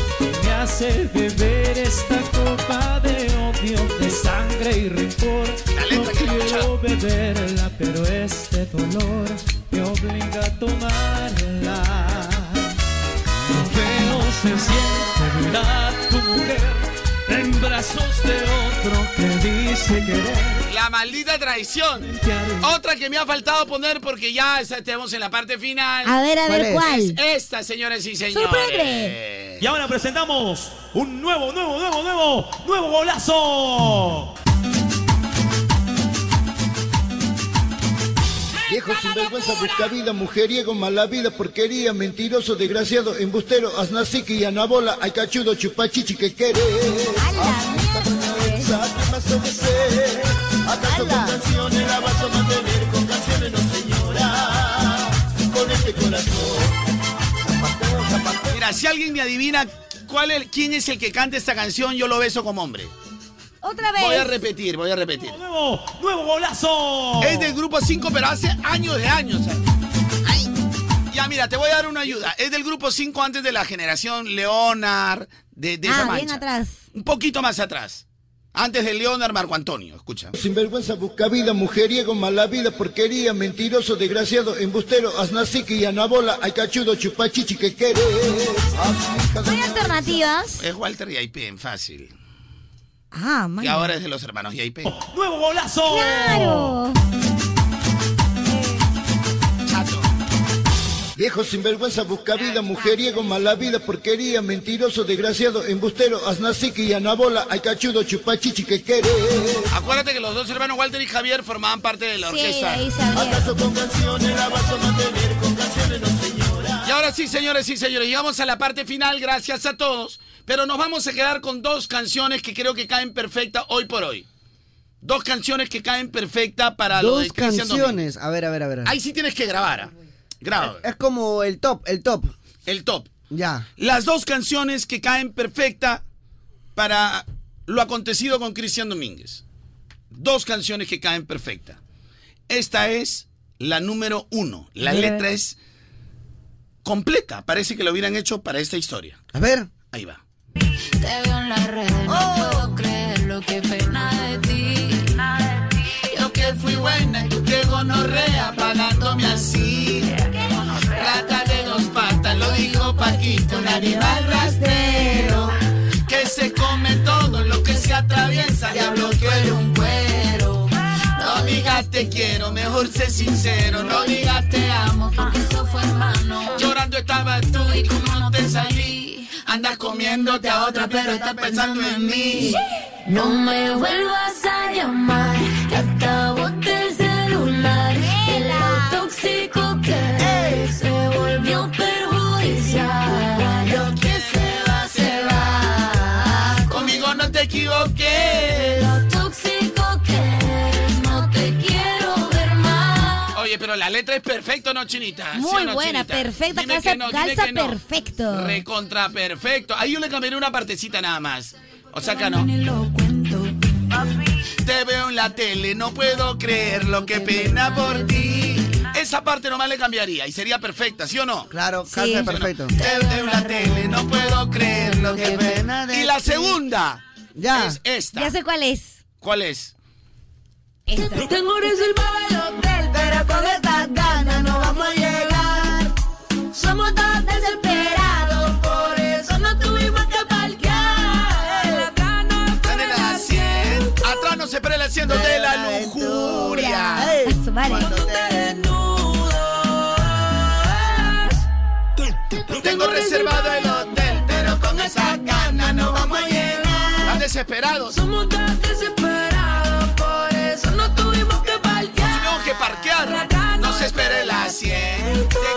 Speaker 8: me hace beber esta copa de odio, de sangre y rencor. No quiero beberla, pero este dolor me obliga a tomarla. No veo, se siente verdad tu mujer en brazos de otro que dice querer.
Speaker 5: La maldita traición. Otra que me ha faltado poner porque ya estamos en la parte final.
Speaker 1: A ver, a ver, ¿Cuál es?
Speaker 5: Es esta, señores y señores.
Speaker 1: Sorprende.
Speaker 8: Y ahora presentamos un nuevo, nuevo, nuevo, nuevo, nuevo golazo.
Speaker 9: Viejo sinvergüenza, buscavida, mujeriego, mala vida, porquería, mentiroso, desgraciado, embustero, aznaciqui y anabola, ay cachudo, chupachichi que querés. ¿Acaso con canciones la vas a mantener? Con canciones no señora, con este corazón.
Speaker 5: Mira, si alguien me adivina cuál es, quién es el que canta esta canción, yo lo beso como hombre.
Speaker 1: Otra
Speaker 5: Voy a
Speaker 1: vez.
Speaker 5: repetir, voy a repetir.
Speaker 8: Nuevo, nuevo golazo.
Speaker 5: Es del grupo 5, pero hace años de años. ¿sabes? Ay. Ya, mira, te voy a dar una ayuda. Es del grupo 5 antes de la generación Leonard, de, de esa
Speaker 1: Ah, bien
Speaker 5: mancha.
Speaker 1: atrás.
Speaker 5: Un poquito más atrás. Antes de Leonard, Marco Antonio. Escucha.
Speaker 9: Sinvergüenza, buscavida, mujeriego, mala vida, porquería, mentiroso, desgraciado, embustero, aznaciqui y anabola, ay cachudo, chupachichi que querés.
Speaker 1: ¿Hay alternativas?
Speaker 5: Es Walter Yaipen, fácil.
Speaker 1: Ah, man.
Speaker 5: Y ahora es de los hermanos Yaipen.
Speaker 8: Nuevo golazo.
Speaker 1: Claro.
Speaker 9: Viejo sinvergüenza, buscavida, mujeriego, mala vida, porquería, mentiroso, desgraciado, embustero, aznaciqui y anabola, ay cachudo, chupachichi que querés.
Speaker 5: Acuérdate que los dos hermanos Walter y Javier formaban parte de la
Speaker 1: Sí,
Speaker 5: orquesta.
Speaker 1: ahí sabía.
Speaker 9: ¿Acaso con canciones la vas a mantener? Con canciones no señora.
Speaker 5: Y ahora sí, señores y señores, llegamos a la parte final, gracias a todos. Pero nos vamos a quedar con dos canciones que creo que caen perfecta hoy por hoy. Dos canciones que caen perfecta para lo de
Speaker 3: Dos
Speaker 5: Cristian Domínguez.
Speaker 3: canciones. A ver, a ver, a ver.
Speaker 5: Ahí sí tienes que grabar. ah. Graba.
Speaker 3: Es como el top, el top.
Speaker 5: el top.
Speaker 3: Ya.
Speaker 5: Las dos canciones que caen perfecta para lo acontecido con Cristian Domínguez. Dos canciones que caen perfecta. Esta es la número uno. La
Speaker 3: Mira.
Speaker 5: letra es completa. Parece que lo hubieran hecho para esta historia.
Speaker 3: A ver.
Speaker 5: Ahí va.
Speaker 4: Te veo en las redes, no puedo creer lo que pena de ti.
Speaker 9: Yo que fui buena y tú que gonorrea pagándome así. Rata de dos patas, lo dijo Paquito, un animal rastrero. Que se come todo lo que se atraviesa, diablo tú eres un cuero. No digas te quiero, mejor sé sincero, no digas te amo, porque eso fue hermano. Llorando estabas tú y como no te salí, andas comiéndote a otra pero estás pensando en mí.
Speaker 4: No me vuelvas a llamar, que acabo del celular. El lado tóxico que eres se volvió perjudicial.
Speaker 9: Lo que se va, se va. Conmigo no te equivoques.
Speaker 4: Lo tóxico que eres, no te quiero ver más.
Speaker 5: Oye, pero la letra es perfecta, ¿o ¿no, Chinita? ¿Sí
Speaker 1: Muy
Speaker 5: o no,
Speaker 1: buena,
Speaker 5: Chinita?
Speaker 1: perfecta,
Speaker 5: Dime
Speaker 1: calza,
Speaker 5: que no, dime
Speaker 1: calza
Speaker 5: que no.
Speaker 1: perfecto.
Speaker 5: Recontra perfecto. Ahí yo le cambiaré una partecita nada más. O sea, acá no.
Speaker 9: Te veo en la tele, no puedo creer lo que pena por ti.
Speaker 5: Esa parte nomás le cambiaría y sería perfecta, ¿sí o no?
Speaker 3: Claro, calza perfecto.
Speaker 9: Te veo en la tele, no puedo creer lo que pena de
Speaker 5: Y la
Speaker 9: ti.
Speaker 5: segunda
Speaker 3: ya.
Speaker 5: Ah. es esta.
Speaker 1: Ya sé cuál es.
Speaker 5: ¿Cuál es?
Speaker 9: Tengo reservado el hotel, pero con estas ganas no vamos a llegar. Somos dos desesperados, por eso no tuvimos que parquear. Acá no
Speaker 5: prende el asiento. Atrás no se prende el asiento de la lujuria.
Speaker 1: A su madre.
Speaker 9: Tengo reservado el hotel, pero con esas ganas no vamos a llegar.
Speaker 5: Están desesperados.
Speaker 9: Somos tan desesperados, por eso no tuvimos que parquear.
Speaker 5: Tuvimos que parquear.
Speaker 9: No se espera el asiento. ¿De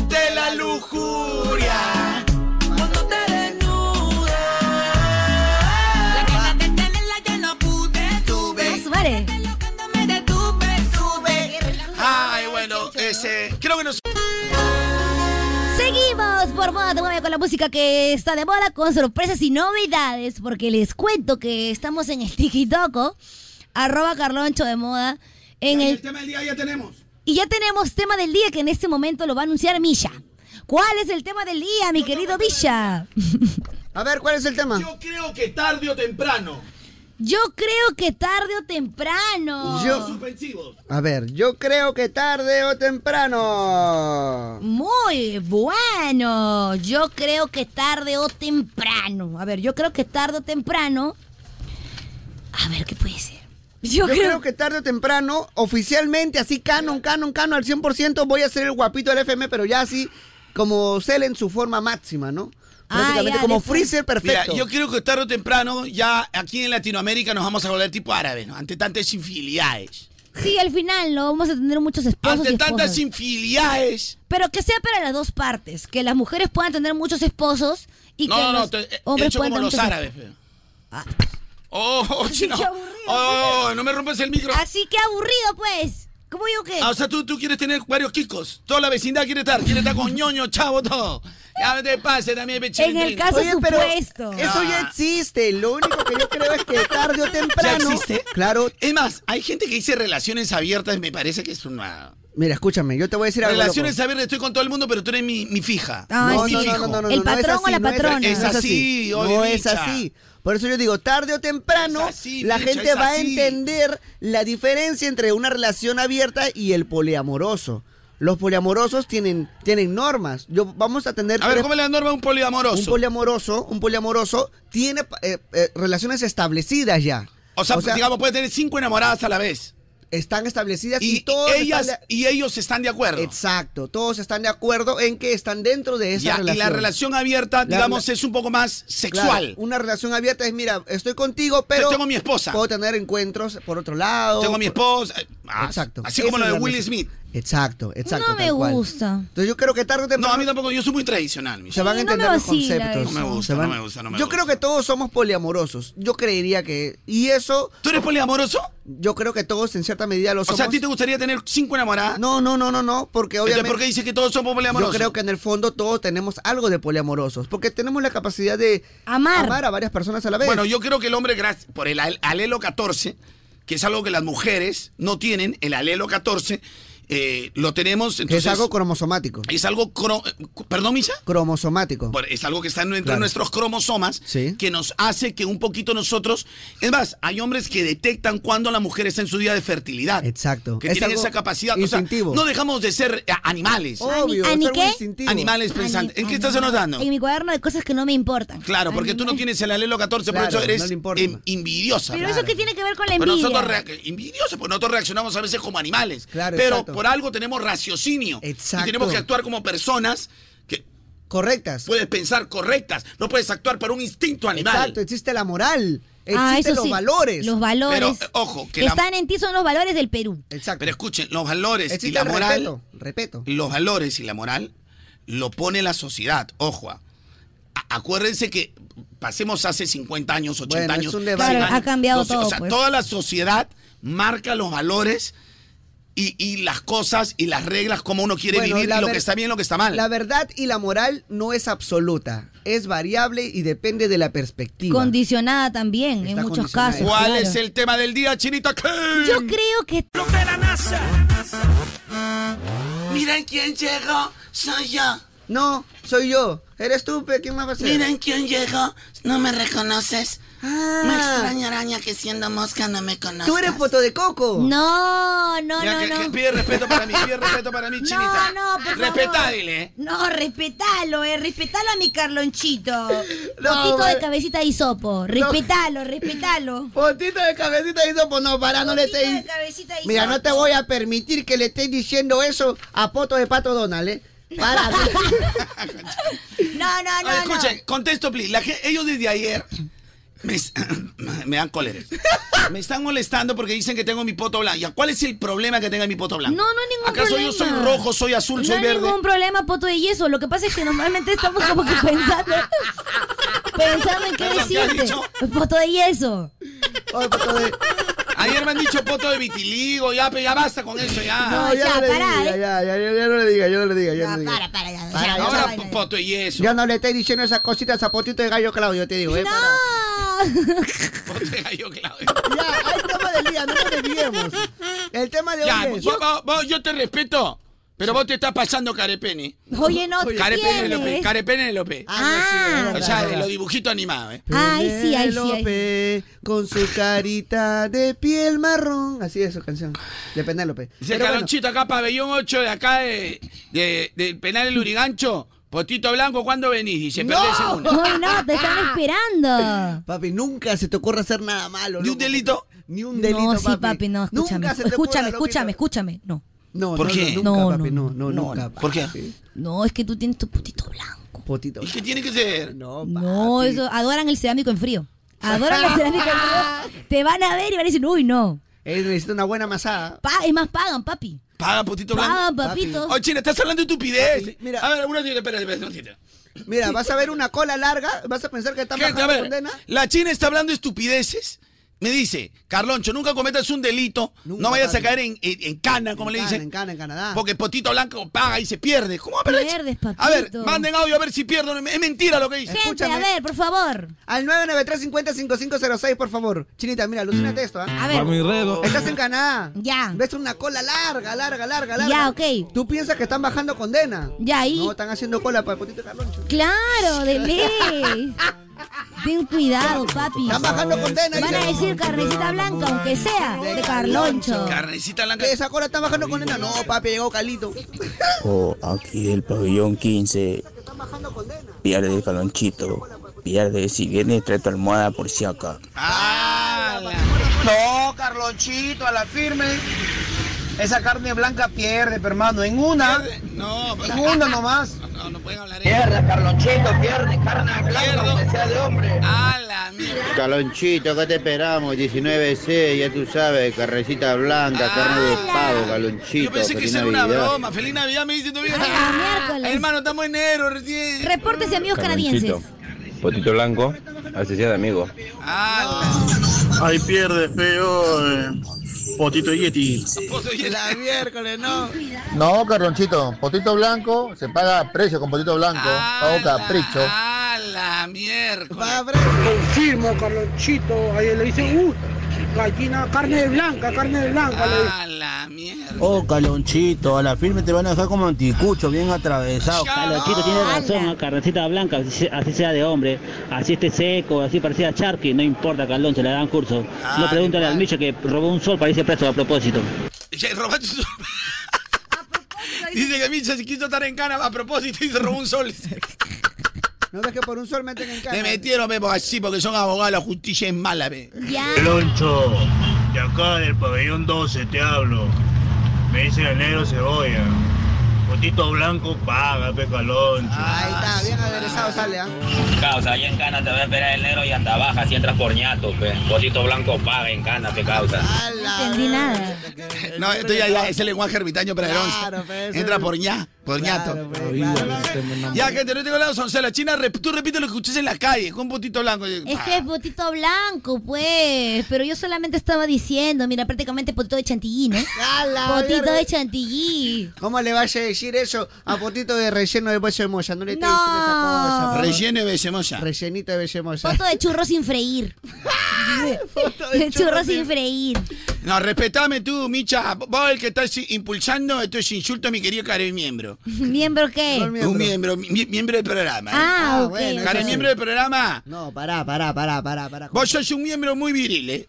Speaker 9: qué? De la lujuria. Cuando te desnudas. La gana de tenerla ya no pude, tuve.
Speaker 1: A su madre.
Speaker 9: Me detuve, sube.
Speaker 5: Ay, bueno, ese. Creo que no sé.
Speaker 1: Seguimos por moda de Mueve con la música que está de moda con sorpresas y novedades, porque les cuento que estamos en el TikTok, arroba Carloncho de moda, en el
Speaker 5: tema del día ya tenemos.
Speaker 1: y ya tenemos tema del día que en este momento lo va a anunciar Misha. ¿Cuál es el tema del día, mi querido Misha?
Speaker 3: A ver, ¿cuál es el tema?
Speaker 5: Yo creo que tarde o temprano.
Speaker 1: Yo creo que tarde o temprano.
Speaker 3: Yo-
Speaker 5: Ofensivos.
Speaker 3: A ver, yo creo que tarde o temprano.
Speaker 1: Muy bueno. Yo creo que tarde o temprano. A ver, yo creo que tarde o temprano. A ver, ¿qué puede ser?
Speaker 3: Yo, creo... que tarde o temprano, oficialmente, así canon, canon, canon, al 100%, voy a ser el guapito del FM, pero ya así, como Cell en su forma máxima, ¿no? Prácticamente como Freezer perfecto.
Speaker 5: Mira, yo creo que tarde o temprano ya aquí en Latinoamérica nos vamos a volver tipo árabes, ¿no? Ante tantas infiliades.
Speaker 1: Sí, al final no vamos a tener muchos esposos.
Speaker 5: Ante
Speaker 1: y
Speaker 5: tantas
Speaker 1: esposas.
Speaker 5: infiliades.
Speaker 1: Pero que sea para las dos partes. Que las mujeres puedan tener muchos esposos y
Speaker 5: No,
Speaker 1: que
Speaker 5: no, no,
Speaker 1: los
Speaker 5: te- he
Speaker 1: hombres
Speaker 5: hecho
Speaker 1: puedan
Speaker 5: como
Speaker 1: tener
Speaker 5: los
Speaker 1: muchos
Speaker 5: árabes.
Speaker 1: esposos.
Speaker 5: pe. Oh, oh, chino.
Speaker 1: Ah. qué aburrido,
Speaker 5: Oh, no me rompas el micro.
Speaker 1: Así que aburrido, pues. ¿Cómo yo qué?
Speaker 5: Ah, o sea, tú, tú quieres tener varios kikos. Toda la vecindad quiere estar. Quiere estar con ñoño, chavo, todo. Ya no te pase también, pechín.
Speaker 3: Oye, pero Eso ya existe. Lo único que yo creo es que tarde o temprano.
Speaker 5: ¿Ya existe?
Speaker 3: Claro.
Speaker 5: Es más, hay gente que dice relaciones abiertas, me parece que es una...
Speaker 3: Mira, escúchame, yo te voy a decir algo. loco.
Speaker 5: Relaciones abiertas, estoy con todo el mundo, pero tú eres mi, mi fija.
Speaker 3: No, no,
Speaker 5: mi
Speaker 3: no, no,
Speaker 5: fijo.
Speaker 3: no, no, no, no es así, no es-
Speaker 5: Es, así, oye,
Speaker 3: no es
Speaker 5: bicha.
Speaker 3: así. Por eso yo digo, tarde o temprano, la
Speaker 5: bicha,
Speaker 3: gente
Speaker 5: es
Speaker 3: va a
Speaker 5: así.
Speaker 3: entender la diferencia entre una relación abierta y el poliamoroso. Los poliamorosos tienen, tienen normas. Yo, vamos a tener...
Speaker 5: A ver,
Speaker 3: tres-
Speaker 5: ¿cómo es la norma de un poliamoroso?
Speaker 3: Un poliamoroso, un poliamoroso tiene eh, eh, relaciones establecidas ya.
Speaker 5: O sea, digamos, puede tener cinco enamoradas a la vez.
Speaker 3: Están establecidas y,
Speaker 5: Y
Speaker 3: todos
Speaker 5: ellas- y ellos están de acuerdo.
Speaker 3: Exacto, todos están de acuerdo en que están dentro de esa
Speaker 5: Ya,
Speaker 3: relación.
Speaker 5: Y la relación abierta,
Speaker 3: La-
Speaker 5: digamos,
Speaker 3: la-
Speaker 5: es un poco más sexual.
Speaker 3: Claro, una relación abierta es, mira, estoy contigo, pero...
Speaker 5: tengo mi esposa.
Speaker 3: Puedo tener encuentros por otro lado.
Speaker 5: Tengo a mi esposa. eh, Ah,
Speaker 3: Exacto.
Speaker 5: Así como
Speaker 3: Esa
Speaker 5: lo de
Speaker 3: es la
Speaker 5: Will
Speaker 3: mezcla.
Speaker 5: Smith.
Speaker 3: Exacto, exacto.
Speaker 1: No me
Speaker 3: tal cual.
Speaker 1: gusta.
Speaker 3: Entonces yo creo que tarde o temprano.
Speaker 5: No, a mí tampoco, yo soy muy tradicional. Michelle.
Speaker 3: Se van a entender los conceptos.
Speaker 5: No me
Speaker 3: Se
Speaker 5: gusta,
Speaker 3: van-
Speaker 5: no me gusta, no me
Speaker 3: Yo
Speaker 5: gusta.
Speaker 3: creo que todos somos poliamorosos. Yo creería que. Y eso.
Speaker 5: ¿Tú eres poliamoroso?
Speaker 3: Yo creo que todos en cierta medida lo
Speaker 5: O
Speaker 3: somos.
Speaker 5: sea, ¿a ti te Este, gustaría tener cinco enamoradas?
Speaker 3: No, no, no, no, no. Porque obviamente.
Speaker 5: ¿por qué dices que todos somos poliamorosos?
Speaker 3: Yo creo que en el fondo todos tenemos algo de poliamorosos. Porque tenemos la capacidad de amar, a varias personas a la vez.
Speaker 5: Bueno, yo creo que el hombre, gracias- por el al- alelo 14, que es algo que las mujeres no tienen, el alelo 14, eh, lo tenemos.
Speaker 3: que
Speaker 5: Entonces,
Speaker 3: es algo cromosomático.
Speaker 5: es algo cro- eh, ¿Perdón, Misha?
Speaker 3: Cromosomático.
Speaker 5: Por- Es algo que está entre
Speaker 3: Claro.
Speaker 5: nuestros cromosomas
Speaker 3: Sí.
Speaker 5: que nos hace que un poquito nosotros. Es más, hay hombres que detectan cuando la mujer está en su día de fertilidad.
Speaker 3: Exacto.
Speaker 5: Que
Speaker 3: Es
Speaker 5: tienen
Speaker 3: algo
Speaker 5: esa capacidad.
Speaker 3: instintivo.
Speaker 5: O sea, no dejamos de ser eh, animales.
Speaker 3: Obvio, Ani- es ¿ani algo qué? instintivo.
Speaker 5: Animales pensantes. pues, ¿En qué estás anotando?
Speaker 1: En mi cuaderno de cosas que no me importan.
Speaker 5: Claro, porque tú no tienes el alelo 14,
Speaker 3: Claro,
Speaker 5: por eso eres
Speaker 3: no le
Speaker 5: em, envidiosa.
Speaker 1: Pero eso qué tiene que ver con la
Speaker 5: Pero
Speaker 1: envidia.
Speaker 5: nosotros, rea- envidiosos, pues nosotros reaccionamos a veces como animales.
Speaker 3: Claro,
Speaker 5: pero
Speaker 3: exacto.
Speaker 5: por algo tenemos raciocinio.
Speaker 3: Exacto.
Speaker 5: Y tenemos que actuar como personas que.
Speaker 3: Correctas.
Speaker 5: Puedes pensar correctas. No puedes actuar por un instinto animal.
Speaker 3: Exacto, existe la moral. Existen
Speaker 1: Ah, eso
Speaker 3: los
Speaker 1: sí,
Speaker 3: valores.
Speaker 1: Los valores.
Speaker 5: Pero, eh, ojo, que
Speaker 1: que
Speaker 5: la-
Speaker 1: están en ti son los valores del Perú.
Speaker 3: Exacto.
Speaker 5: Pero escuchen, los valores
Speaker 3: Existe
Speaker 5: y la
Speaker 3: el
Speaker 5: moral.
Speaker 3: respeto, respeto.
Speaker 5: Los valores y la moral lo pone la sociedad. Ojo. ah. A- Acuérdense que pasemos hace 50 años, 80
Speaker 1: Bueno, es
Speaker 5: años.
Speaker 1: un debate.
Speaker 5: 100
Speaker 1: Claro, ha
Speaker 5: años.
Speaker 1: cambiado
Speaker 5: No sé,
Speaker 1: todo,
Speaker 5: O sea,
Speaker 1: pues.
Speaker 5: toda la sociedad marca los valores y, y las cosas y las reglas, cómo uno quiere
Speaker 3: Bueno,
Speaker 5: vivir,
Speaker 3: la
Speaker 5: y lo
Speaker 3: ver-
Speaker 5: que está bien, lo que está mal.
Speaker 3: La verdad y la moral no es absoluta, es variable y depende de la perspectiva.
Speaker 1: Condicionada también, en muchos
Speaker 3: condicionada.
Speaker 1: casos.
Speaker 5: ¿Cuál
Speaker 1: claro.
Speaker 5: es el tema del día, Chinita?
Speaker 1: Yo creo que.
Speaker 5: Miren quién llegó, soy yo.
Speaker 3: No, soy yo. Eres tú, pe, ¿quién más va a ser?
Speaker 25: Miren quién llegó, no me reconoces. Me
Speaker 1: Ah.
Speaker 25: extraña araña que siendo mosca no me conoces.
Speaker 3: Tú eres poto de coco.
Speaker 1: No, no,
Speaker 5: Mira,
Speaker 1: no,
Speaker 5: que,
Speaker 1: no.
Speaker 5: que pide respeto para mí, pide respeto para mí, Chinita.
Speaker 1: No, no, por favor.
Speaker 5: Respetadile, ¿eh?
Speaker 1: No, respetalo, eh. Respetalo a mi Carlonchito. Potito
Speaker 3: bueno.
Speaker 1: de cabecita de hisopo. Respetalo, respetalo.
Speaker 3: Potito de cabecita de hisopo, no, para, no le
Speaker 1: Potito de
Speaker 3: estés...
Speaker 1: cabecita de
Speaker 3: Mira,
Speaker 1: hisopo.
Speaker 3: no te voy a permitir que le estés diciendo eso a poto de pato Donald, ¿eh? Para.
Speaker 1: No, Ah, no,
Speaker 5: A ver, escuchen, contesto, please. La ge- ellos desde ayer me, es- me dan cólera. Me están molestando porque dicen que tengo mi poto blanco. ¿Y a cuál es el problema que tenga mi poto blanco?
Speaker 1: No, no hay ningún
Speaker 5: ¿Acaso
Speaker 1: problema.
Speaker 5: yo soy rojo, soy azul, soy
Speaker 1: no hay
Speaker 5: verde?
Speaker 1: ningún problema, poto de yeso. Lo que pasa es que normalmente estamos como que pensando. pensando en qué
Speaker 5: Perdón, ¿qué has
Speaker 1: decirte.
Speaker 5: dicho?
Speaker 1: Poto de yeso.
Speaker 3: Oh,
Speaker 5: Ayer me han dicho poto de vitiligo, ya, pero ya basta con eso, ya.
Speaker 3: No, ya, no le diga, ya, ya, ya, ya no le diga, ya no le diga, ya no le diga.
Speaker 1: Para, para, ¿eh? ya.
Speaker 3: Para, ya,
Speaker 5: Ahora
Speaker 3: para.
Speaker 5: po- poto y eso.
Speaker 3: Ya no le estés diciendo esas cositas a potito de gallo Claudio, te digo, ¿eh? Para.
Speaker 5: Poto de gallo, Claudio.
Speaker 3: Ya, hay tema del día, no nos desviemos. El tema de hoy
Speaker 5: Ya,
Speaker 3: es...
Speaker 5: vos, vos- vos- yo te respeto, pero vos te estás pasando carepeni.
Speaker 1: Oye, no te
Speaker 5: Carepene
Speaker 1: tienes.
Speaker 5: López, Carepene López.
Speaker 1: Ah,
Speaker 5: o sea, de los dibujitos animados, ¿eh?
Speaker 1: Ay, sí, ay, sí, ay.
Speaker 3: Penélope, con su carita de piel marrón. Así es su canción, de Penélope.
Speaker 5: Dice
Speaker 3: Pero bueno,
Speaker 5: Caronchito acá, pabellón 8 de acá de, de- del penal del Urigancho. Potito Blanco, ¿cuándo venís? Dice, pero de segundo.
Speaker 1: Ay, no, te están esperando.
Speaker 3: Papi, nunca se te ocurre hacer nada malo.
Speaker 5: ¿De un delito?
Speaker 3: Ni un delito,
Speaker 1: no, sí, papi, no,
Speaker 3: Nunca
Speaker 1: escúchame.
Speaker 3: se te
Speaker 1: Escúchame,
Speaker 3: ocurra,
Speaker 1: escúchame, escúchame. No.
Speaker 3: No,
Speaker 5: ¿Por
Speaker 3: no,
Speaker 5: qué?
Speaker 3: No,
Speaker 1: No,
Speaker 3: nunca,
Speaker 1: no,
Speaker 3: papi, no, no,
Speaker 1: no,
Speaker 3: nunca.
Speaker 5: ¿Por qué?
Speaker 1: No, es que tú tienes tu putito blanco.
Speaker 3: Potito.
Speaker 5: ¿Y qué tiene que ser?
Speaker 3: No,
Speaker 1: No, eso, adoran el cerámico en frío. Adoran el cerámico en frío. Te van a ver y van a decir, uy, no.
Speaker 3: Él necesita una buena masada.
Speaker 1: Pa- es más, pagan, papi.
Speaker 5: Paga, Potito Blanco.
Speaker 1: Pagan, papito.
Speaker 5: Ah, Oye, China, estás hablando de
Speaker 3: Papi,
Speaker 5: estupidez.
Speaker 3: Ah, mira.
Speaker 5: A ver, una tita, espera, espera, una tita.
Speaker 3: Mira, vas a ver una cola larga, vas a pensar que está
Speaker 5: Gente, a
Speaker 3: bajando
Speaker 5: ver,
Speaker 3: condena.
Speaker 5: la China está hablando de estupideces. Me dice, Carloncho, nunca cometas un delito, no vayas a
Speaker 3: papi.
Speaker 5: caer en, en- en cana, como
Speaker 3: En
Speaker 5: le
Speaker 3: Cana,
Speaker 5: dicen.
Speaker 3: En Cana, en Canadá.
Speaker 5: Porque Potito Blanco paga y se pierde. ¿Cómo va a perder?
Speaker 1: Pierdes, papito.
Speaker 5: A ver, manden audio a ver si pierdo. Es mentira lo que dice.
Speaker 1: Gente, a ver, por favor.
Speaker 3: Al 993-50-5506, por favor. Chinita, mira,
Speaker 5: Mm.
Speaker 3: alucínate esto, ¿ah?
Speaker 1: A ver. Vamos,
Speaker 23: enredo.
Speaker 3: Estás en Canadá.
Speaker 1: Ya.
Speaker 3: Ves una cola larga, larga, larga, larga.
Speaker 1: Ya, ok.
Speaker 3: Tú piensas que están bajando condena.
Speaker 1: Ya ahí.
Speaker 3: No, están haciendo cola para el potito Carloncho.
Speaker 1: Claro, de ley. Ten cuidado, papi.
Speaker 3: Están bajando condena.
Speaker 1: Van a decir carnecita blanca, aunque sea de Carloncho.
Speaker 5: Carnecita Blanca.
Speaker 3: Esa cola está bajando condena. No, papi, llegó Calito.
Speaker 27: O aquí del pabellón 15. Pierde calonchito. Pierde. Si viene, trae tu almohada por si acá.
Speaker 36: No, Carlonchito, a la firme. Esa carne blanca pierde, pe, hermano. En una.
Speaker 5: No, pues,
Speaker 36: En una nomás.
Speaker 5: no pueden hablar
Speaker 36: Pierde, Carlonchito, pierde. Carne blanca, aunque sea de hombre.
Speaker 5: ¡Hala!
Speaker 22: Calonchito, ¿qué te esperamos? 19C, ya tú sabes, carrecita blanca, carne de pavo, calonchito.
Speaker 5: Yo pensé que
Speaker 22: feliz
Speaker 5: eso era una
Speaker 22: Navidad.
Speaker 5: broma. Feliz Navidad, me dice tu vieja. Hermano, estamos en enero recién.
Speaker 1: Repórtese, amigos canadienses.
Speaker 14: Potito blanco, asociado amigo.
Speaker 29: Ahí pierde, feo. eh. Potito Yeti.
Speaker 3: La miércoles, no.
Speaker 29: No, Carlonchito, potito blanco se paga precio con potito blanco.
Speaker 5: Ah,
Speaker 29: Pago capricho.
Speaker 5: A la miércoles.
Speaker 37: Confirmo, Carlonchito. Ahí le dicen, uh, gallina, carne de blanca, carne de blanca. le dicen.
Speaker 17: Oh, Calonchito, a la firme te van a dejar como anticucho, bien atravesado.
Speaker 38: Calonchito tiene razón, ¿no? carnecita blanca, así así sea de hombre, así esté seco, así parecía Charqui, no importa, Calón, se le dan curso. No pregúntale al Micho que robó un sol para irse preso a propósito.
Speaker 5: Ya, robaste su- Dice que Micha se quiso estar en cana a propósito y se robó un sol.
Speaker 3: No ves que por un sol meten en
Speaker 5: Me
Speaker 3: cara.
Speaker 5: metieron pe, porque así porque son abogados, la justicia es mala, pe.
Speaker 29: Loncho, de acá del pabellón 12 te hablo. Me dicen el negro cebolla. Potito blanco paga, pecaloncho.
Speaker 3: Ahí está, bien aderezado sale, ¿ah?
Speaker 17: Causa, ahí en Cana te va a esperar el negro y anda baja si entras por ñato, pe. Potito blanco paga en Cana, pe causa.
Speaker 3: No
Speaker 1: entendí nada.
Speaker 5: No, esto ya, ya es el lenguaje ermitaño para el
Speaker 3: Claro, pe,
Speaker 5: once.
Speaker 3: ese
Speaker 5: Entra
Speaker 3: es- pues.
Speaker 5: por ña, por ñato. Ya, gente, no tengo lado, son la China, rep- tú repites lo que escuchas en la calle, con un potito blanco. Ah, y-
Speaker 1: Es
Speaker 5: pa.
Speaker 1: que es potito blanco, pues. Pero yo solamente estaba diciendo, mira, prácticamente potito de chantilly, ¿no? Potito de chantilly.
Speaker 3: ¿Cómo le vas a decir eso a potito de relleno de hueso de moza? No le te
Speaker 1: No.
Speaker 3: dicen esa cosa.
Speaker 5: Relleno de besemosa.
Speaker 3: Rellenito de besemosa.
Speaker 1: Foto de churro sin freír.
Speaker 3: de
Speaker 1: churro
Speaker 3: churro
Speaker 1: sin freír.
Speaker 5: No, respetame tú, Micha. Vos el que estás impulsando estos insultos a mi querido Karen Miembro.
Speaker 1: ¿Miembro qué?
Speaker 5: Un miembro, mi- miembro del programa.
Speaker 1: Ah,
Speaker 5: ¿eh?
Speaker 1: ok, bueno,
Speaker 5: Karen,
Speaker 1: ok.
Speaker 5: miembro del programa.
Speaker 3: No, pará, pará, pará, pará, pará.
Speaker 5: Vos sos un miembro muy viril, ¿eh?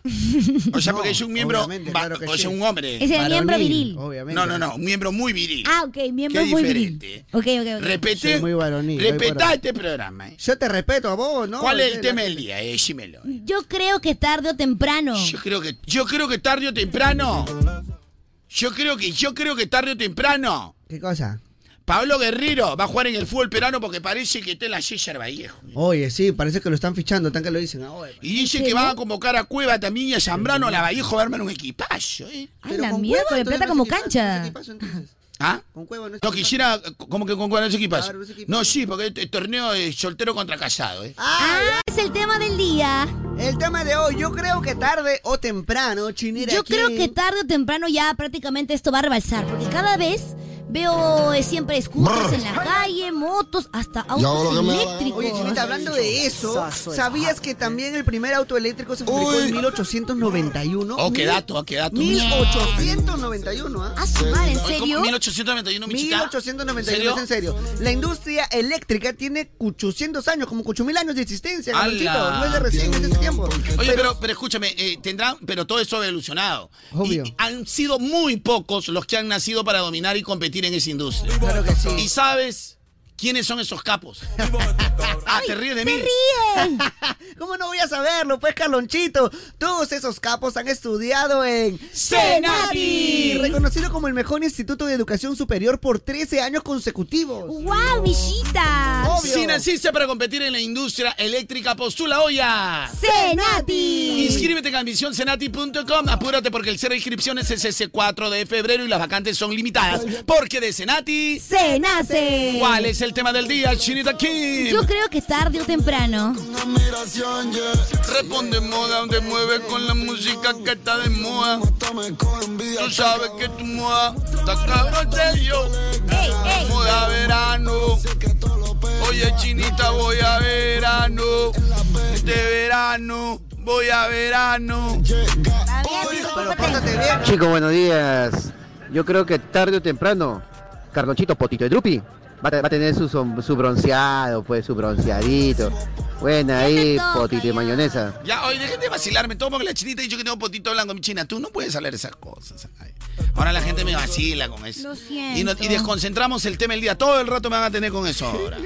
Speaker 5: O sea, porque es un miembro. va- o sea, un hombre.
Speaker 1: Es el Varonil, miembro viril.
Speaker 3: obviamente.
Speaker 5: No, no, no. Un miembro muy viril.
Speaker 1: Ah, ok, miembro
Speaker 5: Qué
Speaker 1: muy viril.
Speaker 5: diferente.
Speaker 1: Ok, ok, ok.
Speaker 5: Repete.
Speaker 3: Soy muy varonil, doy
Speaker 5: Respetá
Speaker 3: por-
Speaker 5: este programa, ¿eh?
Speaker 3: Yo te respeto a vos, ¿no?
Speaker 5: ¿Cuál es el
Speaker 3: Usted-
Speaker 5: tema del día? Eh, Dímelo.
Speaker 1: Yo creo que tarde o temprano.
Speaker 3: Mm.
Speaker 5: Yo creo que, yo creo que tarde o temprano. Yo creo que, yo creo que tarde o temprano.
Speaker 3: ¿Qué cosa?
Speaker 5: Pablo Guerrero va a jugar en el fútbol peruano porque parece que está en la César Vallejo.
Speaker 3: Oye, sí, parece que lo están fichando, tan que lo dicen. Ah, oye,
Speaker 5: Y dice que van a convocar a Cueva también y a Zambrano a la Vallejo va a armar un equipazo, ¿eh?
Speaker 1: Ay, la mierda, de plata como cancha.
Speaker 5: ¿Ah?
Speaker 3: Cueva no es
Speaker 5: No quisiera, eh, como que con Cueva no es equipazo.
Speaker 3: Claro, no es equipazo.
Speaker 5: No, sí, porque este torneo es soltero contra casado, ¿eh?
Speaker 1: Ah, es el tema del día.
Speaker 3: El tema de hoy, yo creo que tarde o temprano, chinera.
Speaker 1: Yo creo que tarde o temprano ya prácticamente esto va a rebalsar, porque cada vez veo eh, siempre scooters en la calle, motos, hasta autos eléctricos.
Speaker 3: Oye, Chinita, hablando de eso, ¿sabías que también el primer auto eléctrico se fabricó en 1891?
Speaker 5: Oh, qué
Speaker 3: Mil-
Speaker 5: dato, oh, qué dato.
Speaker 3: 1891, ¿ah?
Speaker 1: madre, ¿en
Speaker 5: Oye, ¿cómo? 1891, mi chica.
Speaker 3: 1891, es en serio. La industria eléctrica tiene 800 años, como 8000 años de existencia,
Speaker 5: ¡Hala!
Speaker 3: Carlonchito. No es de recién, es de ese tiempo.
Speaker 5: Oye, pero, pero escúchame, eh, tendrán, pero todo eso ha evolucionado.
Speaker 3: Obvio.
Speaker 5: Y han sido muy pocos los que han nacido para dominar y competir en esa industria. Y sabes quiénes son esos capos. ah, te ríes de mí.
Speaker 1: ríen!
Speaker 3: ¿Cómo no voy a saberlo? Pues, Carlonchito, todos esos capos han estudiado en...
Speaker 5: ¡Cenavi!
Speaker 3: Reconocido como el mejor instituto de educación superior por 13 años consecutivos.
Speaker 1: ¡Wow, Millita!
Speaker 5: Si naciste para competir en la industria eléctrica, postula hoy a...
Speaker 1: ¡Cenati!
Speaker 5: Inscríbete en ambicioncenati.com. Apúrate porque el cierre de inscripciones es ese 4 de febrero y las vacantes son limitadas. Porque de Cenati...
Speaker 1: ¡Se nace!
Speaker 5: ¿Cuál es el tema del día, Chinita Kim?
Speaker 1: Yo creo que tarde o temprano.
Speaker 5: Responde moda donde mueve con la música que está de moda. Tú sabes que tu moda está cabrón yo. Moda verano. Oye, chinita, voy a verano. Este verano, voy a verano.
Speaker 3: Pero pórtate bien.
Speaker 39: Chicos, buenos días. Yo creo que tarde o temprano, Carlonchito Potito de Drupi va a, te- va a tener su, som- su bronceado, pues, su bronceadito. Buena ahí, Potito de mayonesa.
Speaker 5: Ya, oye, déjate de vacilarme. Todo porque la chinita ha dicho que tengo potito blanco. Mi china, tú no puedes hablar esas cosas. Ay. Ahora la gente me vacila con eso.
Speaker 1: Lo
Speaker 5: Y, no- y desconcentramos el tema del día. Todo el rato me van a tener con eso ahora.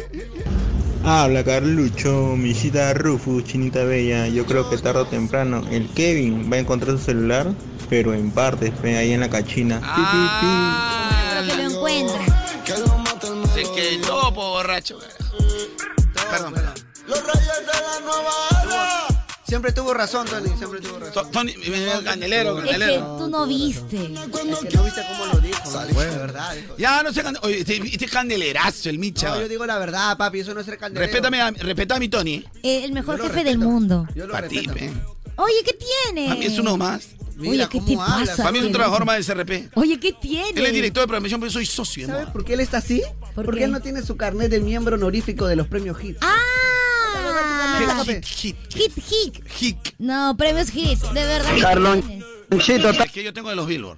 Speaker 40: Habla Carlucho, Millita Rufus, Chinita Bella. Yo creo que tarde o temprano el Kevin va a encontrar su celular, pero en partes, pe, ahí en la cachina. Pi, pi, pi.
Speaker 5: Ah,
Speaker 1: Creo que lo encuentra.
Speaker 5: Se quedó, po, borracho. carajo. Perdón, perdón.
Speaker 4: Los reyes de la nueva era.
Speaker 3: Siempre tuvo razón, Tony. Siempre tuvo razón.
Speaker 5: Tony, candelero,
Speaker 1: Es que tú no viste.
Speaker 3: No viste cómo lo dijo. Bueno, de verdad.
Speaker 5: Ya, no sé, oye, este, este candelerazo, el Micha.
Speaker 3: No, yo digo la verdad, papi. Eso no es ser candelero.
Speaker 5: Respétame a, respeta a mi Tony.
Speaker 1: Eh, el mejor jefe del mundo.
Speaker 3: Yo lo
Speaker 5: Para ti,
Speaker 3: respeto.
Speaker 5: pe.
Speaker 1: Oye, ¿qué tiene?
Speaker 5: Para mí es uno más.
Speaker 1: Oye, ¿qué te pasa?
Speaker 5: Para mí es un
Speaker 1: Pedro?
Speaker 5: trabajador más del CRP.
Speaker 1: Oye, ¿qué tiene?
Speaker 5: Él es director de programación, pero yo soy socio.
Speaker 3: ¿Sabes por qué él está así? Porque él no tiene su carnet de miembro honorífico de los premios HIT.
Speaker 1: Ah,
Speaker 3: Hit,
Speaker 1: hit, hit. No, premios hit, de verdad.
Speaker 5: Carlonchito. Es que yo tengo de los Billboard.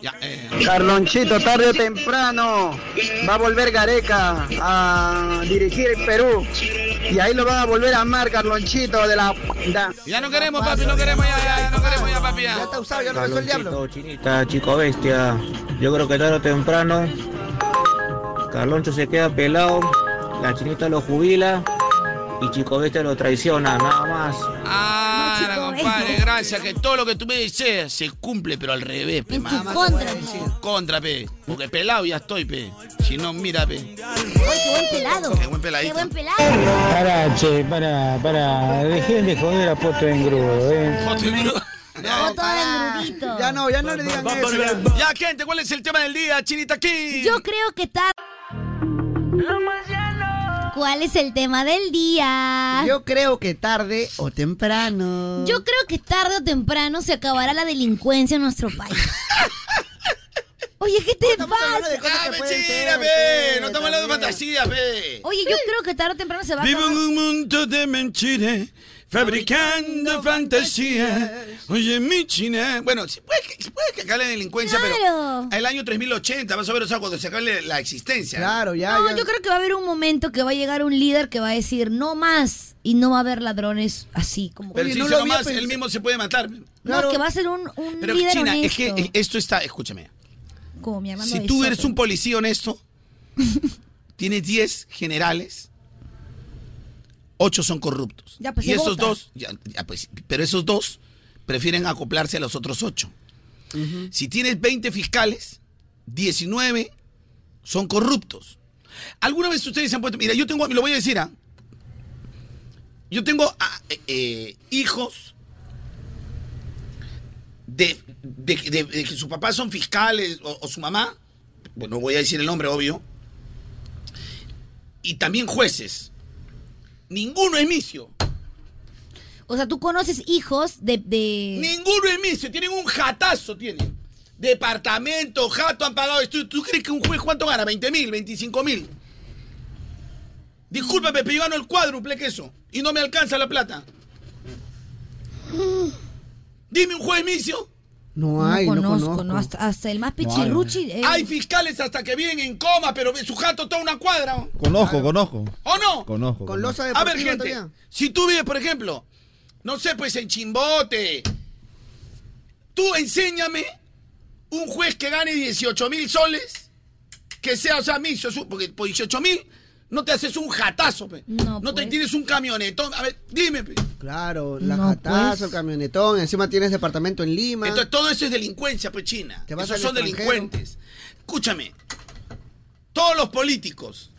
Speaker 5: Ya, eh.
Speaker 2: Carlonchito, tarde o temprano va a volver Gareca a dirigir el Perú. Y ahí lo van a volver a amar, Carlonchito, de la... da-
Speaker 5: Ya no queremos, papi, no queremos ya, ya, ya no queremos ya, papi. Ya,
Speaker 3: está usado, ya
Speaker 2: Carlonchito,
Speaker 40: Está chico bestia. Yo creo que tarde o temprano Carloncho se queda pelado, la chinita lo jubila y chico bestia lo traiciona, nada más.
Speaker 5: Ahora, Ah, compadre, gracias, que todo lo que tú me dices se cumple, pero al revés, pe.
Speaker 1: En
Speaker 5: mamá.
Speaker 1: contra,
Speaker 5: Contra, pe. Porque pelado ya estoy, pe. Si no, mira, pe.
Speaker 1: Oye, qué buen pelado.
Speaker 5: Qué buen peladito.
Speaker 1: Qué buen pelado.
Speaker 18: Para, che, para, para. Dejen de joder a Poto en grudo, eh.
Speaker 3: Ya no, ya no le digan eso. ya.
Speaker 5: Ya, gente, ¿cuál es el tema del día, Chinita aquí?
Speaker 1: Yo creo que está. ¿Cuál es el tema del día?
Speaker 3: Yo creo que tarde o temprano.
Speaker 1: Ah. Yo creo que tarde o temprano se acabará la delincuencia en nuestro país. Oye, ¿qué te pasa?
Speaker 5: Ah, mentira,
Speaker 3: eh,
Speaker 5: pe. No estamos hablando de fantasía, pe.
Speaker 1: Oye, yo creo que tarde o temprano se va a
Speaker 5: Vivo en
Speaker 1: acabar.
Speaker 5: un mundo de mentiras, fabricando fantasía. Oye, mi china. Bueno, sí, puede que, puede que acabe la delincuencia,
Speaker 1: Claro.
Speaker 5: pero el año 3080, vas a ver, o sea, cuando se acabe la existencia.
Speaker 3: Claro, ya.
Speaker 1: No, yo creo que va a haber un momento que va a llegar un líder que va a decir no más y no va a haber ladrones así como.
Speaker 5: Pero si dice nomás, él mismo se puede matar.
Speaker 1: No, que va a ser un, un
Speaker 5: Pero
Speaker 1: líder
Speaker 5: China,
Speaker 1: honesto.
Speaker 5: es que eh, esto está, escúchame,
Speaker 1: como mi hermano
Speaker 5: si
Speaker 1: de
Speaker 5: tú
Speaker 1: Soto.
Speaker 5: eres un policía honesto, tienes 10 generales, 8 son corruptos.
Speaker 1: Ya, pues,
Speaker 5: y
Speaker 1: se
Speaker 5: esos
Speaker 1: vota.
Speaker 5: dos, ya, ya, pues, pero esos dos prefieren acoplarse a los otros 8. Si tienes 20 fiscales, 19 son corruptos. ¿Alguna vez ustedes se han puesto, mira, yo tengo, lo voy a decir, ah, yo tengo ah, eh, eh, hijos de, de- de- de que sus papás son fiscales o, o su mamá, bueno, no voy a decir el nombre, obvio, y también jueces. Ninguno es misio.
Speaker 1: O sea, tú conoces hijos de. de-
Speaker 5: Ninguno es misio. Tienen un jatazo, tienen. Departamento, jato, han pagado esto. ¿Tú crees que un juez cuánto gana? ¿20 mil? ¿25 mil? Discúlpame, pero yo gano el cuádruple que eso. Y no me alcanza la plata. Dime un juez misio.
Speaker 3: No
Speaker 1: No
Speaker 3: hay, no
Speaker 1: conozco,
Speaker 3: conozco.
Speaker 1: no, hasta, hasta el más pichirruchi. eh,
Speaker 5: Hay fiscales hasta que viven en coma, pero su jato toda una cuadra. ¿o?
Speaker 20: Conozco, conozco.
Speaker 5: ¿O no?
Speaker 20: Conozco. conozco.
Speaker 5: A ver, gente, si tú vives, por ejemplo, no sé, pues en Chimbote, tú enséñame un juez que gane 18 mil soles, que sea, o sea, misio, su- porque por 18 mil no te haces un jatazo, pe. No, te tienes un camionetón. A ver, dime, pe.
Speaker 3: Claro, la
Speaker 5: No,
Speaker 3: jatazo,
Speaker 5: pues.
Speaker 3: el camionetón, encima tienes departamento en Lima.
Speaker 5: Entonces todo eso es delincuencia, pues China.
Speaker 3: vas
Speaker 5: Esos
Speaker 3: al
Speaker 5: son
Speaker 3: extranjero.
Speaker 5: delincuentes. Escúchame, todos los políticos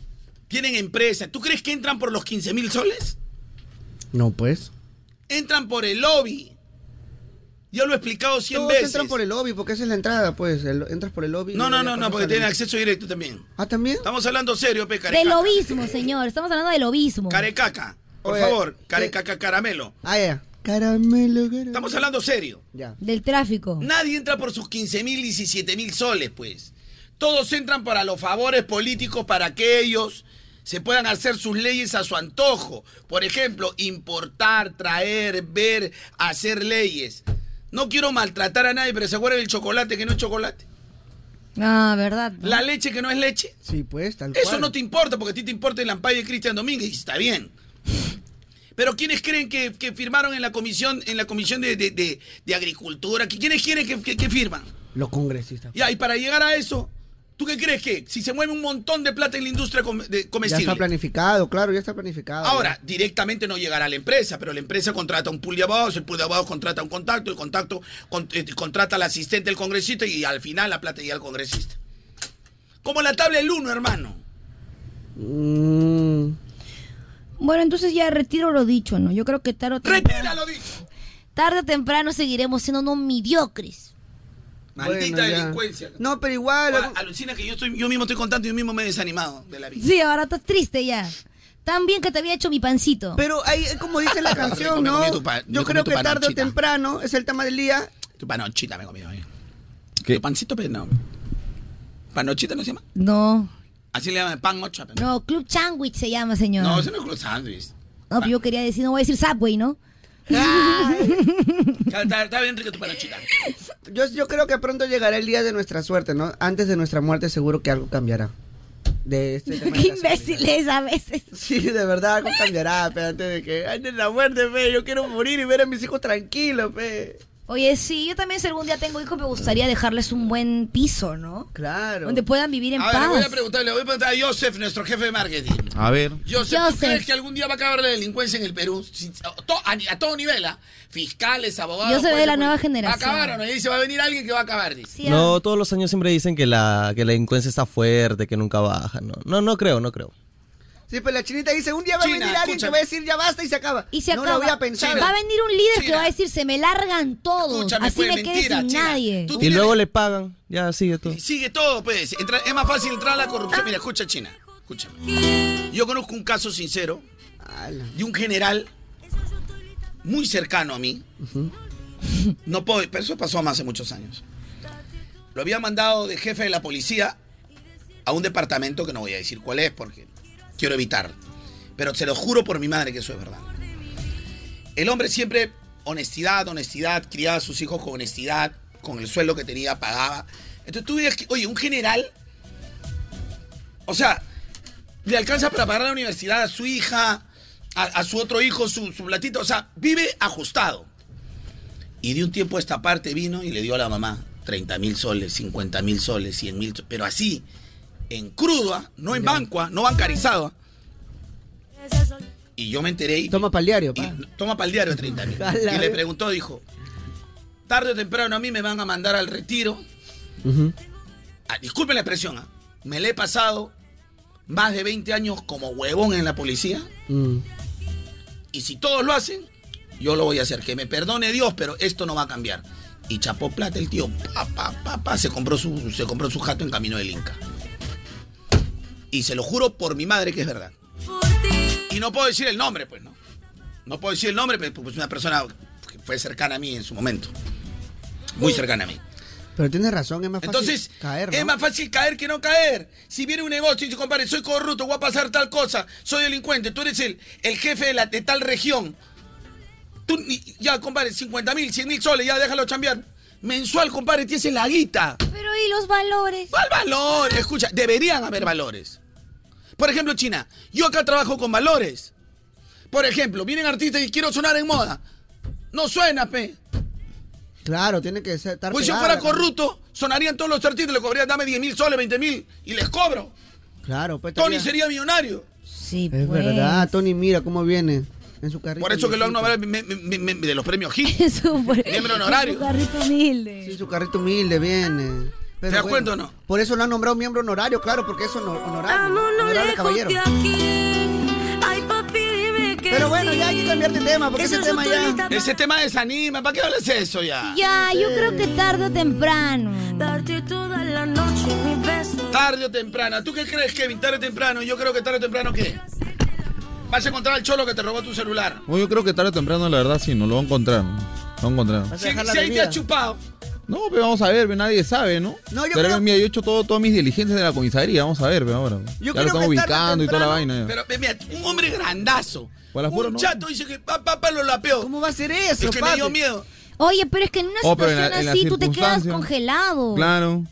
Speaker 5: tienen empresas. ¿Tú crees que entran por los 15 mil soles?
Speaker 3: No, pues.
Speaker 5: entran por el lobby. Yo lo he explicado 100
Speaker 3: Todos
Speaker 5: veces.
Speaker 3: entran por el lobby, porque esa es la entrada, pues. el- entras por el lobby.
Speaker 5: No,
Speaker 3: y
Speaker 5: no,
Speaker 3: ya
Speaker 5: no, no,
Speaker 3: pasas
Speaker 5: porque
Speaker 3: al-
Speaker 5: tienen acceso directo también.
Speaker 3: Ah, también.
Speaker 5: Estamos hablando serio, pe,
Speaker 1: de
Speaker 5: carecaca.
Speaker 1: lobismo, señor. Estamos hablando de lobismo.
Speaker 5: Carecaca, por
Speaker 3: Oye,
Speaker 5: favor, carecaca caramelo.
Speaker 3: Ah, ya. Caramelo, caramelo.
Speaker 5: Estamos hablando serio.
Speaker 1: Del tráfico.
Speaker 5: Nadie entra por sus 15 mil, 17 mil soles, pues. Todos entran para los favores políticos para que ellos se puedan hacer sus leyes a su antojo. Por ejemplo, importar, traer, ver, hacer leyes. No quiero maltratar a nadie, pero ¿se acuerdan del chocolate que no es chocolate?
Speaker 1: Ah, verdad.
Speaker 5: La leche que no es leche.
Speaker 3: Sí, pues, tal
Speaker 5: Eso
Speaker 3: cual.
Speaker 5: no te importa porque a ti te importa el amparo de Cristian Domínguez y está bien. Pero ¿quiénes creen que, que firmaron en la comisión, en la comisión de, de- de- de Agricultura? ¿Qui- ¿Quiénes quieren que, que- que firman?
Speaker 3: Los congresistas.
Speaker 5: Ya, y para llegar a eso, ¿tú qué crees que? Si se mueve un montón de plata en la industria com- de-
Speaker 3: Ya está
Speaker 5: comestible.
Speaker 3: planificado, claro, ya está planificado.
Speaker 5: Ahora, directamente no llegará a la empresa, pero la empresa contrata un pool de abogados, el pool de abogados contrata un contacto, el contacto con- eh, contrata al asistente del congresista y al final la plata llega al congresista. Como la tabla del uno, hermano.
Speaker 3: Mm,
Speaker 1: Bueno, entonces ya retiro lo dicho, ¿no? Yo creo que tarde o temprano... ¡Retira
Speaker 5: lo dicho!
Speaker 1: Tarde o temprano seguiremos siendo unos mediocres.
Speaker 5: Maldita
Speaker 1: Bueno, ya.
Speaker 5: delincuencia. ah,
Speaker 3: No, pero igual.
Speaker 5: alucina que yo estoy, yo mismo estoy contando y yo mismo me he desanimado de la vida.
Speaker 1: Sí, ahora estás triste ya. Tan bien que te había hecho mi pancito.
Speaker 3: Pero ahí, eh, como dice la canción,
Speaker 5: Me
Speaker 3: ¿no?
Speaker 5: comí tu pa- me
Speaker 3: Yo
Speaker 5: comí
Speaker 3: creo
Speaker 5: tu
Speaker 3: que tarde o
Speaker 5: panochita.
Speaker 3: temprano es el tema del día.
Speaker 5: Tu panochita me he comido. eh. Tu pancito, pero no. ¿Panochita no se llama?
Speaker 1: No,
Speaker 5: Así le llaman pan ocha. pero-
Speaker 1: no, Club Sandwich se llama, señor.
Speaker 5: No, ese no es Club Sandwich.
Speaker 1: No, pero yo quería decir, no voy a decir Subway, ¿no?
Speaker 5: Está, está- está bien rica tu panochita.
Speaker 3: Yo, yo creo que pronto llegará el día de nuestra suerte, ¿no? Antes de nuestra muerte, seguro que algo cambiará. De este tema.
Speaker 1: Qué imbéciles a veces.
Speaker 3: Sí, de verdad, algo cambiará, pero antes de que. Antes de la muerte, fe. Yo quiero morir y ver a mis hijos tranquilos, fe.
Speaker 1: Oye, sí, yo también si algún día tengo hijos me gustaría dejarles un buen piso, ¿no?
Speaker 3: Claro.
Speaker 1: Donde puedan vivir en
Speaker 5: A ver, le
Speaker 1: paz.
Speaker 5: voy a preguntar, le voy a preguntar a Joseph, nuestro jefe de marketing.
Speaker 19: A ver.
Speaker 5: Joseph, ¿tú
Speaker 1: Joseph.
Speaker 5: crees que algún día va a acabar la delincuencia en el Perú? Sin- a, to- a ni- a todo nivel, ¿ah? Fiscales, abogados.
Speaker 1: Joseph es de la
Speaker 5: jueces,
Speaker 1: nueva
Speaker 5: jueces.
Speaker 1: generación.
Speaker 5: Acabaron, ahí dice, va a venir alguien que va a acabar, dice.
Speaker 28: No, todos los años siempre dicen que la, que la delincuencia está fuerte, que nunca baja. No, no, no creo, no creo.
Speaker 3: Sí, pero la chinita dice: un día va a venir alguien que
Speaker 5: escúchame.
Speaker 3: va a decir ya basta y se acaba.
Speaker 1: Y se
Speaker 3: no
Speaker 1: acaba.
Speaker 3: lo había pensado.
Speaker 1: Va a venir un líder que va a decir, se me largan todos.
Speaker 5: Escúchame,
Speaker 1: así
Speaker 5: pues,
Speaker 1: me quedé
Speaker 5: mentira,
Speaker 1: sin
Speaker 5: China.
Speaker 1: nadie.
Speaker 5: Tú
Speaker 28: Y
Speaker 5: tienes-
Speaker 28: luego le pagan, ya sigue todo.
Speaker 5: Sigue todo, pues. Entra- es más fácil entrar a la corrupción. Mira, escucha, China. Escúchame. Yo conozco un caso sincero de un general muy cercano a mí. No puedo, pero eso pasó hace muchos años. Lo había mandado de jefe de la policía a un departamento que no voy a decir cuál es porque quiero evitar. Pero se lo juro por mi madre que eso es verdad. El hombre siempre, honestidad, honestidad, criaba a sus hijos con honestidad, con el sueldo que tenía, pagaba. Entonces tú dices que, oye, un general, o sea, le alcanza para pagar la universidad a su hija, a, a su otro hijo, su, su platito, o sea, vive ajustado. Y de un tiempo a esta parte vino y le dio a la mamá 30 mil soles, 50 mil soles, 100 mil, pero así, en cruda, no en bancua, no bancarizado. ¿ah? Y yo me enteré y...
Speaker 3: Toma pa'l diario,
Speaker 5: y- toma para el diario 30 mil.
Speaker 3: A la
Speaker 5: Y le
Speaker 3: vez.
Speaker 5: preguntó, dijo, tarde o temprano a mí me van a mandar al retiro. Ah, disculpen la expresión, ¿ah? me le he pasado más de 20 años como huevón en la policía.
Speaker 3: Mm.
Speaker 5: Y si todos lo hacen, yo lo voy a hacer. Que me perdone Dios, pero esto no va a cambiar. Y chapó plata el tío. Pa, pa, pa, pa, se compró su, se compró su jato en camino del Inca. Y se lo juro por mi madre que es verdad. Y no puedo decir el nombre, pues, ¿no? No puedo decir el nombre, pero, porque es una persona que fue cercana a mí en su momento. Muy cercana a mí.
Speaker 3: Pero tienes razón, es más fácil
Speaker 5: Entonces,
Speaker 3: caer, ¿no?
Speaker 5: Es más fácil caer que no caer. Si viene un negocio y dice, compadre, soy corrupto, voy a pasar tal cosa, soy delincuente, tú eres el, el jefe de, la, de tal región. Tú, ni- ya, compadre, 50 mil, 100 mil soles, ya déjalo chambear. Mensual, compadre, tienes la guita.
Speaker 1: Pero ¿y los valores?
Speaker 5: ¿Cuál valor? Escucha, deberían haber valores. Por ejemplo, China, yo acá trabajo con valores. Por ejemplo, vienen artistas y quiero sonar en moda. No suena, pe.
Speaker 3: Claro, tiene que ser. estar
Speaker 5: Pues si yo
Speaker 3: pegada,
Speaker 5: fuera
Speaker 3: ¿no?
Speaker 5: corrupto, sonarían todos los artistas, le cobrarían dame 10 mil soles, 20 mil, y les cobro.
Speaker 3: Claro, pues.
Speaker 5: Tony
Speaker 3: estaría-
Speaker 5: sería millonario.
Speaker 1: Sí, pues.
Speaker 3: Es verdad, Tony, mira cómo viene en su carrito.
Speaker 5: Por eso que lo han
Speaker 3: viejito.
Speaker 5: nombrado me- me- me- me- de los premios Hit. Miembro
Speaker 3: Su
Speaker 5: honorario.
Speaker 1: carrito humilde.
Speaker 3: Sí, su carrito humilde viene. Pero
Speaker 5: ¿Te das
Speaker 3: bueno,
Speaker 5: cuenta o no?
Speaker 3: Por eso lo han nombrado miembro honorario, claro, porque es honor- honorario. honorable caballero. Pero bueno, ya hay que cambiar de tema, porque ese tema ya.
Speaker 5: Ese tema desanima, ¿para qué hablas eso ya?
Speaker 1: Ya, yo creo que tarde o temprano.
Speaker 9: Darte toda la noche mi beso.
Speaker 5: Tarde o temprano. ¿Tú qué crees, Kevin? Tarde o temprano. Yo creo que tarde o temprano, ¿qué? Vas a encontrar al cholo que te robó tu celular.
Speaker 19: Bueno, yo creo que tarde o temprano, la verdad, sí, no lo va a encontrar. ¿no? Lo va a encontrar.
Speaker 5: Si, si ahí te has chupado.
Speaker 19: No, pero vamos a ver, pero nadie sabe, ¿no?
Speaker 5: No, yo
Speaker 19: Pero,
Speaker 5: creo-
Speaker 19: mira, yo he hecho todo, todas mis diligencias de la comisaría, vamos a ver, pero ahora.
Speaker 5: Yo
Speaker 19: ya lo estamos
Speaker 5: creo que tarde o
Speaker 19: ubicando y toda la
Speaker 5: temprano,
Speaker 19: vaina. ya.
Speaker 5: Pero eh, mira, un hombre grandazo.
Speaker 19: Por las
Speaker 5: un
Speaker 19: puras, ¿no?
Speaker 5: chato dice que papá pa, lo lapeo. ¿Cómo
Speaker 3: va a ser eso?
Speaker 5: Es que me
Speaker 19: papi?
Speaker 5: dio miedo.
Speaker 1: Oye, pero es que en una
Speaker 19: Oh, pero en
Speaker 1: situación
Speaker 19: la- en la
Speaker 1: así tú te quedas
Speaker 19: circunstancia.
Speaker 1: congelado.
Speaker 19: Claro.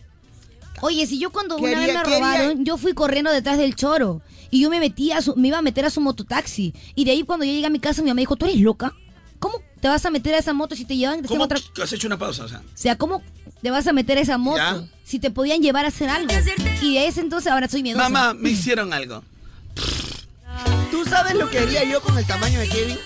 Speaker 1: Oye, si yo cuando
Speaker 3: ¿Qué
Speaker 1: una vez
Speaker 3: haría-
Speaker 1: me
Speaker 3: qué haría?
Speaker 1: robaron, yo fui corriendo detrás del choro y yo me metí a su- me iba a meter a su mototaxi y de ahí cuando yo llegué a mi casa mi mamá dijo, "¿Tú eres loca? ¿Cómo te vas a meter a esa moto si te llevan a hacer
Speaker 5: ¿Cómo
Speaker 1: otra
Speaker 5: que has hecho una pausa? O sea,
Speaker 1: O sea, ¿cómo te vas a meter a esa moto
Speaker 5: Ya.
Speaker 1: si te podían llevar a hacer algo?" Y de ese entonces ahora soy miedosa.
Speaker 5: mamá, me hicieron algo.
Speaker 3: ¿Tú sabes lo que haría yo con el tamaño de Kevin?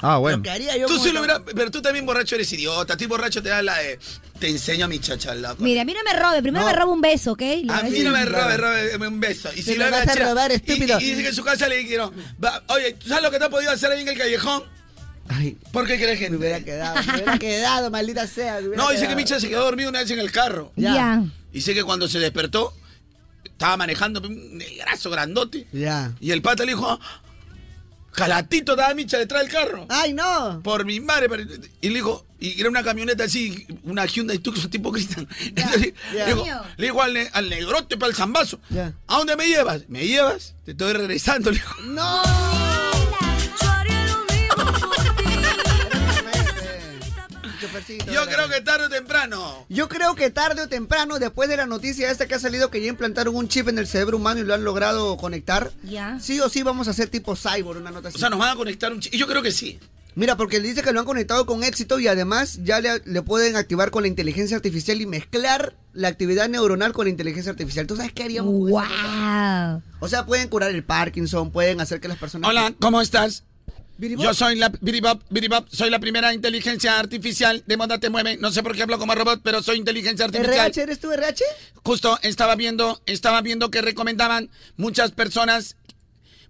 Speaker 19: Ah, bueno.
Speaker 5: tú sí lo hubieras- pero tú también borracho eres idiota. A ti borracho te da la de. Te enseño a mi chachalaco.
Speaker 1: Mira, a mí no me robe. Primero me robo un beso, ¿ok? Le
Speaker 5: A
Speaker 1: voy
Speaker 5: mí
Speaker 1: decir.
Speaker 5: no me robe, robe un beso. Y
Speaker 1: Te
Speaker 5: si
Speaker 1: lo
Speaker 5: lo
Speaker 1: vas a
Speaker 5: agacha-
Speaker 1: robar,
Speaker 5: y-
Speaker 1: estúpido.
Speaker 5: Y, dice que en su casa le dijeron, va, oye, ¿tú sabes lo que te ha podido hacer ahí en el callejón? ¿Por qué crees que me hubiera quedado?
Speaker 3: Me hubiera quedado, maldita sea. me hubiera
Speaker 5: No, dice que
Speaker 3: quedado.
Speaker 5: Micha se quedó dormido una vez en el carro.
Speaker 3: Ya. Ya.
Speaker 5: Dice que cuando se despertó, estaba manejando un negrazo grandote.
Speaker 3: Ya.
Speaker 5: Y el pata le dijo, "Ah, calatito estaba Micha detrás del carro.
Speaker 3: ¡Ay, no!
Speaker 5: Por mi madre. pero- Y le dijo, y era una camioneta así, una Hyundai Tucson tipo Cristian. Entonces,
Speaker 3: ya.
Speaker 5: Le, dijo, le dijo al, ne- al negrote para el zambazo,
Speaker 3: Ya.
Speaker 5: ¿a dónde me llevas? ¿Me llevas? Te estoy regresando, le dijo.
Speaker 3: ¡No!
Speaker 5: Yo creo que tarde o temprano.
Speaker 3: Yo creo que tarde o temprano, después de la noticia esta que ha salido que ya implantaron un chip en el cerebro humano y lo han logrado conectar, sí o sí vamos a hacer tipo cyborg, una nota así.
Speaker 5: O sea, nos van a conectar un chi- y Yo creo que sí.
Speaker 3: Mira, porque dice que lo han conectado con éxito y además ya le, le pueden activar con la inteligencia artificial y mezclar la actividad neuronal con la inteligencia artificial. ¿Tú sabes qué haríamos? con esa nota? O sea, pueden curar el Parkinson, pueden hacer que las personas...
Speaker 5: Hola, ¿cómo estás? Yo soy la biribop, biribop, soy la primera inteligencia artificial de moda te mueve. No sé por qué hablo como robot, pero soy inteligencia artificial.
Speaker 3: ¿RH eres tú, RH?
Speaker 5: Justo estaba viendo, estaba viendo que recomendaban muchas personas,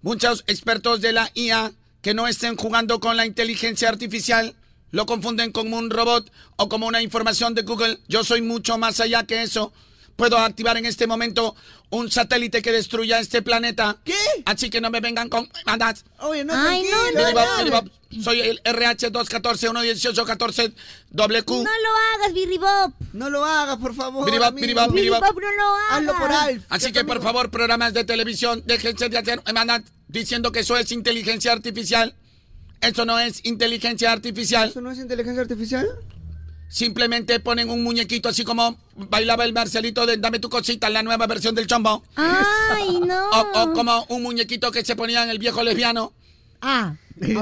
Speaker 5: muchos expertos de la IA que no estén jugando con la inteligencia artificial. Lo confunden con un robot o como una información de Google. Yo soy mucho más allá que eso. Puedo activar en este momento un satélite que destruya este planeta. ¿Qué? Así que no me vengan con mandas.
Speaker 3: Oye, no,
Speaker 1: Ay, no, tranquilo. no,
Speaker 5: Bilibop,
Speaker 1: no.
Speaker 5: Bilibop, Soy el RH214-11814 doble Q.
Speaker 1: No lo hagas, Birri Bob.
Speaker 3: No lo hagas, por favor.
Speaker 5: Biribop,
Speaker 1: amigo.
Speaker 5: biribop, biribop.
Speaker 1: Biribop, no lo hagas.
Speaker 3: Hazlo por Alf.
Speaker 5: Así que por favor, programas de televisión, déjense de hacer emanar diciendo que eso es inteligencia artificial. Eso no es inteligencia artificial.
Speaker 3: ¿Eso no es inteligencia artificial?
Speaker 5: Simplemente ponen un muñequito así como bailaba el Marcelito de Dame tu cosita, la nueva versión del chombo.
Speaker 1: Ay, no.
Speaker 5: O, o como un muñequito que se ponía en el viejo lesbiano.
Speaker 1: Ah,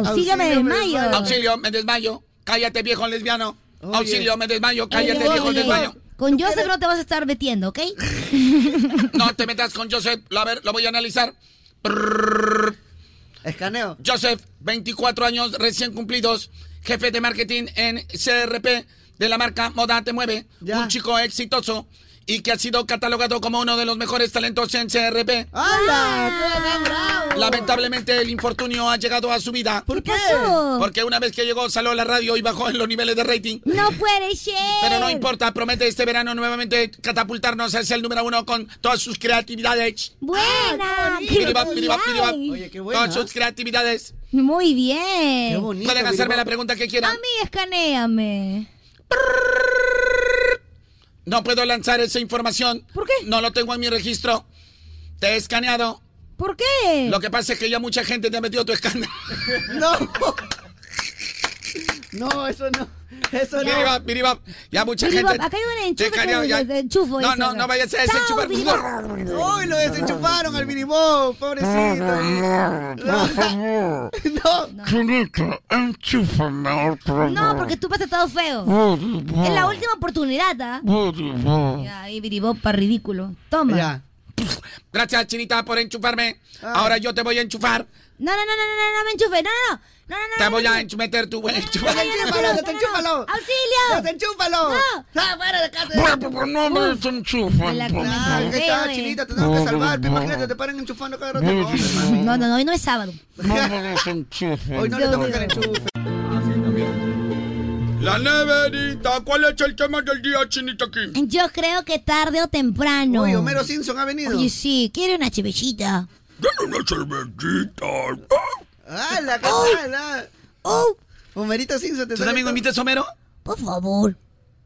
Speaker 1: auxilio me desmayo.
Speaker 5: Auxilio, me desmayo. Cállate, viejo lesbiano. Auxilio, me desmayo. Cállate,
Speaker 1: Oye,
Speaker 5: viejo
Speaker 1: oye,
Speaker 5: lesbiano.
Speaker 1: Con Joseph no te vas a estar metiendo, ¿ok?
Speaker 5: No te metas con Joseph. Lo- A ver, lo voy a analizar.
Speaker 3: Escaneo.
Speaker 5: Joseph, 24 años recién cumplidos, jefe de marketing en CRP de la marca Moda Te Mueve. Un chico exitoso y que ha sido catalogado como uno de los mejores talentos en CRP.
Speaker 1: Ah.
Speaker 5: Lamentablemente el infortunio ha llegado a su vida. ¿Por
Speaker 1: qué? pasó?
Speaker 5: Porque una vez que llegó salió a la radio y bajó en los niveles de rating.
Speaker 1: No puede ser.
Speaker 5: Pero no importa, promete este verano nuevamente catapultarnos hacia el número uno con todas sus creatividades.
Speaker 1: Buena.
Speaker 5: Piribap, piribap, piribap.
Speaker 1: Oye, qué
Speaker 5: Todas sus creatividades.
Speaker 1: Muy bien.
Speaker 5: Pueden hacerme la pregunta que
Speaker 1: A
Speaker 5: quieran.
Speaker 1: mí escaneame.
Speaker 5: No puedo lanzar esa información. ¿Por qué? No lo tengo en mi registro. Te he escaneado.
Speaker 1: ¿Por qué?
Speaker 5: Lo que pasa es que ya mucha gente te ha metido tu escándalo.
Speaker 3: no. No, eso no. Eso no.
Speaker 5: Biribap, biribap. Ya mucha
Speaker 1: Biribap,
Speaker 5: gente.
Speaker 1: acá hay un enchufe
Speaker 5: te he escaneado,
Speaker 1: que
Speaker 5: ya.
Speaker 1: desenchufo
Speaker 5: No,
Speaker 1: eso,
Speaker 5: no,
Speaker 1: ¿no?
Speaker 5: no vayas a
Speaker 1: Chao,
Speaker 5: desenchufar.
Speaker 3: ¡Uy, lo desenchufaron al minibob! ¡Pobrecito! ¡No!
Speaker 20: Chulito, enchúfame otro.
Speaker 1: No, porque tú has estado feo.
Speaker 20: Biribop.
Speaker 1: Es la última oportunidad, ¿ah?
Speaker 20: Biribop.
Speaker 1: Ay, biribopa, ridículo. Toma.
Speaker 5: Gracias, Chinita, por enchufarme.
Speaker 1: Ah.
Speaker 5: Ahora yo te voy a enchufar.
Speaker 1: No, no, no, no, no, no, no me enchufe. No, no, no. No, no, no.
Speaker 5: Te voy a enchu- meter tu buen enchufe.
Speaker 3: ¡Desenchúfalo, desenchúfalo!
Speaker 1: ¡Auxilio!
Speaker 3: ¡Desenchúfalo!
Speaker 1: No. pues,
Speaker 3: ¡Ah, fuera de casa!
Speaker 20: No me desenchufan. por
Speaker 3: Ah,
Speaker 20: favor.
Speaker 3: que estaba chinita, te tengo que salvarte. Imagínate, te paran enchufando cada rato. No,
Speaker 1: No, no, no, hoy no es sábado.
Speaker 20: No me desenchufan.
Speaker 3: Hoy no le toca el enchufe.
Speaker 5: La neverita, ¿cuál es el tema del día, Chinita Kim?
Speaker 1: Yo creo que tarde o temprano.
Speaker 5: Oye, Homero Simpson ha venido.
Speaker 1: Oye, sí, quiere una chivechita.
Speaker 5: una cervecita.
Speaker 3: ¡Ah, la casa!
Speaker 1: ¡Oh!
Speaker 3: Homerito Simpson te
Speaker 5: ¿Tú también invitas a Homero?
Speaker 1: Por favor.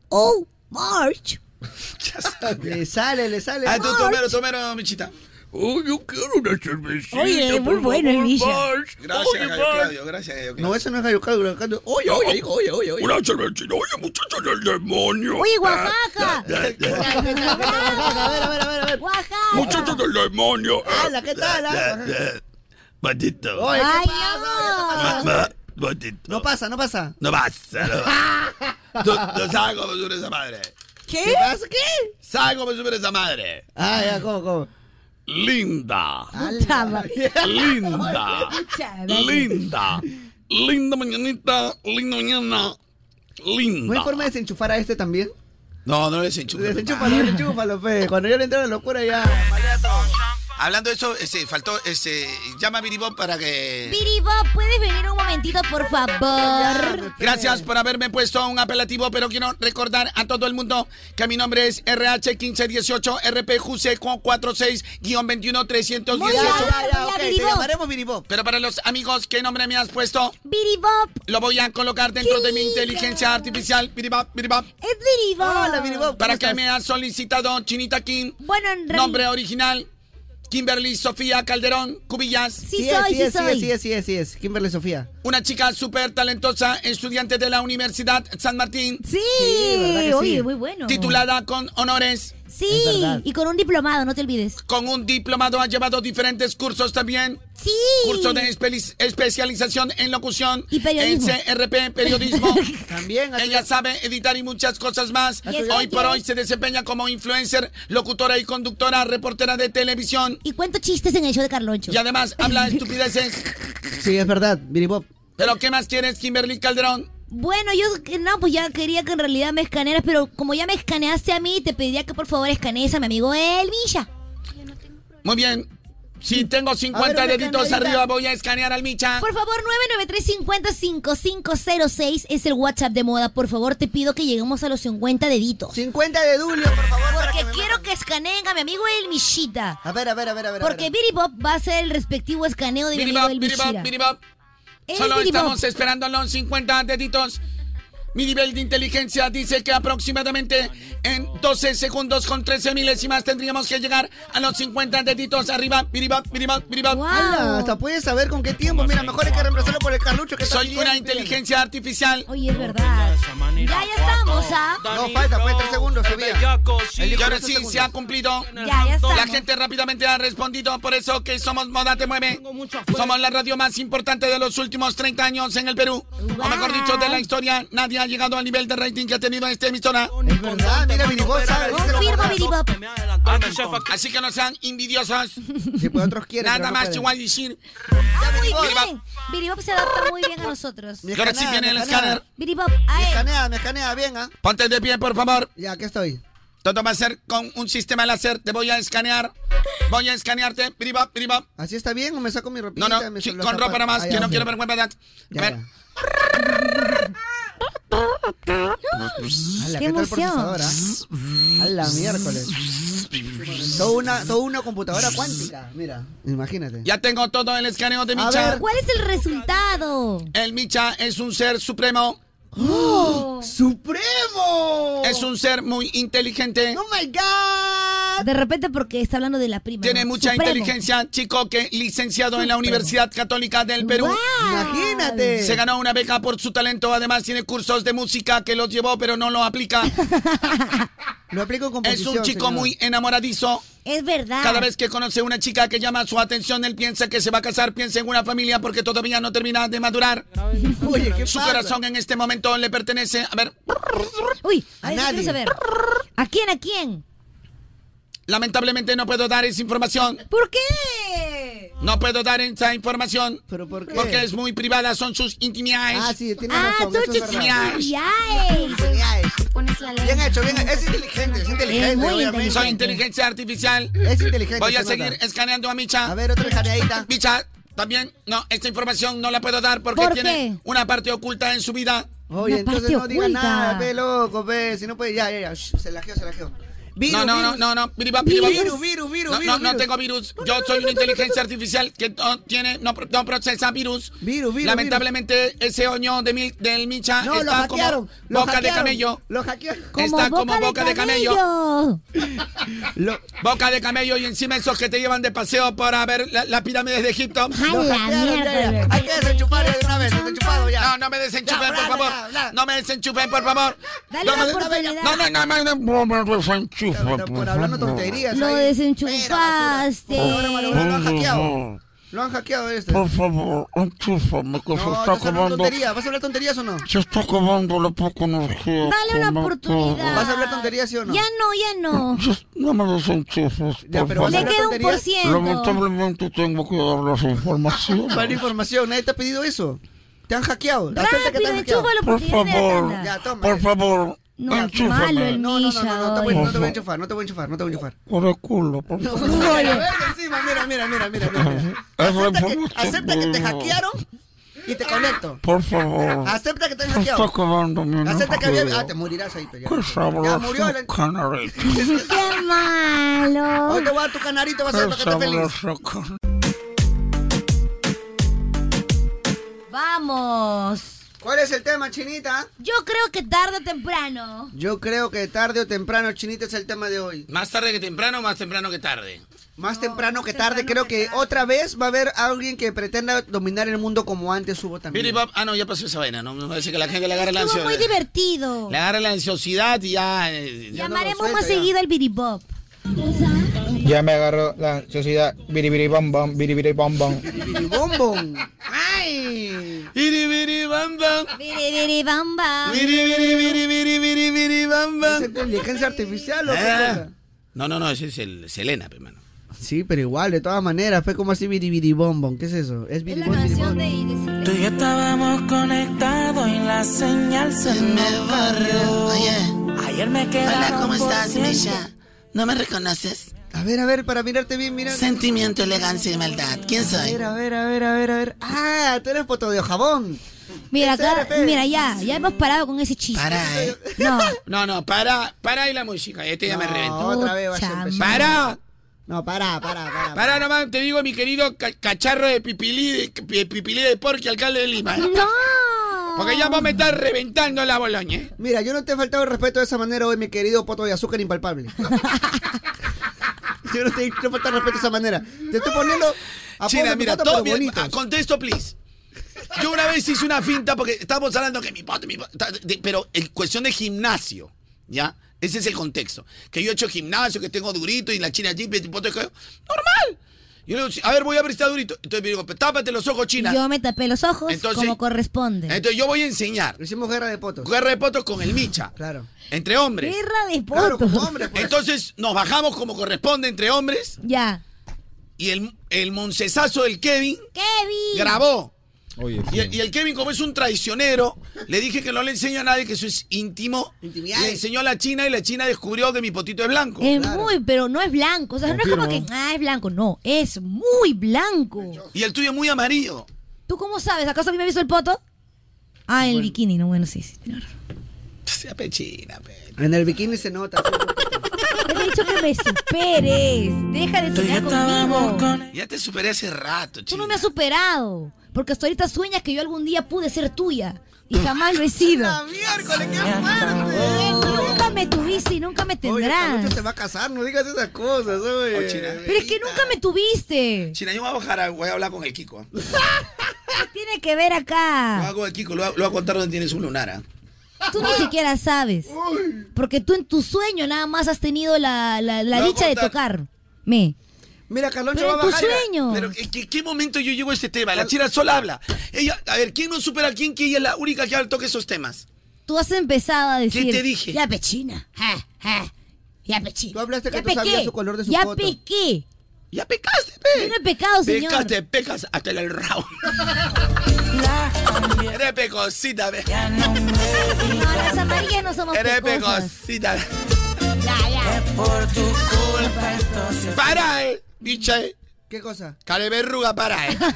Speaker 1: ¡Oh! ¡March!
Speaker 3: Le sale, le sale.
Speaker 5: Ah, tú, tú, Homero, tú, Homero, Michita. Oh, yo quiero una cervecita.
Speaker 3: Oye, muy
Speaker 5: por
Speaker 3: bueno el
Speaker 5: favor,
Speaker 3: Villa.
Speaker 5: Marge. Gracias,
Speaker 3: Oye,
Speaker 5: Gallo
Speaker 3: Marge.
Speaker 5: Claudio, gracias, Gallo Claudio.
Speaker 3: No, eso no es gallo Oh, Claudio, gallo- Oye, oye, oye, oye, oye.
Speaker 20: Una cervecita. Oye, muchachos del demonio.
Speaker 3: Oye,
Speaker 1: Oaxaca.
Speaker 3: A ver, a ver, a ver, a ver, a ver.
Speaker 20: Muchachos del demonio.
Speaker 3: ¡Hala, qué tal! ah?
Speaker 5: eh,
Speaker 20: Batito.
Speaker 3: Oye,
Speaker 1: Ay,
Speaker 3: ¿qué pasa?
Speaker 20: Batito.
Speaker 3: No pasa, no pasa.
Speaker 20: No vas.
Speaker 5: No, no sabes cómo sube esa madre.
Speaker 1: ¿Qué?
Speaker 3: ¿Qué pasa? ¿Qué?
Speaker 5: ¿Sabes cómo sube esa madre?
Speaker 3: Ah, ya, ¿cómo, cómo?
Speaker 20: Linda.
Speaker 1: Puta madre.
Speaker 20: Linda. Linda.
Speaker 5: Linda mañanita, linda mañana,
Speaker 3: ¿No hay
Speaker 5: linda.
Speaker 3: forma de desenchufar a este también?
Speaker 5: No, no Ah. les enchufa.
Speaker 3: Desenchúfalo, desenchúfalo, fe. Cuando yo le entré a la locura ya.
Speaker 5: Hablando de eso, ese, faltó, ese, llama a Biribop para que...
Speaker 1: Piribo, ¿puedes venir un momentito, por favor?
Speaker 5: Gracias por haberme puesto un apelativo, pero quiero recordar a todo el mundo que mi nombre es
Speaker 3: Muy bien, ya, ya, ok, te llamaremos
Speaker 5: RH1518RPJC46-221. Pero para los amigos, ¿qué nombre me has puesto?
Speaker 1: Biribop.
Speaker 5: Lo voy a colocar dentro de mi inteligencia artificial. Biribop, Biribop.
Speaker 1: Es Biribop.
Speaker 3: Hola, Biribop,
Speaker 5: ¿Para
Speaker 3: ¿cómo
Speaker 5: qué
Speaker 3: estás?
Speaker 5: me has solicitado, Chinita Kim?
Speaker 1: Bueno, en realidad-
Speaker 5: Nombre original, Kimberly Sofía Calderón Cubillas.
Speaker 3: es, sí, es, sí, es, sí, es, sí, es, sí, es. Kimberly Sofía.
Speaker 5: Una chica súper talentosa, estudiante de la Universidad San Martín.
Speaker 1: Sí,
Speaker 3: ¿verdad que sí?
Speaker 1: oye, muy bueno.
Speaker 5: Titulada con honores.
Speaker 1: Sí, y con un diplomado, no te olvides.
Speaker 5: Con un diplomado ha llevado diferentes cursos también.
Speaker 1: Sí.
Speaker 5: Curso de espe- especialización en locución. Y
Speaker 1: periodismo.
Speaker 5: En CRP, periodismo.
Speaker 3: también.
Speaker 5: Ella sabe editar y muchas cosas más.
Speaker 1: Yes,
Speaker 5: Hoy
Speaker 1: I
Speaker 5: por
Speaker 1: do.
Speaker 5: hoy se desempeña como influencer, locutora y conductora, reportera de televisión.
Speaker 1: Y cuento chistes en el show de Carloncho.
Speaker 5: Y además habla estupideces.
Speaker 3: Sí, es verdad, Biribop.
Speaker 5: ¿Pero qué más quieres, Kimberly Calderón?
Speaker 1: Bueno, yo que- no, pues ya quería que en realidad me escanearas, pero como ya me escaneaste a mí, te pediría que por favor escanees a mi amigo El Milla.
Speaker 5: Muy bien. Si tengo 50
Speaker 1: A ver, una
Speaker 5: deditos
Speaker 1: escaneadita.
Speaker 5: arriba, voy a escanear al Micha.
Speaker 1: Por favor, 993-50-5506 es el WhatsApp de moda. Por favor, te pido que lleguemos a los 50 deditos.
Speaker 3: 50 de Dulio, por favor.
Speaker 1: Porque quiero que escaneen a mi amigo El Millita.
Speaker 3: A ver, a ver, a ver, a ver.
Speaker 1: Porque Biribop va a hacer el respectivo escaneo de mi amigo El
Speaker 5: Biribop,
Speaker 1: Mishita.
Speaker 5: biribop, biribop.
Speaker 1: Es
Speaker 5: Solo
Speaker 1: biribop.
Speaker 5: estamos esperando los 50 deditos. Mi nivel de inteligencia dice que aproximadamente en 12 segundos con 13 milésimas tendríamos que llegar a los 50 deditos arriba. Biribop, biribop, biribop.
Speaker 3: Ala, hasta puedes saber con qué tiempo. Mira, mejor hay que reemplazarlo por el Carlucho que está
Speaker 5: Soy
Speaker 3: bien,
Speaker 5: una
Speaker 3: bien.
Speaker 5: inteligencia artificial.
Speaker 1: Oye, es verdad. Ya, ya estamos, ¿ah?
Speaker 3: No, falta, pues 3 segundos todavía.
Speaker 5: Y ahora sí se ha cumplido.
Speaker 1: Ya, ya estamos.
Speaker 5: La gente rápidamente ha respondido, por eso que somos Moda Te Mueve. Somos la radio más importante de los últimos 30 años en el Perú. O mejor dicho, de la historia, nadie ha llegado al nivel de rating que ha tenido esta emisora.
Speaker 3: Es verdad, mira, Biribop sabe. dice lo
Speaker 1: Confirmo,
Speaker 3: contrario.
Speaker 1: Biribop.
Speaker 5: Así que no sean envidiosos.
Speaker 3: Sí, pues otros quieren. pero
Speaker 5: Nada
Speaker 3: no
Speaker 5: más te
Speaker 3: pueden.
Speaker 5: voy a decir.
Speaker 1: Ah, muy bien. Biribop se adapta muy bien a nosotros.
Speaker 5: Y ahora sí viene el escáner.
Speaker 1: Biribop, a
Speaker 3: Me
Speaker 1: él.
Speaker 3: escanea, me escanea bien, ¿ah?
Speaker 5: Ponte de pie, por favor.
Speaker 3: Ya, aquí estoy.
Speaker 5: Todo va a ser con un sistema láser. Te voy a escanear. Voy a escanearte. Piribap, piribap.
Speaker 3: ¿Así está bien o me saco mi ropita?
Speaker 5: No, no,
Speaker 3: me
Speaker 5: sí,
Speaker 3: los
Speaker 5: con ropa
Speaker 3: zapatos?
Speaker 5: nada más,
Speaker 3: Ah,
Speaker 5: que
Speaker 3: ya,
Speaker 5: no
Speaker 3: ok.
Speaker 5: quiero ver huevadas.
Speaker 3: Ya,
Speaker 5: A ver.
Speaker 3: Ala,
Speaker 1: Qué
Speaker 3: ¿qué tal
Speaker 1: emoción.
Speaker 3: procesadora? A la miércoles. Toda una, toda una computadora cuántica, mira, imagínate.
Speaker 5: Ya tengo todo el escaneo de
Speaker 3: A
Speaker 5: Micha.
Speaker 3: ver.
Speaker 1: ¿Cuál es el resultado?
Speaker 5: El Micha es un ser supremo.
Speaker 3: Oh. ¡Supremo!
Speaker 5: Es un ser muy inteligente.
Speaker 3: ¡Oh my god!
Speaker 1: De repente porque está hablando de la prima.
Speaker 5: Tiene
Speaker 1: ¿no?
Speaker 5: mucha
Speaker 1: Supremo.
Speaker 5: inteligencia, chico, que licenciado en la
Speaker 1: Supremo.
Speaker 5: Universidad Católica del Perú.
Speaker 1: Guau.
Speaker 3: Imagínate.
Speaker 5: Se ganó una beca por su talento. Además, tiene cursos de música que los llevó, pero no lo aplica.
Speaker 3: Lo aplico en
Speaker 5: Es
Speaker 3: composición.
Speaker 5: un chico
Speaker 3: señor.
Speaker 5: muy enamoradizo.
Speaker 1: Es verdad.
Speaker 5: Cada vez que conoce una chica que llama su atención, él piensa que se va a casar, piensa en una familia porque todavía no termina de madurar.
Speaker 3: Oye, ¿qué
Speaker 5: Su
Speaker 3: pasa?
Speaker 5: corazón en este momento le pertenece. A ver,
Speaker 1: Uy,
Speaker 3: A
Speaker 1: a, eso
Speaker 3: nadie.
Speaker 1: quiero saber. ¿A quién? ¿A quién?
Speaker 5: lamentablemente no puedo dar esa información.
Speaker 1: ¿Por qué?
Speaker 5: No puedo dar esa información
Speaker 3: ¿Pero por qué?
Speaker 5: porque es muy privada, son sus intimidades.
Speaker 3: Ah, sí, tiene
Speaker 1: Ah,
Speaker 3: razón.
Speaker 1: tú
Speaker 3: eso es
Speaker 1: chis-
Speaker 3: verdad.
Speaker 5: Miau.
Speaker 1: Ay.
Speaker 3: Bien hecho, bien hecho. Es inteligente, es inteligente,
Speaker 1: Es muy
Speaker 3: obviamente.
Speaker 5: Soy inteligencia artificial.
Speaker 3: Es inteligente.
Speaker 5: Voy a
Speaker 3: se nota.
Speaker 5: seguir escaneando a Micha.
Speaker 3: A ver, otra janeadita.
Speaker 5: Micha, también, no, esta información no la puedo dar porque
Speaker 1: ¿Por
Speaker 5: tiene
Speaker 1: qué?
Speaker 5: una parte oculta en su vida.
Speaker 3: Oye,
Speaker 1: Una
Speaker 3: entonces
Speaker 1: parte
Speaker 3: no diga
Speaker 1: oculta.
Speaker 3: nada, pe, loco, pe. Si no puede, ya, ya, ya. Shh, Se lajeó, se lajeó.
Speaker 5: No,
Speaker 3: Virus,
Speaker 5: no, no,
Speaker 3: virus.
Speaker 5: no, no. Viribap,
Speaker 3: Virus,
Speaker 5: viribap.
Speaker 3: virus, virus, virus,
Speaker 5: No, no,
Speaker 3: virus,
Speaker 5: no
Speaker 3: virus.
Speaker 5: tengo virus. Yo soy una inteligencia artificial que no tiene, no, pro- no procesa virus.
Speaker 3: Virus, virus,
Speaker 5: Lamentablemente, ese oño de mi- del Micha
Speaker 3: No, lo
Speaker 5: está como
Speaker 3: hackearon. lo
Speaker 5: boca de
Speaker 3: hackearon,
Speaker 5: camello.
Speaker 3: Lo hackearon.
Speaker 1: Como
Speaker 5: está
Speaker 1: boca
Speaker 5: como
Speaker 1: de
Speaker 5: boca de camello.
Speaker 3: Lo,
Speaker 5: Boca de camello y encima esos que te llevan de paseo para ver la- las pirámides de Egipto.
Speaker 1: Ay,
Speaker 3: lo
Speaker 1: la
Speaker 3: hackearon, ya, ya.
Speaker 1: mierda.
Speaker 3: Hay que desenchufarlo de una vez, desenchufado ya.
Speaker 5: No, no me desenchufen,
Speaker 3: Ya, bla,
Speaker 5: por
Speaker 3: bla,
Speaker 5: favor.
Speaker 3: bla.
Speaker 5: No me desenchufen, por favor.
Speaker 1: Dale
Speaker 5: no,
Speaker 1: una
Speaker 5: me-
Speaker 1: oportunidad.
Speaker 5: no, no, no, no, no, no me desenchufen,
Speaker 3: Pero Por hablando tonterías.
Speaker 1: Lo
Speaker 3: ahí.
Speaker 1: desenchufaste.
Speaker 3: Ahora, ahora, ahora, Lo han hackeado. Lo han hackeado este.
Speaker 20: Por favor, enchúfame que se
Speaker 3: No,
Speaker 20: está
Speaker 3: estás hablando
Speaker 20: acabando.
Speaker 3: tonterías. ¿Vas a hablar tonterías o no?
Speaker 20: Se está acabando la poca energía.
Speaker 1: Dale una
Speaker 20: Come
Speaker 1: oportunidad.
Speaker 3: ¿Vas a hablar tonterías, sí o no?
Speaker 1: Ya no, ya no.
Speaker 20: todo. Just- No me desenchufes,
Speaker 3: Ya,
Speaker 20: por
Speaker 3: pero vas
Speaker 20: favor.
Speaker 1: Le
Speaker 3: a hablar
Speaker 1: queda un por
Speaker 3: tonterías.
Speaker 1: ciento.
Speaker 20: Lamentablemente tengo que dar las informaciones.
Speaker 3: Para información, nadie te ha pedido eso. ¿Te han hackeado?
Speaker 1: Rápido, enchúfalo porque viene
Speaker 3: Por
Speaker 1: la
Speaker 3: favor.
Speaker 1: tanda.
Speaker 3: Ya, toma.
Speaker 20: Por favor,
Speaker 1: No,
Speaker 20: enchúfame.
Speaker 1: malo el
Speaker 3: No, no, no, no, no, te voy-
Speaker 20: Por
Speaker 3: no te voy a
Speaker 20: favor,
Speaker 3: enchufar, no te voy a enchufar, no te voy a enchufar.
Speaker 20: por el culo, por favor.
Speaker 3: Mira, mira, encima, mira, mira, mira, mira, mira.
Speaker 20: Eso es
Speaker 3: Acepta que,
Speaker 20: mucho,
Speaker 3: acepta que te
Speaker 20: no.
Speaker 3: hackearon y te conecto.
Speaker 20: Por favor.
Speaker 3: Acepta que te han
Speaker 20: Me está
Speaker 3: hackeado.
Speaker 20: acabando mi
Speaker 3: Acepta que había... Ah,
Speaker 20: energía.
Speaker 3: te morirás ahí, pero ya.
Speaker 20: Qué
Speaker 3: Ya
Speaker 20: sabroso
Speaker 3: murió la...
Speaker 20: canarito.
Speaker 3: ¡Qué malo! Hoy te voy a dar tu canarito, vas a ver
Speaker 20: Qué
Speaker 3: para que estés feliz.
Speaker 20: sabroso canarito.
Speaker 1: Vamos.
Speaker 3: ¿Cuál es el tema, Chinita?
Speaker 1: Yo creo que tarde o temprano.
Speaker 3: Yo creo que tarde o temprano, Chinita, es el tema de hoy.
Speaker 5: Más tarde que temprano, más temprano que tarde.
Speaker 3: Más temprano que tarde, creo que otra vez va a haber alguien que pretenda dominar el mundo como antes hubo también.
Speaker 5: Mira, y va- ah, no, ya pasó esa vaina, ¿no? Me parece que la gente le agarra la
Speaker 1: Estuvo muy
Speaker 5: ansiosidad.
Speaker 1: divertido.
Speaker 5: Le agarra la ansiosidad y ya. eh, ya no lo
Speaker 1: Llamaremos
Speaker 5: suelta,
Speaker 1: más
Speaker 5: ya.
Speaker 1: seguido al biribop.
Speaker 18: Ya me agarró la ansiosidad. Biri, biri, bam, bam, biri, biri, bam, bam.
Speaker 3: Bombón. ¡Ay!
Speaker 5: Biri, biri, bam, bam.
Speaker 1: Biri, biri, bam, bam.
Speaker 5: Biri, biri, biri, biri, biri, biri, bam, bam.
Speaker 3: ¿Es inteligencia artificial
Speaker 20: Eh.
Speaker 3: o qué
Speaker 5: Ah.
Speaker 3: cosa?
Speaker 5: No, no, no, ese es el Selena, hermano.
Speaker 3: Sí, pero igual, de todas maneras, fue como así biribiribombón. ¿Qué es eso? Es
Speaker 1: Es la
Speaker 3: biribom,
Speaker 1: canción de Idris.
Speaker 21: Tú y yo estábamos conectados y la señal se me barrió. Ayer me quedaron
Speaker 17: Hola,
Speaker 21: por
Speaker 17: ¿cómo estás,
Speaker 21: siempre.
Speaker 17: Misha? ¿No me reconoces?
Speaker 3: A ver, a ver, para mirarte bien, mira.
Speaker 17: Sentimiento, elegancia y maldad. ¿Quién
Speaker 3: A
Speaker 17: soy?
Speaker 3: ver, a ver, a ver, a ver, a ver. Ah, tú eres poto de jabón.
Speaker 1: Mira,
Speaker 3: Ese
Speaker 1: acá,
Speaker 3: era, pe.
Speaker 1: mira, ya, ya hemos parado con ese chiste.
Speaker 5: Para, ¿eh?
Speaker 1: No.
Speaker 5: No, no, para, para y la música. Este ya me reventó.
Speaker 3: otra vez vas a empezar.
Speaker 5: Para,
Speaker 3: No, para, para, para.
Speaker 5: para nomás, te digo, mi querido ca- cacharro de pipilí de, pi- pipilí de porqui, alcalde de Lima.
Speaker 1: No. Ah.
Speaker 5: Porque ya vos me estás reventando la boloña. ¿eh?
Speaker 3: Mira, yo no te he faltado el respeto de esa manera hoy, mi querido poto de azúcar impalpable. yo no te no he faltado el respeto de esa manera. Te estoy poniendo a
Speaker 5: China, mira, todo bien.
Speaker 3: bonito.
Speaker 5: ah, Contesto, please. Yo una vez hice una finta porque estábamos hablando que mi poto, mi poto, ta- de- pero en cuestión de gimnasio, ¿ya? Ese es el contexto. Que yo he hecho gimnasio, que tengo durito y la china allí, mi poto es que- normal. Yo le digo, a ver, voy a ver si está durito. Entonces me digo, tápate los ojos, china.
Speaker 1: Yo me tapé los ojos
Speaker 5: Entonces-
Speaker 1: como corresponde.
Speaker 5: Entonces yo voy a enseñar.
Speaker 3: Hicimos guerra de potos.
Speaker 5: Guerra de potos con el Micha.
Speaker 3: Claro.
Speaker 5: Entre hombres.
Speaker 1: Guerra de
Speaker 3: Claro, pues.
Speaker 1: potos.
Speaker 5: Entonces nos bajamos como corresponde entre hombres
Speaker 1: Ya.
Speaker 5: y el, el moncesazo del Kevin
Speaker 1: Kevin.
Speaker 5: grabó.
Speaker 19: Oye,
Speaker 5: Y, el- y el Kevin, como es un traicionero, le dije que no le enseño a nadie que eso es íntimo. Le enseñó a la China y la China descubrió que mi potito es blanco.
Speaker 1: Es muy, pero no es blanco. O sea, no es como
Speaker 5: Confirmo.
Speaker 1: que, ah, es blanco. No, es muy blanco.
Speaker 5: Y el tuyo es muy amarillo.
Speaker 1: ¿Tú cómo sabes? ¿Acaso a mí me hizo el poto? Ah, en el bikini, no, bueno, sí, sí. tiene razón.
Speaker 5: Sea pechina, pe.
Speaker 3: En el bikini se nota.
Speaker 1: Te he dicho que me superes. Deja de soñar conmigo.
Speaker 5: Ya te superé hace rato,
Speaker 1: Tú
Speaker 5: chico.
Speaker 1: no me has superado. Porque hasta ahorita sueñas que yo algún día pude ser tuya. Y jamás lo he sido. Nunca me tuviste y nunca me tendrás.
Speaker 3: Mucho se va a casar, no digas esas cosas, oye.
Speaker 5: Oh, China.
Speaker 1: Pero es que nunca me tuviste.
Speaker 5: China, yo voy a bajar, a- voy a hablar con el Kiko. ¿ah?
Speaker 1: ¿Qué tiene que ver
Speaker 5: Lo
Speaker 1: acá?
Speaker 5: hago el Kiko, lo voy a- lo voy a contar donde tienes un lunar. ¿ah?
Speaker 1: Tú ni siquiera sabes. Porque tú en tu sueño nada más has tenido la, la- la
Speaker 5: Lo voy a
Speaker 1: dicha de
Speaker 5: contar.
Speaker 1: tocar. Me.
Speaker 3: Mira, Carloncho
Speaker 1: Pero
Speaker 3: va a
Speaker 1: en tu
Speaker 3: bajar.
Speaker 1: sueño.
Speaker 5: Pero ¿en qué, qué momento yo llevo a este tema? La China sola habla. Ella, a ver, ¿quién no supera a quién? Que ella es la única que toca esos temas.
Speaker 1: Tú has empezado a decir.
Speaker 5: te dije?
Speaker 1: Ya pechina. Ja, ja. Ya pechina. Tú
Speaker 3: hablaste
Speaker 5: que tú sabías su color de su
Speaker 1: Ya
Speaker 5: poto.
Speaker 1: pequé.
Speaker 5: Ya pecaste, pe.
Speaker 1: Yo no he pecado, señor.
Speaker 5: Pecas, te pecas hasta el rabo. Eres pecosita, ve.
Speaker 1: No, las amarillas no somos
Speaker 5: Eres
Speaker 1: pecosas.
Speaker 5: pecosita.
Speaker 1: Ya, ya.
Speaker 5: Por tu culpa Para, eh, bicha, eh.
Speaker 3: ¿Qué cosa?
Speaker 5: Cara de verruga, para, eh. No,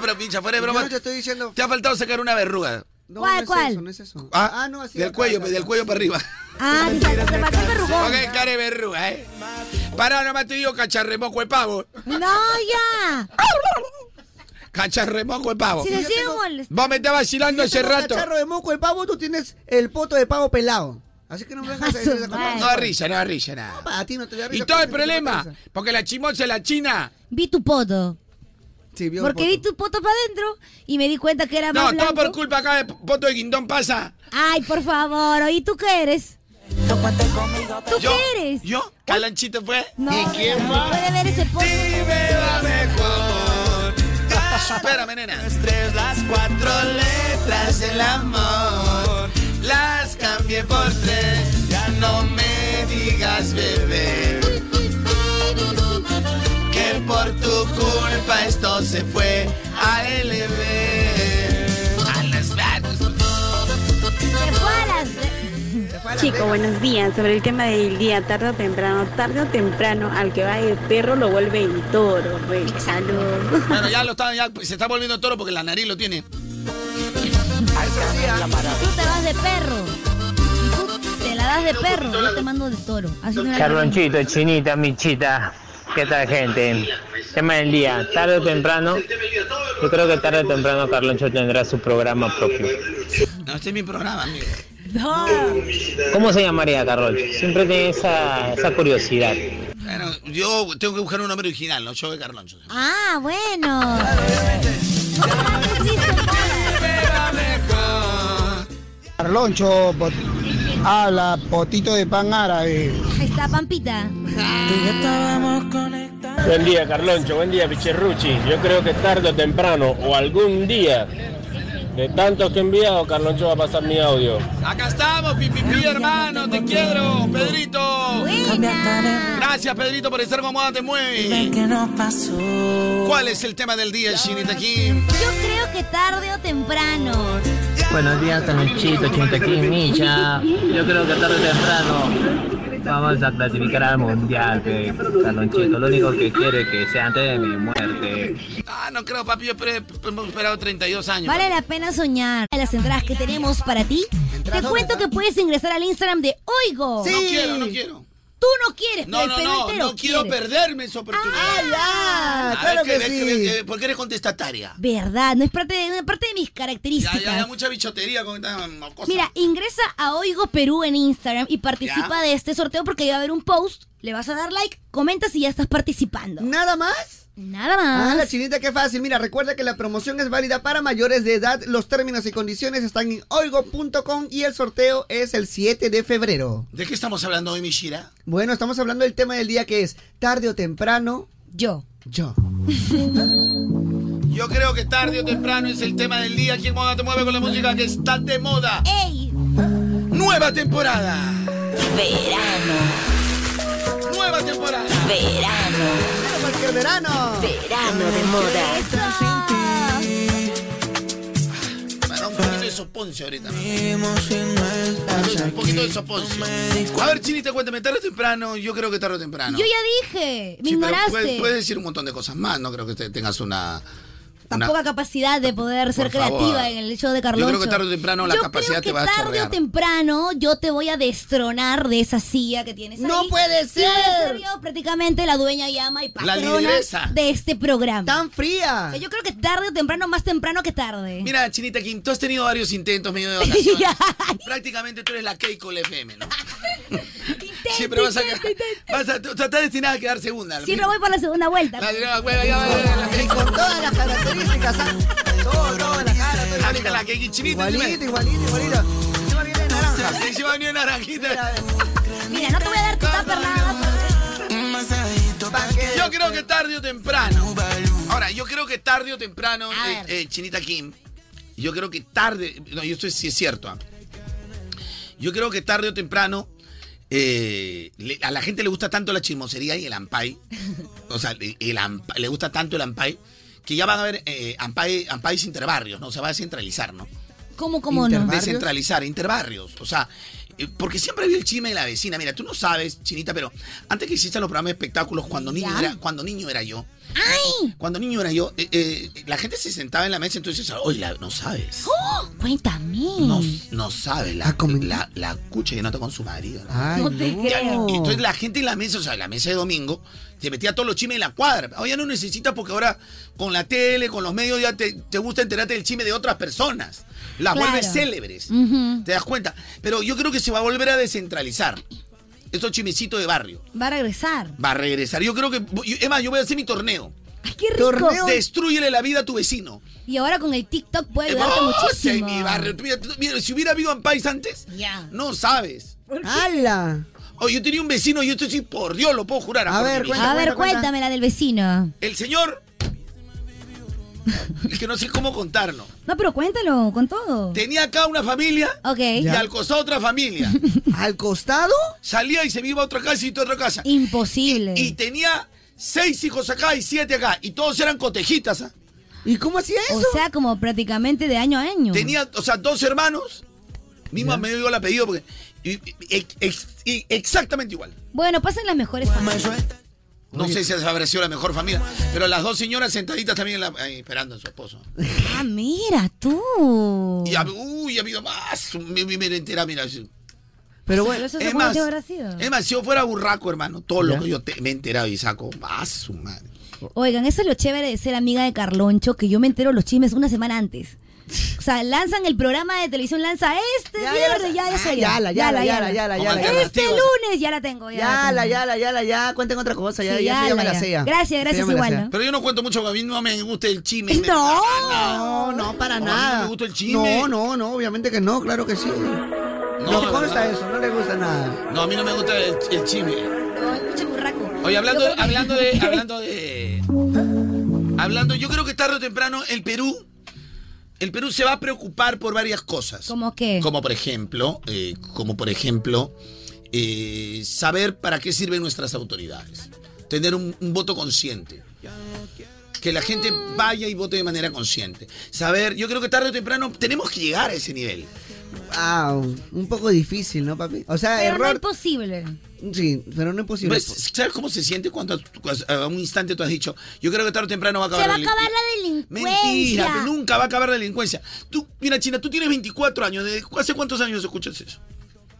Speaker 5: pero pincha, fuera de broma.
Speaker 3: Yo no te estoy diciendo.
Speaker 5: Te ha faltado sacar una verruga.
Speaker 3: No,
Speaker 1: ¿Cuál,
Speaker 3: no es
Speaker 1: cuál?
Speaker 3: Eso, no es eso.
Speaker 5: Ah,
Speaker 3: no, así
Speaker 5: Del
Speaker 3: acá,
Speaker 5: cuello,
Speaker 3: acá,
Speaker 5: pe, del
Speaker 3: acá.
Speaker 5: cuello para arriba.
Speaker 1: Ah, te sal- te marcó el verrugón.
Speaker 5: Ok, cara de verruga, eh. Para, nomás te digo cacharremoco de pavo.
Speaker 1: No, ya.
Speaker 5: Cacharremoco de pavo.
Speaker 1: Si le sigo molest-
Speaker 5: Vos me estabas vacilando
Speaker 3: Yo
Speaker 5: hace
Speaker 3: tengo
Speaker 5: rato.
Speaker 3: cacharro de moco de pavo, tú tienes el poto de pavo pelado. Así que no me
Speaker 1: Ah,
Speaker 3: vengas a decir esa
Speaker 5: No
Speaker 3: cosa.
Speaker 5: da risa, no da risa, nada.
Speaker 3: A ti no te da risa.
Speaker 5: Y todo el
Speaker 3: porque no te
Speaker 5: problema,
Speaker 3: interesa.
Speaker 5: porque la chimosa es la china.
Speaker 1: Vi tu poto.
Speaker 3: Sí, vio el
Speaker 1: Porque vi
Speaker 3: poto.
Speaker 1: tu poto para adentro y me di cuenta que era
Speaker 5: No,
Speaker 1: más
Speaker 5: todo
Speaker 1: blanco.
Speaker 5: por culpa acá de Poto de Guindón pasa.
Speaker 1: Ay, por favor. ¿Y tú qué eres? ¿Tú
Speaker 5: Yo-
Speaker 1: qué eres?
Speaker 5: ¿Yo? ¿Calanchito fue?
Speaker 1: No, no puede ver ese poto.
Speaker 5: Supérame, nena. Tres, las cuatro letras del amor. Las cambié por tres. Ya no me digas, bebé. Que por tu culpa esto se fue ALB. A las
Speaker 1: Se fue a las...
Speaker 23: Chico, buenos días. Sobre el tema del día, tarde o temprano, tarde o temprano, al que va de perro lo vuelve toro. güey. Salud.
Speaker 5: Bueno, ya lo está, ya se está volviendo toro porque la nariz lo tiene.
Speaker 1: Tú te vas de perro. Y tú te la das de perro. Yo te mando de toro. Así no la-
Speaker 8: Carlonchito, Chinita, Michita, ¿qué tal gente? Tema del día, tarde o temprano, yo creo que tarde o temprano Carloncho tendrá su programa propio.
Speaker 5: No, este es mi programa, amigo.
Speaker 1: No.
Speaker 8: ¿Cómo se llamaría Carloncho? Siempre tiene esa, esa curiosidad.
Speaker 5: Bueno, yo tengo que buscar un nombre original, no show de Carloncho.
Speaker 1: Ah, bueno.
Speaker 37: Carloncho, pot- habla potito de pan árabe.
Speaker 1: Ahí está, Pampita.
Speaker 8: Buen día Carloncho, buen día Picherrucci. Yo creo que tarde o temprano o algún día, de tantos que he enviado, Carloncho va a pasar mi audio.
Speaker 5: Acá estamos, pipipi, hermano, te quiero, Pedrito. Gracias, Pedrito, por estar con Moda Te Mueve. ¿Cuál es el tema del día, Chinita Kim?
Speaker 1: Yo creo que tarde o temprano.
Speaker 8: Buenos días, Carlonchito, Chintequín, Micha. Yo creo que tarde o temprano vamos a clasificar al mundial, pe. Carlonchito. Lo único que quiere es que sea antes de mi muerte.
Speaker 5: Ah, no creo, papi, yo he hemos esperado 32 años.
Speaker 1: Vale la pena soñar. Las entradas que tenemos para ti. Te cuento que puedes ingresar al Instagram de Oigo.
Speaker 5: No quiero, no quiero.
Speaker 1: Tú no quieres,
Speaker 5: No,
Speaker 1: pero
Speaker 5: no,
Speaker 1: el Perú
Speaker 5: no,
Speaker 1: entero
Speaker 5: no quiero
Speaker 1: quiere.
Speaker 5: perderme esa oportunidad.
Speaker 1: Ay, ah,
Speaker 5: A
Speaker 1: claro
Speaker 5: ver,
Speaker 1: que
Speaker 5: ves,
Speaker 1: sí.
Speaker 5: ves, ves, ¿Por qué eres contestataria?
Speaker 1: Verdad, no es parte de, parte de mis características.
Speaker 5: Ya, ya, ya, mucha bichotería con esta cosa.
Speaker 1: Mira, ingresa a Oigo Perú en Instagram y participa
Speaker 5: Ya.
Speaker 1: de este sorteo porque va a haber un post, le vas a dar like, comentas y ya estás participando.
Speaker 3: ¿Nada más?
Speaker 1: Nada
Speaker 3: Ah,
Speaker 1: más.
Speaker 3: la chinita, qué fácil. Mira, recuerda que la promoción es válida para mayores de edad. Los términos y condiciones están en oigo.com y el sorteo es el 7 de febrero.
Speaker 5: ¿De qué estamos hablando hoy, Mishira?
Speaker 3: Bueno, estamos hablando del tema del día que es tarde o temprano.
Speaker 1: Yo.
Speaker 3: Yo.
Speaker 5: Yo creo que tarde o temprano es el tema del día aquí en Moda Te Mueve con la música que está de moda.
Speaker 1: ¡Ey!
Speaker 5: ¡Nueva temporada!
Speaker 24: Verano.
Speaker 5: ¡Nueva temporada!
Speaker 24: Verano.
Speaker 3: Cualquier verano.
Speaker 24: Verano de moda.
Speaker 5: Para un poquito de soponcio ahorita. Un poquito de soponcio. A ver, Chinita, cuéntame, tarde o temprano, yo creo que tarde o temprano.
Speaker 1: Yo ya dije, me
Speaker 5: Sí, pero
Speaker 1: ignoraste.
Speaker 5: Puedes, puedes decir un montón de cosas más, no creo que te- tengas una... una-
Speaker 1: Tampoco poca capacidad de poder ser
Speaker 5: Por favor.
Speaker 1: creativa en el show de Carloncho.
Speaker 5: Yo creo que tarde o temprano la
Speaker 1: Yo
Speaker 5: capacidad
Speaker 1: creo que
Speaker 5: te va a
Speaker 1: tarde o
Speaker 5: chorrear.
Speaker 1: temprano yo te voy a destronar de esa silla que tienes ¡No puede ser! yo prácticamente la dueña llama y
Speaker 5: La
Speaker 1: patrona
Speaker 5: lideresa.
Speaker 1: de este programa.
Speaker 3: ¡Tan fría!
Speaker 1: yo creo que tarde o temprano, más temprano que tarde.
Speaker 5: Mira, Chinita Kim, tú has tenido varios intentos medio de vacaciones. Prácticamente tú eres la Keiko del FM, ¿no? Siempre vas a, vas a, tú estás destinada a quedar segunda.
Speaker 1: Siempre voy por la segunda vuelta.
Speaker 5: La segunda vuelta, ya va, ya va, la Keiko.
Speaker 3: Con todas las características. ¿ah? Todo, todo, la cara, todo.
Speaker 5: Ahí está la Keiko chinita.
Speaker 3: Igualito, igualito, igualito.
Speaker 5: Se lleva ni una naranjita.
Speaker 1: Mira, no te voy a dar tu tupper nada.
Speaker 5: Yo creo que tarde o temprano. Ahora, yo creo que tarde o temprano, eh, eh, Chinita Kim. Yo creo que tarde. No, yo esto sí es cierto. ah. Yo creo que tarde o temprano. eh, le- a la gente le gusta tanto la chismosería y el ampay. O sea, el, el ampa- le gusta tanto el ampay. Que ya van a ver eh, ampay, ampay interbarrios, ¿no? Se va a descentralizar, ¿no?
Speaker 1: ¿Cómo, cómo no?
Speaker 5: Descentralizar, interbarrios. O sea, eh, porque siempre había el chisme de la vecina. Mira, tú no sabes, Chinita, pero antes que existan los programas de espectáculos, cuando niño,
Speaker 1: Ya.
Speaker 5: era, cuando niño era yo. Cuando niño era yo, eh, eh, la gente se sentaba en la mesa, entonces, oye, la- no sabes.
Speaker 1: ¡Oh! Cuéntame.
Speaker 5: No, no sabe la,
Speaker 1: Ah,
Speaker 5: la, la cucha que nota con su marido. ¿no?
Speaker 1: No te no. creo.
Speaker 5: Y entonces la gente en la mesa, o sea, la mesa de domingo, se metía todos los chismes en la cuadra. Ahora ya no necesitas porque ahora con la tele, con los medios, ya te, te gusta enterarte del chisme de otras personas. Las
Speaker 1: Claro.
Speaker 5: vuelves célebres.
Speaker 1: Ujú.
Speaker 5: ¿Te das cuenta? Pero yo creo que se va a volver a descentralizar. Estos chismecitos de barrio.
Speaker 1: Va a regresar.
Speaker 5: Va a regresar. Yo creo que. yo- Es más, yo voy a hacer mi torneo.
Speaker 1: ¡Ay, qué rico!
Speaker 5: Destruyele la vida a tu vecino.
Speaker 1: Y ahora con el TikTok puede
Speaker 5: Eh,
Speaker 1: ayudarte
Speaker 5: oh, sí,
Speaker 1: muchísimo.
Speaker 5: mi barrio. Mira, tú- mira, si hubiera habido Ampais antes,
Speaker 1: Ya.
Speaker 5: no sabes.
Speaker 3: ¡Hala!
Speaker 5: Oh, yo tenía un vecino y esto sí, por Dios, lo puedo jurar.
Speaker 3: A
Speaker 5: por
Speaker 3: ver,
Speaker 5: mi vida.
Speaker 1: A ver, cuéntame la del vecino.
Speaker 5: El señor. Es que no sé cómo contarlo.
Speaker 1: No, pero cuéntalo con todo.
Speaker 5: Tenía acá una familia
Speaker 1: Ok.
Speaker 5: y al costado otra familia.
Speaker 3: ¿Al costado?
Speaker 5: Salía y se iba a otra casa y a otra casa.
Speaker 1: Imposible.
Speaker 5: Y tenía seis hijos acá y siete acá. Y todos eran cotejitas. ¿ah?
Speaker 3: ¿Y cómo hacía
Speaker 1: eso? O sea, como prácticamente de año a año.
Speaker 5: Tenía, o sea, dos hermanos. Misma me dio el apellido porque. y- y- ex- y- exactamente igual.
Speaker 1: Bueno, pasan las mejores familias.
Speaker 5: No sé si habrá sido la mejor familia, pero las dos señoras sentaditas también en la- ahí, esperando a su esposo.
Speaker 1: Ah, mira tú.
Speaker 5: Y, ha- uy, ha habido más. Mi- mi- Mira, entera, mira. así.
Speaker 1: Pero bueno, ¿Eso
Speaker 5: es
Speaker 1: seguro
Speaker 5: más,
Speaker 1: te habrá sido?
Speaker 5: es más, si yo fuera burraco, hermano, todo lo que yo te- me he enterado y saco, más su madre.
Speaker 1: Oigan, eso es lo chévere de ser amiga de Carloncho, que yo me entero los chismes una semana antes. O sea, lanzan el programa de televisión, lanza este
Speaker 3: Ya,
Speaker 1: viernes, ya, ya,
Speaker 3: ya,
Speaker 1: soy
Speaker 3: ya la, ya la, ya la, ya la, ya la, ya la.
Speaker 1: Este lunes ya la tengo, ya.
Speaker 3: Ya, la, ya,
Speaker 1: tengo.
Speaker 3: la, ya, la, ya. Cuenten otra cosa. Ya,
Speaker 1: Sí,
Speaker 3: ya,
Speaker 1: ya
Speaker 3: se llama
Speaker 1: la,
Speaker 3: la
Speaker 1: ya.
Speaker 3: sella.
Speaker 1: Gracias,
Speaker 3: Se
Speaker 1: gracias
Speaker 3: llama la
Speaker 1: igual,
Speaker 3: sella.
Speaker 1: ¿no?
Speaker 5: Pero yo no cuento mucho, porque a mí no me gusta el chisme. Me-
Speaker 3: No, no, para
Speaker 5: A mí
Speaker 3: nada.
Speaker 5: me gusta el chisme.
Speaker 3: No, no, no, obviamente que no, claro que sí. No,
Speaker 5: de
Speaker 3: consta
Speaker 5: verdad.
Speaker 3: eso, no le gusta nada.
Speaker 5: No, a mí no me gusta el, el chisme.
Speaker 1: Pinche burraco.
Speaker 5: Oye, hablando,
Speaker 1: Yo creo que-
Speaker 5: hablando de. Hablando de. Hablando, yo creo que tarde o temprano el Perú. El Perú se va a preocupar por varias cosas.
Speaker 1: ¿Cómo qué?
Speaker 5: Como por ejemplo, eh, como por ejemplo, eh, saber para qué sirven nuestras autoridades. Tener un, un voto consciente. Que la gente vaya y vote de manera consciente. Saber, yo creo que tarde o temprano tenemos que llegar a ese nivel.
Speaker 3: Ah, un poco difícil, ¿no, papi? O sea,
Speaker 1: Pero no es
Speaker 3: error.
Speaker 1: posible.
Speaker 3: sí, pero no es posible.
Speaker 5: ¿Ves? Pues, ¿Sabes cómo se siente cuando a- a un instante tú has dicho, yo creo que tarde o temprano va a acabar
Speaker 1: Se va a
Speaker 5: la
Speaker 1: acabar
Speaker 5: delincuencia"?
Speaker 1: la delincuencia.
Speaker 5: Mentira, que nunca va a acabar la delincuencia. Tú, mira, China, tú tienes 24 años. ¿Desde cu- ¿Hace cuántos años escuchas eso?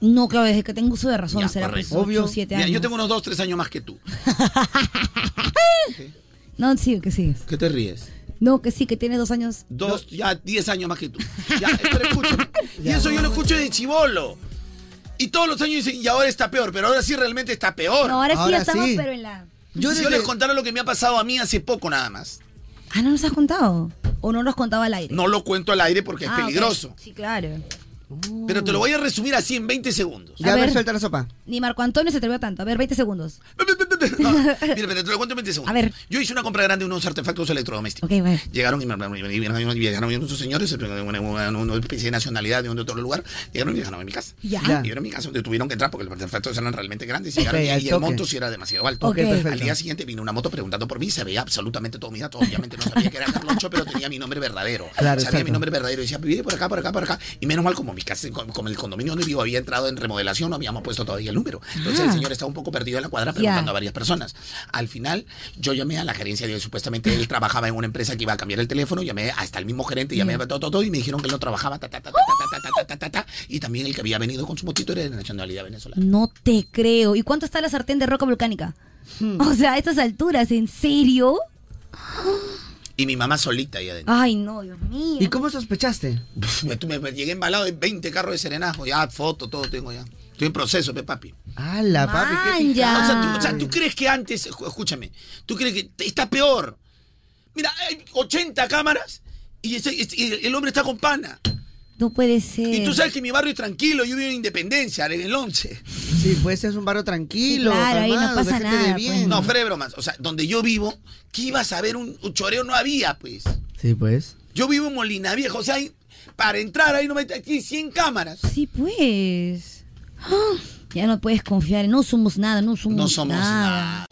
Speaker 1: No, claro, desde que tengo uso de razón,
Speaker 5: Ya,
Speaker 1: será
Speaker 5: correcto.
Speaker 1: pues, ocho, siete
Speaker 5: Mira,
Speaker 1: años.
Speaker 5: yo tengo unos 2, 3 años más que tú.
Speaker 1: No, sí, que sí.
Speaker 5: ¿Qué te ríes?
Speaker 1: No, que sí, que tiene dos años.
Speaker 5: Dos, ya 10 años más que tú. Ya, pero escúchame. Y eso yo lo escucho de chivolo. Y todos los años dicen, y ahora está peor, pero ahora sí realmente está peor.
Speaker 1: No, ahora sí ya estamos, pero en la.
Speaker 5: Yo, si yo les contara lo que me ha pasado a mí hace poco nada más.
Speaker 1: Ah, no nos has contado. O no nos has contado al aire.
Speaker 5: No lo cuento al aire porque es
Speaker 1: Ah, ok.
Speaker 5: peligroso.
Speaker 1: Sí, claro.
Speaker 5: Pero te lo voy a resumir así en 20 segundos.
Speaker 1: Ya, A a ver, ver.
Speaker 3: suelta la sopa.
Speaker 1: Ni Marco Antonio se atrevió tanto. A ver, 20 segundos.
Speaker 5: Mira, pero te lo cuento en 20 segundos.
Speaker 1: A ver.
Speaker 5: Yo hice una compra grande de unos artefactos electrodomésticos.
Speaker 1: Ok, bueno.
Speaker 5: Llegaron y me hablaron, y me- y me- y llegaron unos señores, una, una, una especie de nacionalidad de un de otro lugar, llegaron y me dejaron en mi casa.
Speaker 1: Ya.
Speaker 5: Y llegaron a mi casa donde tuvieron que entrar porque los artefactos eran realmente grandes y,
Speaker 3: Ok,
Speaker 5: llegaron, y-
Speaker 3: al
Speaker 5: y el
Speaker 3: toque.
Speaker 5: monto sí era demasiado alto.
Speaker 3: Ok, perfecto.
Speaker 5: Al día siguiente vino una moto preguntando por mí, se veía absolutamente todo mi dato. Obviamente no sabía que era Carloncho, pero tenía mi nombre verdadero.
Speaker 3: Claro,
Speaker 5: sabía mi
Speaker 3: exacto.
Speaker 5: nombre verdadero y decía, vive por acá, por acá, por acá. Y menos mal, como mi casa, como como el condominio donde vivo había entrado en remodelación, no habíamos puesto todavía el número. Entonces
Speaker 1: Ah.
Speaker 5: el señor estaba un poco perdido en la cuadra
Speaker 1: Ya.
Speaker 5: preguntando a varias personas. Al final, yo llamé a la gerencia de él. Supuestamente él trabajaba en una empresa que iba a cambiar el teléfono. Llamé hasta el mismo gerente, llamé a todo, todo, todo, y me dijeron que él no trabajaba. Ta, ta, ta, ta, ta, ta, ta, ta, ta, ta. Y también el que había venido con su motito era de nacionalidad venezolana.
Speaker 1: No te creo. ¿Y cuánto está la sartén de roca volcánica?
Speaker 5: Hmm.
Speaker 1: O sea, a estas alturas, ¿en serio?
Speaker 5: Y mi mamá solita ahí adentro.
Speaker 1: Ay, no, Dios mío.
Speaker 3: ¿Y cómo sospechaste?
Speaker 5: Me, me- me llegué embalado de 20 carros de serenazgo. Ya, foto, todo tengo ya. Estoy en proceso, pe papi.
Speaker 3: Ah, la papi, qué
Speaker 1: Man, ya.
Speaker 3: picada.
Speaker 5: O sea, tú, o sea, ¿tú crees que antes, escú- escúchame, tú crees que te- está peor? Mira, hay 80 cámaras y, ese- este- y el hombre está con pana.
Speaker 1: No puede ser.
Speaker 5: Y tú sabes que mi barrio es tranquilo, yo vivo en Independencia, en el 11.
Speaker 3: Sí, pues es un barrio tranquilo.
Speaker 5: Sí, claro, ahí no
Speaker 3: calmado, de
Speaker 5: pasa
Speaker 3: gente de bien.
Speaker 1: pues.
Speaker 5: No, fuera de bromas. O sea, donde yo vivo, que ibas a ver un, un choreo? No había, pues.
Speaker 3: Sí, pues.
Speaker 5: Yo vivo en Molina Vieja, o sea, hay- para entrar ahí no me aquí 100 cámaras.
Speaker 1: Sí, pues. Ah, Ya no puedes confiar. No somos nada, no somos
Speaker 5: No somos
Speaker 1: nada.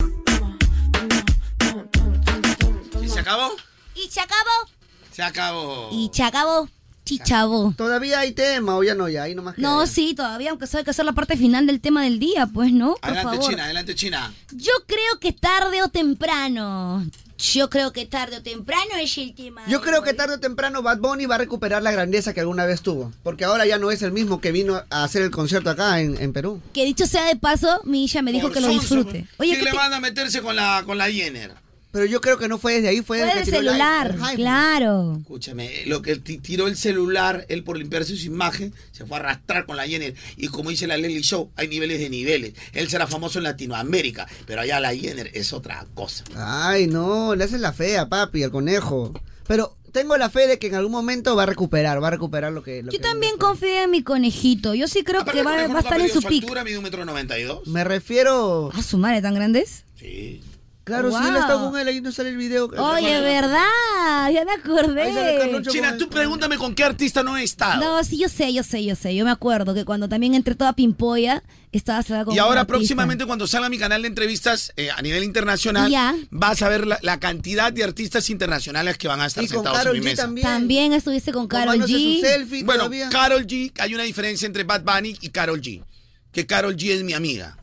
Speaker 5: ¿Y se acabó?
Speaker 1: Y se acabó.
Speaker 5: Se acabó.
Speaker 1: Y se acabó. Chichabo.
Speaker 3: ¿Todavía hay tema o ya no? Ya, ahí nomás. queda
Speaker 1: No,
Speaker 3: ya.
Speaker 1: sí, todavía, aunque eso hay que hacer la parte final del tema del día, pues, ¿no? Por
Speaker 5: Adelante,
Speaker 1: favor.
Speaker 5: China, adelante, China.
Speaker 1: Yo creo que tarde o temprano. Yo creo que tarde o temprano es el tema.
Speaker 3: Yo creo que tarde o temprano Bad Bunny va a recuperar la grandeza que alguna vez tuvo. Porque ahora ya no es el mismo que vino a hacer el concierto acá en, en Perú.
Speaker 1: Que dicho sea de paso, mi hija me dijo
Speaker 5: Por
Speaker 1: que lo
Speaker 5: sonso,
Speaker 1: disfrute.
Speaker 5: pues.
Speaker 1: Oye,
Speaker 5: ¿Quién
Speaker 1: ¿qué
Speaker 5: le
Speaker 1: te-
Speaker 5: van a meterse con la, con la Jenner?
Speaker 3: Pero yo creo que no fue desde ahí,
Speaker 1: fue
Speaker 3: fue desde
Speaker 1: del
Speaker 3: que tiró el
Speaker 1: celular,
Speaker 3: iPhone.
Speaker 1: claro.
Speaker 5: Escúchame, lo que ti- tiró el celular, él por limpiarse su imagen, se fue a arrastrar con la Jenner. Y como dice la Lely Show, hay niveles de niveles. Él será famoso en Latinoamérica, pero allá la Jenner es otra cosa.
Speaker 3: Ay, no, le haces la fe a papi, al conejo. Pero tengo la fe de que en algún momento va a recuperar, va a recuperar lo que... lo
Speaker 1: Yo
Speaker 3: que-
Speaker 1: también confío en mi conejito. Yo sí creo que
Speaker 5: El
Speaker 1: va,
Speaker 5: conejo
Speaker 1: va a
Speaker 5: nunca
Speaker 1: estar en
Speaker 5: perdió
Speaker 1: su pico. Ah,
Speaker 5: altura, mide un metro noventa y dos.
Speaker 3: Me pues. refiero...
Speaker 1: ¿A su madre tan grandes?
Speaker 5: Sí.
Speaker 3: Claro, si él está
Speaker 1: Wow.
Speaker 3: con él, ahí no sale el video.
Speaker 1: Oye, ¿verdad? Ya me acordé.
Speaker 5: China, tú pregúntame con qué artista no he estado.
Speaker 1: No, sí, yo sé, yo sé, yo sé. Yo me acuerdo que cuando también entré toda pimpolla, estaba cerrada con
Speaker 5: Y ahora
Speaker 1: una
Speaker 5: próximamente cuando salga mi canal de entrevistas eh, a nivel internacional,
Speaker 1: Ya.
Speaker 5: vas a ver la, la cantidad de artistas internacionales que van a estar sentados en mi mesa.
Speaker 1: también. estuviste con Carol
Speaker 3: Tomándose
Speaker 1: G.
Speaker 3: su selfie
Speaker 5: bueno,
Speaker 3: todavía.
Speaker 5: Carol G, hay una diferencia entre Bad Bunny y Carol G. Que Carol G es mi amiga.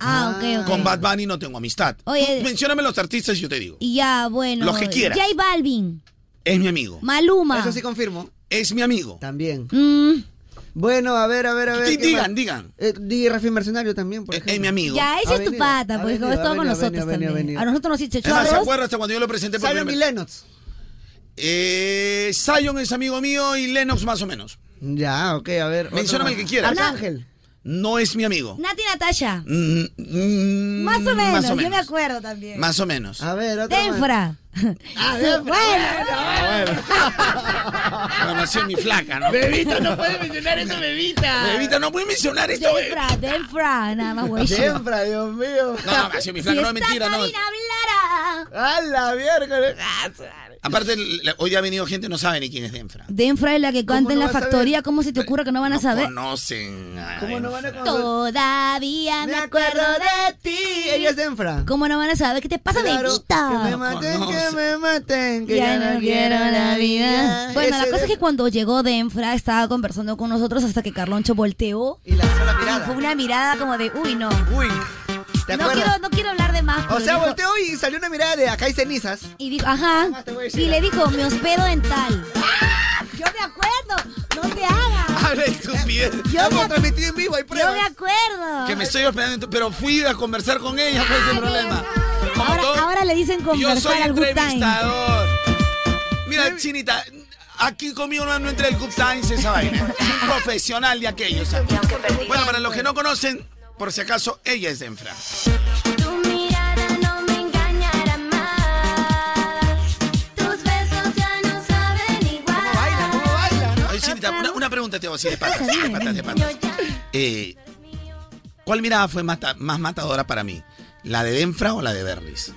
Speaker 1: Ah, ok, ok.
Speaker 5: Con Bad Bunny no tengo amistad.
Speaker 1: Oye.
Speaker 5: Tú mencióname los artistas y yo te digo.
Speaker 1: Y ya, bueno.
Speaker 5: Los que quieras.
Speaker 1: J Balvin,
Speaker 5: Es mi amigo.
Speaker 1: Maluma. Mm,
Speaker 3: Eso sí confirmo.
Speaker 5: Es mi amigo.
Speaker 3: También.
Speaker 5: Bueno,
Speaker 3: a ver, a ver, a ver.
Speaker 5: Sí,
Speaker 3: ¿qué
Speaker 5: digan,
Speaker 3: más?
Speaker 5: digan.
Speaker 3: Eh, di Rafi Mercenario también, por ejemplo.
Speaker 5: es mi amigo.
Speaker 1: Ya, ella
Speaker 3: Ha
Speaker 1: es tu
Speaker 3: venido,
Speaker 1: pata,
Speaker 3: ha
Speaker 1: porque
Speaker 3: venido,
Speaker 1: es todo
Speaker 3: ha
Speaker 1: con
Speaker 3: venido, ha
Speaker 1: nosotros
Speaker 3: venido, ha
Speaker 1: también.
Speaker 3: veniendo.
Speaker 1: A nosotros nos hizo
Speaker 5: Además, ¿se
Speaker 1: chorros.
Speaker 5: acuerda hasta cuando yo lo presenté por
Speaker 3: Zion
Speaker 5: primera
Speaker 3: y
Speaker 5: vez?
Speaker 3: Lennox.
Speaker 5: Eh, Zion es amigo mío y Lennox más o menos.
Speaker 3: Ya, ok, a ver.
Speaker 5: Mencióname el
Speaker 3: otro
Speaker 5: que
Speaker 3: más.
Speaker 5: quieras.
Speaker 3: Arcángel.
Speaker 5: No es mi amigo.
Speaker 1: Nati Natasha.
Speaker 5: Mm, mm,
Speaker 1: Más o menos,
Speaker 5: Más o
Speaker 1: yo me
Speaker 5: menos.
Speaker 1: acuerdo también.
Speaker 5: Más o menos.
Speaker 3: A ver, otro más.
Speaker 1: Denfra.
Speaker 3: Ah,
Speaker 1: Su-
Speaker 3: Denfra.
Speaker 1: bueno.
Speaker 5: Bueno, así es mi flaca, ¿no?
Speaker 1: Bebita, no puede
Speaker 5: mencionar eso, bebita. Bebita, no puede mencionar esto, bebita.
Speaker 1: Denfra, Denfra, nada más
Speaker 3: Ah,
Speaker 1: güey.
Speaker 3: Siempre, Dios mío.
Speaker 5: No, no, así es mi flaca, no es mentira, no.
Speaker 3: A la Ah, miércoles.
Speaker 5: Aparte, la- hoy ha venido gente, no sabe ni quién es Denfra.
Speaker 1: Denfra es la que canta en
Speaker 5: no
Speaker 1: la
Speaker 5: vas a ver?
Speaker 1: factoría. ¿Cómo se te ocurre que no van a saber?
Speaker 5: Conocen. a
Speaker 1: ¿Cómo no van
Speaker 5: Denfra.
Speaker 1: Todavía me acuerdo de ti.
Speaker 3: Ella es Denfra.
Speaker 1: ¿Cómo no van a saber qué te pasa,
Speaker 3: Claro,
Speaker 1: bebita?
Speaker 3: Que me maten, que
Speaker 1: Conoce.
Speaker 3: me maten, que
Speaker 1: Ya no quiero la vida. Bueno, la
Speaker 3: Ese
Speaker 1: cosa es que cuando llegó Denfra estaba conversando con nosotros hasta que Carloncho volteó. Y Fue una mirada como de, uy, no.
Speaker 3: Uy. ¿Te
Speaker 1: No
Speaker 3: acuerdas?
Speaker 1: quiero, no quiero hablar de más.
Speaker 3: O
Speaker 1: pero
Speaker 3: sea,
Speaker 1: dijo-
Speaker 3: volteó y salió una mirada de acá hay cenizas.
Speaker 1: Y dijo, ajá. Y le dijo, me hospedo en tal. Yo me acuerdo, no te hagas.
Speaker 5: Habla estupidez.
Speaker 3: Yo me transmití en vivo, hay
Speaker 1: Yo
Speaker 3: pruebas.
Speaker 1: me acuerdo.
Speaker 5: Que me estoy hospedando, en tu- pero fui a conversar con ella, fue ese problema. Como
Speaker 1: Ahora,
Speaker 5: todo-
Speaker 1: ahora le dicen
Speaker 5: Yo
Speaker 1: conversar
Speaker 5: soy
Speaker 1: al good time.
Speaker 5: entrevistador. Mira, Chinita, aquí conmigo no, no entra el Good Times esa vaina. Soy un profesional de aquellos. Bueno, para los que no conocen, por si acaso, ella es Denfra.
Speaker 4: Tu mirada no me engañará más. Tus besos ya no saben igual. ¿Cómo baila? ¿Cómo baila?
Speaker 5: Oye, Chinita, una, una pregunta te voy a decir de patas,
Speaker 4: Pasa,
Speaker 5: de patas, de patas. Eh, ¿Cuál mirada fue mata- más matadora para mí? ¿La de Denfra o la de Berlis?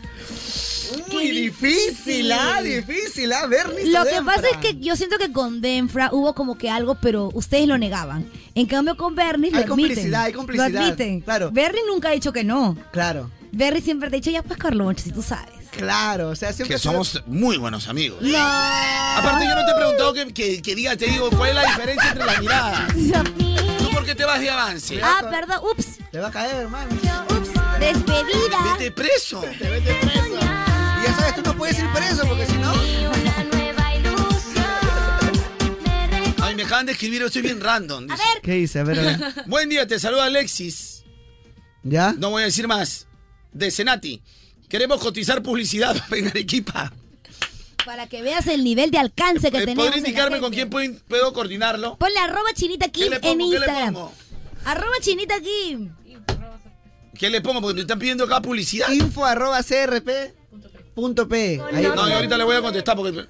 Speaker 3: Uy, difícil, ah, difícil, ah, Bernie.
Speaker 1: Lo que pasa es que yo siento que con Denfra hubo como que algo, pero ustedes lo negaban. En cambio con Bernie lo
Speaker 3: Hay
Speaker 1: admiten.
Speaker 3: complicidad, hay complicidad,
Speaker 1: Lo admiten. Claro. Bernie nunca ha dicho que no.
Speaker 3: Claro.
Speaker 1: Bernie siempre te ha dicho, ya pues Carloncho, si tú sabes.
Speaker 3: Claro, o sea,
Speaker 5: Que somos muy buenos amigos.
Speaker 1: No.
Speaker 5: Aparte, yo no te he preguntado que, que, que diga, te digo, ¿cuál es la diferencia entre las miradas? ¿Tú por qué te vas de avance?
Speaker 1: Ah, perdón, ups.
Speaker 3: Le va a caer, hermano.
Speaker 1: Ups, despedida.
Speaker 5: Vete preso.
Speaker 3: Y ya sabes, tú no puedes ir preso porque si no.
Speaker 5: Ay, me acaban de escribir, estoy bien random. dice.
Speaker 3: ¿Qué hice? A ver, a ver.
Speaker 5: Buen día, te saluda Alexis.
Speaker 3: ¿Ya?
Speaker 5: No voy a decir más. De Senati. Queremos cotizar publicidad en Arequipa.
Speaker 1: Para que veas el nivel de alcance que
Speaker 5: Eh,
Speaker 1: tenemos.
Speaker 5: ¿Podría
Speaker 1: en la
Speaker 5: indicarme con
Speaker 1: gente.
Speaker 5: quién puedo, puedo coordinarlo?
Speaker 1: Ponle arroba chinita
Speaker 5: ¿Qué
Speaker 1: Kim
Speaker 5: le
Speaker 1: en
Speaker 5: pongo? ¿Qué le
Speaker 1: Instagram.
Speaker 5: pongo?
Speaker 1: Arroba chinita Kim.
Speaker 5: ¿Qué le pongo? Porque me están pidiendo acá publicidad.
Speaker 3: Info arroba crp punto p. Ahí-
Speaker 5: No, y ahorita le voy a contestar porque...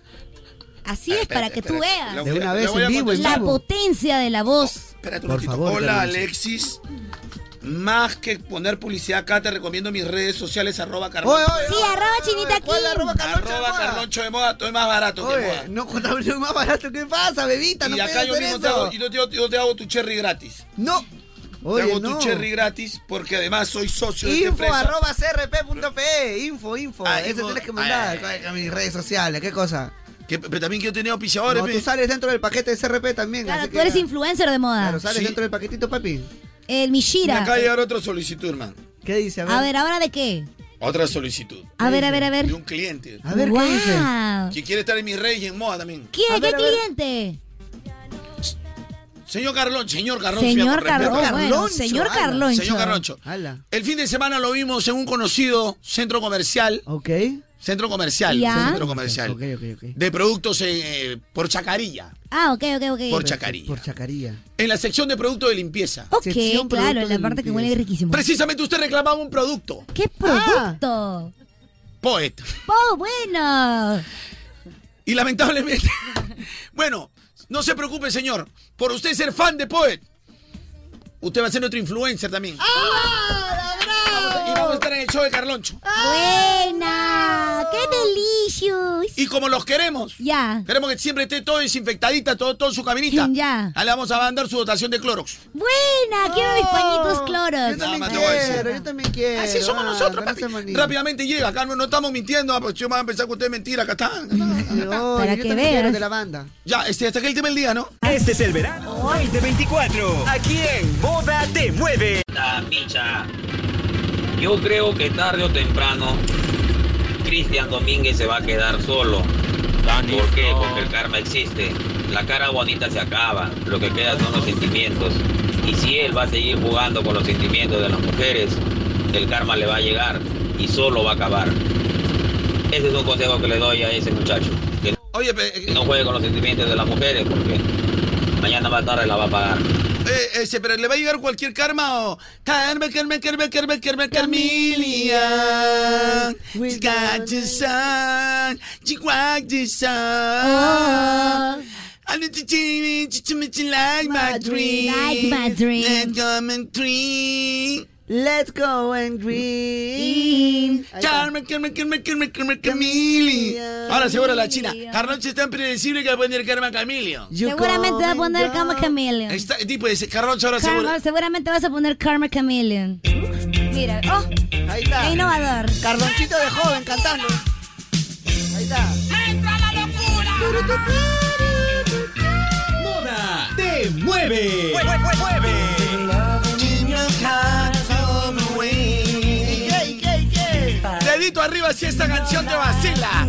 Speaker 1: Así es, para que tú veas.
Speaker 5: Le-
Speaker 3: De una
Speaker 5: le
Speaker 3: vez,
Speaker 5: voy a
Speaker 3: en vivo, en
Speaker 1: La
Speaker 3: vivo.
Speaker 1: potencia de la voz.
Speaker 5: Espérate un
Speaker 3: Por
Speaker 5: ratito.
Speaker 3: favor,
Speaker 5: Hola,
Speaker 3: Carlos.
Speaker 5: Alexis. Más que poner publicidad acá, te recomiendo mis redes sociales, arroba Carloncho.
Speaker 3: Oye, oye,
Speaker 1: Sí, arroba chinita Kim.
Speaker 5: Arroba Carloncho de moda, todo es más barato que
Speaker 3: Oye,
Speaker 5: moda.
Speaker 3: no contamos más barato. ¿Qué pasa, bebita? No
Speaker 5: y
Speaker 3: puedes
Speaker 5: acá yo
Speaker 3: hacer
Speaker 5: mismo te
Speaker 3: eso.
Speaker 5: hago, yo te, yo te hago tu cherry gratis.
Speaker 3: No.
Speaker 5: te
Speaker 3: Oye,
Speaker 5: hago
Speaker 3: no.
Speaker 5: tu cherry gratis porque además soy socio de esta
Speaker 3: Info
Speaker 5: empresa.
Speaker 3: arroba crp.p. Info, info.
Speaker 5: Ah,
Speaker 3: Eso
Speaker 5: info.
Speaker 3: tienes que mandar
Speaker 5: Ay, ay,
Speaker 3: a mis redes sociales. ¿Qué cosa?
Speaker 5: Que- pero también que yo tenía auspiciadores.
Speaker 3: No,
Speaker 5: pe.
Speaker 3: tú sales dentro del paquete de CRP también.
Speaker 1: Claro,
Speaker 3: así
Speaker 1: tú
Speaker 3: que
Speaker 1: eres
Speaker 3: ya.
Speaker 1: influencer de moda.
Speaker 3: Claro, sales dentro del paquetito, papi.
Speaker 1: El
Speaker 5: Me
Speaker 1: Mishira.
Speaker 5: acaba de llegar otra solicitud, hermano.
Speaker 3: ¿Qué dice?
Speaker 1: A ver, ¿ahora de qué?
Speaker 5: Otra solicitud.
Speaker 1: A ver, a ver, a ver.
Speaker 5: De un cliente.
Speaker 3: A ver, ¿qué
Speaker 1: Wow.
Speaker 3: dice?
Speaker 5: Que quiere estar en mis redes y en moda también.
Speaker 1: ¿Quién?
Speaker 3: A ver,
Speaker 1: ¿Qué
Speaker 3: a ver.
Speaker 1: cliente?
Speaker 5: Señor Carlón, señor Carlón.
Speaker 1: Señor
Speaker 5: se llama, con
Speaker 1: Carlón,
Speaker 5: respeto.
Speaker 1: bueno, Carloncho, señor ala. Carloncho.
Speaker 5: Señor Carloncho.
Speaker 3: Ala.
Speaker 5: El fin de semana lo vimos en un conocido centro comercial.
Speaker 3: Ok.
Speaker 5: Centro comercial.
Speaker 1: Ya.
Speaker 5: Centro comercial. De productos eh, por chacarilla.
Speaker 1: Ah, ok, ok, ok.
Speaker 5: Por chacarilla.
Speaker 3: Por chacarilla.
Speaker 5: En la sección de productos de limpieza.
Speaker 1: Ok, claro, en la parte que huele riquísimo.
Speaker 5: Precisamente usted reclamaba un producto.
Speaker 1: ¿Qué producto?
Speaker 5: Poet.
Speaker 1: ¡Oh, bueno!
Speaker 5: Y lamentablemente. bueno, no se preocupe, señor. Por usted ser fan de Poet. Usted va a ser nuestro influencer también.
Speaker 4: ¡Ah,
Speaker 5: Y vamos vamos a estar en el show de Carloncho.
Speaker 1: Buena, qué delicious.
Speaker 5: Y como los queremos.
Speaker 1: Ya.
Speaker 5: Queremos que siempre esté todo desinfectadita, todo, todo en su caminita. Ya. le vamos a mandar su dotación de Clorox.
Speaker 1: Buena, quiero mis pañitos cloros.
Speaker 5: Yo también Nada más te voy a decir. quiero,
Speaker 3: yo también quiero. Ah,
Speaker 5: Así somos nosotros, papi. Rápidamente llega, acá no, no estamos mintiendo, ah, pues yo me voy a pensar que usted es mentira, acá está.
Speaker 3: Para que
Speaker 5: veas.
Speaker 3: de la banda.
Speaker 5: Ya, este, hasta aquí el tema del día, ¿no?
Speaker 2: Este es el verano 2024. Aquí en Boda Te Mueve.
Speaker 29: La picha. Yo creo que tarde o temprano Cristian Domínguez se va a quedar solo. ¿Por qué? Porque el karma existe. La cara bonita se acaba. Lo que queda son los sentimientos. Y si él va a seguir jugando con los sentimientos de las mujeres, el karma le va a llegar y solo va a acabar. Ese es un consejo que le doy a ese muchacho. Que
Speaker 5: eh,
Speaker 29: no juegue con los sentimientos de las mujeres porque mañana más tarde la va a pagar.
Speaker 5: Eh, ese, pero le va a llegar cualquier karma o. Carmen, Carmen, Carmen, Carmen, Carmen, Carmilian. We got the sun. You got the sun. I need to change, to make you like my dream.
Speaker 3: Like my dream.
Speaker 5: Let's go and dream.
Speaker 3: Let's go and dream.
Speaker 5: Carmen, Carmen, Carmen, Carmen, Carmen, Carmilian. Ahora seguro la china. Carnoche es tan predecible que va a poner Carmen Camilio.
Speaker 1: Seguramente va a poner Karma Chameleon.
Speaker 5: Está, tipo, dice, Carnoche ahora
Speaker 1: Karma-
Speaker 5: seguro.
Speaker 1: seguramente vas a poner Karma Chameleon. Mira, oh,
Speaker 3: Ahí está.
Speaker 1: qué innovador.
Speaker 3: Carlonchito de joven cantando. Ahí está.
Speaker 14: ¡Entra la locura!
Speaker 2: Moda Te Mueve.
Speaker 5: Dedito arriba si esta canción te vacila.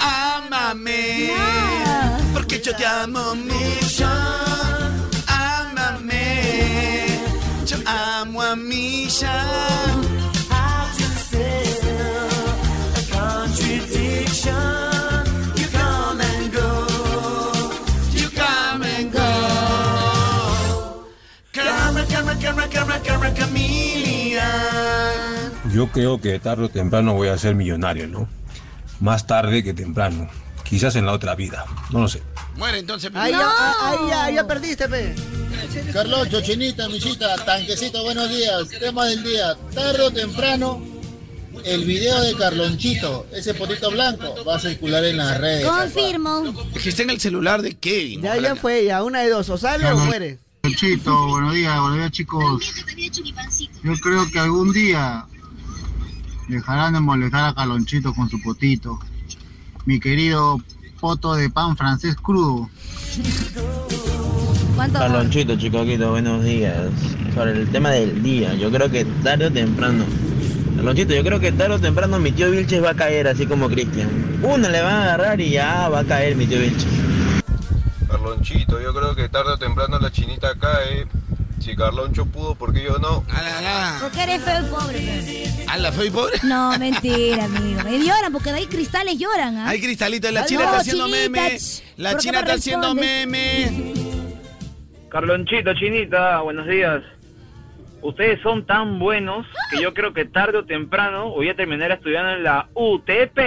Speaker 5: Amame, porque yo te amo mucho. Amame, yo amo a Misha. You come and go, you come and go. Karma, karma, karma, karma, karma, chameleon.
Speaker 9: Yo creo que tarde o temprano voy a ser millonario, ¿no? Más tarde que temprano. Quizás en la otra vida. No lo sé.
Speaker 5: Muere entonces.
Speaker 3: Ahí ya, ahí ya, ya perdiste, pe.
Speaker 41: Carlos, Chochinita, Millita, Tanquecito, buenos días. Tema del día, tarde o temprano, el video de Carlonchito, ese potito blanco, va a circular en las redes.
Speaker 1: Confirmo.
Speaker 5: Es que está en el celular de Kevin.
Speaker 3: Ya, ya fue, ya. Una de dos. O sale o muere.
Speaker 41: Chito, buenos días, buenos días chicos. Yo creo que algún día dejarán de molestar a Carlonchito con su potito. Mi querido poto de pan francés crudo.
Speaker 1: ¿Cuánto?
Speaker 42: Carlonchito, Chicoquito, buenos días. Sobre el tema del día, yo creo que tarde o temprano. Carlonchito, yo creo que tarde o temprano mi tío Vilches va a caer, así como Cristian. Uno le va a agarrar y ya va a caer mi tío Vilches.
Speaker 8: Carlonchito, yo creo que tarde o temprano la chinita cae. Si Carloncho pudo, ¿por qué yo no?
Speaker 1: Porque eres feo y pobre. pe.
Speaker 5: ¿A la fue pobre?
Speaker 1: No, mentira, amigo. Y lloran, porque de ahí cristales lloran, ¿ah?
Speaker 5: Hay cristalitos, la
Speaker 1: Ay,
Speaker 5: china
Speaker 1: no,
Speaker 5: está haciendo
Speaker 1: chinita,
Speaker 5: meme.
Speaker 1: ch,
Speaker 5: La
Speaker 1: ¿por qué
Speaker 5: china
Speaker 1: me
Speaker 5: está haciendo
Speaker 1: respondes?
Speaker 5: meme.
Speaker 43: Carlonchito, Chinita, buenos días. Ustedes son tan buenos que yo creo que tarde o temprano voy a terminar estudiando en la UTP.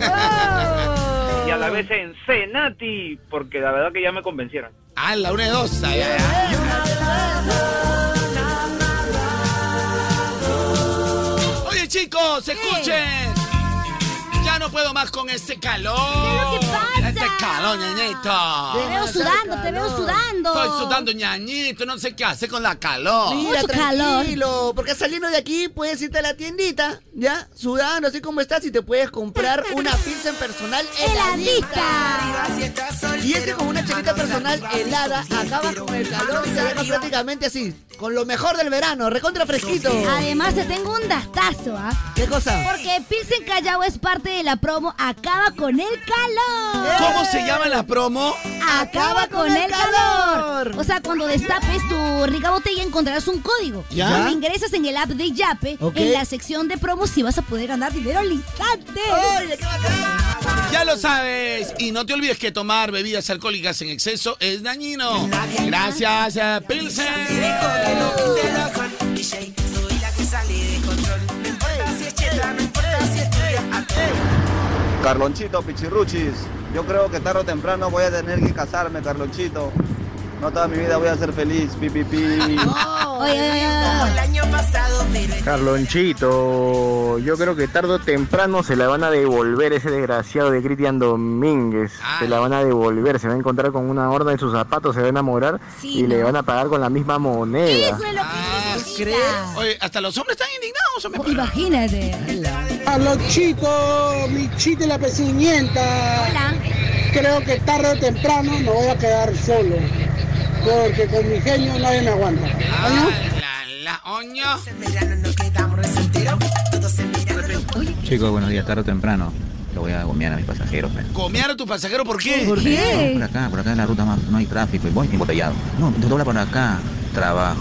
Speaker 1: Oh.
Speaker 43: Y a la vez en Senati, porque la verdad que ya me convencieron.
Speaker 5: Ah, la una de dos. ay, ay, ay. Oye, chicos, escuchen. Ya no puedo más con este calor. ¿Qué pasa? Este calor, ñañito.
Speaker 1: Te veo sudando, te veo sudando.
Speaker 5: Estoy sudando, ñañito. No sé qué hacer con la Oh, calor.
Speaker 3: Mira, tranquilo, porque saliendo de aquí puedes irte a la tiendita, ya, sudando así como estás y te puedes comprar una pizza en personal heladita. Y es que con una chelita personal helada acabas con el calor y te dejas prácticamente así, con lo mejor del verano, recontra fresquito.
Speaker 1: Además, te tengo un dastazo, ¿ah?
Speaker 3: ¿Qué cosa?
Speaker 1: Porque Pilsen Callao es parte de la promo Acaba con el calor.
Speaker 5: ¿Cómo se llama la promo?
Speaker 1: Acaba con el calor. O sea, cuando destapes tu rica botella encontrarás un código.
Speaker 5: ¿Ya?
Speaker 1: Cuando ingresas en el app de Yape,
Speaker 5: Ok.
Speaker 1: en la sección de promos, sí vas a poder ganar dinero al instante.
Speaker 5: Ya lo sabes. Y no te olvides que tomar bebidas alcohólicas en exceso es dañino. Gracias, eh, Pilsen.
Speaker 14: Soy la que sale de control. No importa si es cheta, no importa si es tuya.
Speaker 44: Carlonchito, pichirruchis. Yo creo que tarde o temprano voy a tener que casarme, Carlonchito.
Speaker 17: No toda mi vida voy a ser feliz, pi, pi, pi.
Speaker 1: Como
Speaker 24: el año pasado, pero
Speaker 2: Carlonchito, yo creo que tarde o temprano se la van a devolver ese desgraciado de Cristian Domínguez. Se la van a devolver, se va a encontrar con una horda de sus zapatos, se va a enamorar
Speaker 5: Sí,
Speaker 2: y le
Speaker 5: ¿no?
Speaker 2: van a pagar con la misma moneda.
Speaker 5: Ah, ¿Crees? Oye, hasta los hombres están indignados. hombre, pero-
Speaker 1: Imagínate.
Speaker 37: A los chicos, mi chita y la pezuñenta. Creo que tarde o temprano me voy a quedar solo. Porque con mi genio nadie me aguanta. ¿No?
Speaker 28: Chicos, buenos días, tarde o temprano. Lo voy a gomear a mis pasajeros. pe.
Speaker 5: Comear a tu pasajero, ¿por qué?
Speaker 28: ¿Por qué? Por acá, por acá es la ruta más, no hay tráfico y voy embotellado. No, te dobla por acá. Trabajo.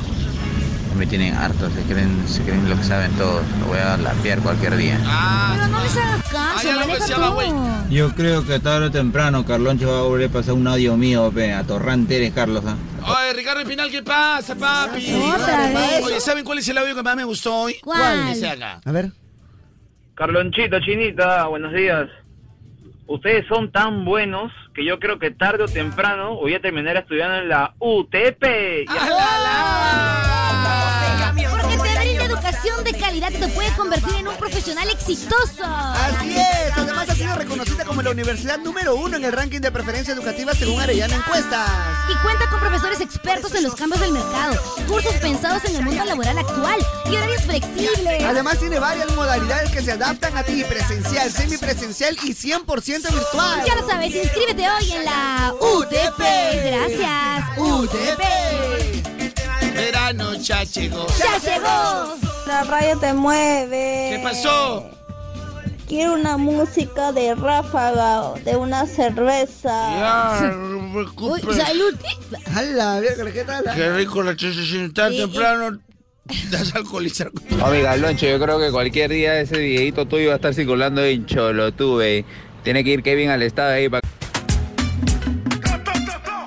Speaker 28: Me tienen harto, se creen, se creen lo que saben todos. Lo voy a lapear cualquier día.
Speaker 5: Ah.
Speaker 1: Pero no les hagas caso, maneja todo.
Speaker 28: Yo creo que tarde o temprano Carloncho va a volver a pasar un audio mío, pe. Atorrante eres, Carlos.
Speaker 5: Oye, Ricardo Espinal, ¿qué pasa, papi?
Speaker 36: Otra vez.
Speaker 5: Oye, ¿saben cuál es el audio que más me gustó hoy?
Speaker 36: ¿Cuál?
Speaker 5: Dice acá.
Speaker 36: A ver. Carlonchito, Chinita, buenos días. Ustedes son tan buenos que yo creo que tarde o temprano voy a terminar estudiando en la UTP.
Speaker 1: Porque te brinda educación de calidad y te puede convertir en un profesional exitoso.
Speaker 3: Así es, además ha sido reconocida como la universidad número uno en el ranking de preferencia educativa según Arellana Encuestas.
Speaker 1: Y cuenta con profesores expertos en los cambios del mercado, cursos pensados en el mundo laboral actual y horarios flexibles.
Speaker 3: Además tiene varias modalidades que se adaptan a ti, presencial, semipresencial y 100% virtual.
Speaker 1: Ya lo sabes, inscríbete hoy en la UTP. Gracias, UTP.
Speaker 5: Verano ya llegó.
Speaker 29: La radio te mueve.
Speaker 5: ¿Qué pasó?
Speaker 29: Quiero una música de ráfaga, de una cerveza.
Speaker 5: Uy, salud.
Speaker 3: ¡Hala, qué tal! ah?
Speaker 5: Qué rico la chicha tan temprano. Te vas a alcoholizar.
Speaker 38: Amiga, Loncho, yo creo que cualquier día ese videito tuyo va a estar circulando en Cholotuve. Tiene que ir Kevin al estado ahí para...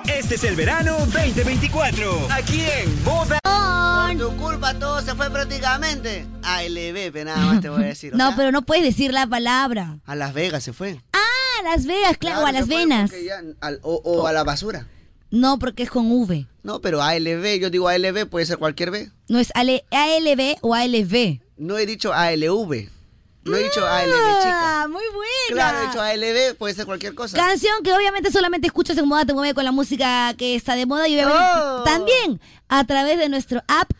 Speaker 22: Este es el verano 2024. Aquí en Moda.
Speaker 3: Por tu culpa todo se fue prácticamente. ALB, pe, nada más te voy a decir. o
Speaker 1: No,
Speaker 3: sea,
Speaker 1: pero no puedes decir la palabra.
Speaker 3: A Las Vegas se fue.
Speaker 1: Ah, Las Vegas, claro,
Speaker 3: Claro,
Speaker 1: a Las
Speaker 3: se fue
Speaker 1: Venas.
Speaker 3: porque ya- al- o, o a la basura.
Speaker 1: No, porque es con V.
Speaker 3: Oh. No, pero ALB, yo digo ALB, puede ser cualquier B.
Speaker 1: No es ale- ALB o ALV.
Speaker 3: No he dicho ALV. No he dicho ALB, chica.
Speaker 1: Ah, muy buena.
Speaker 3: Claro, he dicho ALB, puede ser cualquier cosa.
Speaker 1: Canción que obviamente solamente escuchas en Moda Te Mueve con la música que está de moda y
Speaker 3: Oh.
Speaker 1: obviamente también a través de nuestro app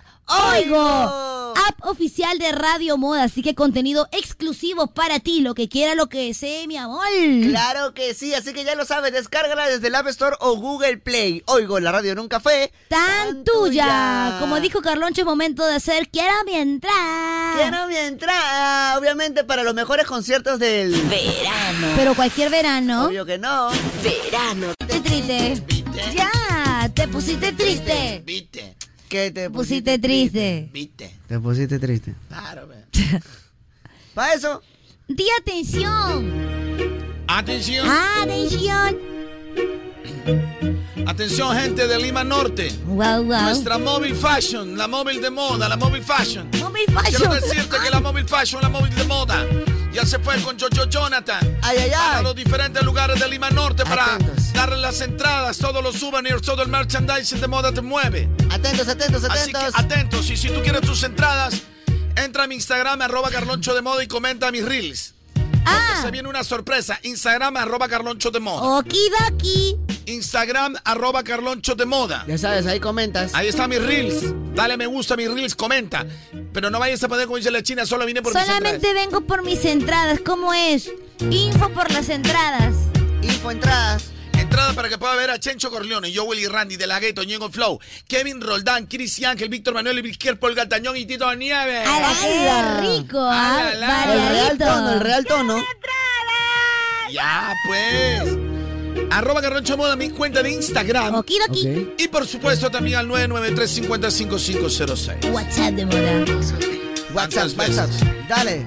Speaker 1: Oigo. App oficial de Radio Moda, así que contenido exclusivo para ti, lo que quiera, lo que desee, mi amor.
Speaker 3: Claro que sí, así que ya lo sabes, descárgala desde el App Store o Google Play. Oigo, la radio nunca fue.
Speaker 1: Tan tuya. Como dijo Carloncho, es momento de hacer Quiero mi entrada.
Speaker 3: Quiero mi entrada, obviamente para los mejores conciertos del verano.
Speaker 1: Pero cualquier verano.
Speaker 3: Obvio que no.
Speaker 1: Verano. Te triste. Ya, te pusiste triste.
Speaker 3: ¿Qué te
Speaker 1: pusiste triste?
Speaker 3: Te pusiste triste.
Speaker 5: Claro, ve.
Speaker 3: Para eso.
Speaker 1: Di atención.
Speaker 5: Atención.
Speaker 1: Atención.
Speaker 5: Atención, gente de Lima Norte.
Speaker 1: Wow, wow.
Speaker 5: Nuestra móvil fashion, la móvil de moda, la móvil fashion.
Speaker 1: Móvil
Speaker 5: Quiero decirte
Speaker 3: Ah.
Speaker 5: que la móvil fashion, la móvil de moda, ya se fue con Jojo Jonathan.
Speaker 3: Ay, ay, ay.
Speaker 5: A los diferentes lugares de Lima Norte para darle las entradas, todos los souvenirs, todo el merchandising de moda te mueve.
Speaker 3: Atentos, atentos,
Speaker 5: Así que atentos. Y si tú quieres tus entradas, entra a mi Instagram, arroba Carloncho de Moda y comenta mis reels.
Speaker 3: Ah.
Speaker 5: Porque
Speaker 1: Ah,
Speaker 5: se viene una sorpresa. Instagram, arroba Carloncho de
Speaker 3: Oh.
Speaker 5: Moda.
Speaker 1: Okidoki.
Speaker 5: Instagram, arroba Carloncho de Moda.
Speaker 3: Ya sabes, ahí comentas.
Speaker 5: Ahí está mis reels. Dale me gusta a mis reels, comenta. Pero no vayas a poner como dice la china, solo vine por mis
Speaker 1: Solamente
Speaker 5: entradas.
Speaker 1: vengo por mis entradas. ¿Cómo es? Info por las entradas.
Speaker 3: Info entradas.
Speaker 5: Entrada para que pueda ver a Chencho Corleone, yo Willy Randy, De La Ghetto, Ñengo Flow, Kevin Roldán, Chris Ángel, Víctor Manuel, Vizquer, Paul Galtañón y Tito Nieves.
Speaker 1: ¡Qué rico! ah,
Speaker 3: El real
Speaker 1: variadito.
Speaker 3: tono, el real tono.
Speaker 5: Ya, pues. Arroba Carroncho Moda, mi cuenta de Instagram. Y por supuesto también al 993-55506.
Speaker 1: WhatsApp de moda.
Speaker 5: WhatsApp, WhatsApp.
Speaker 3: Dale.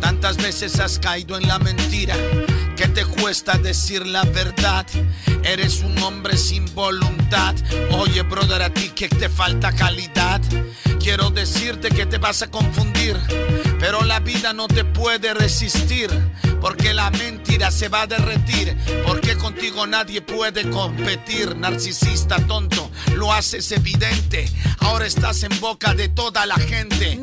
Speaker 5: Tantas veces has caído en la mentira que te cuesta decir la verdad. Eres un hombre sin voluntad. Oye, brother, a ti que te falta calidad. Quiero decirte que te vas a confundir, pero la vida no te puede resistir, porque la mentira se va a derretir, porque contigo nadie puede competir. Narcisista tonto, lo haces evidente. Ahora estás en boca de toda la gente,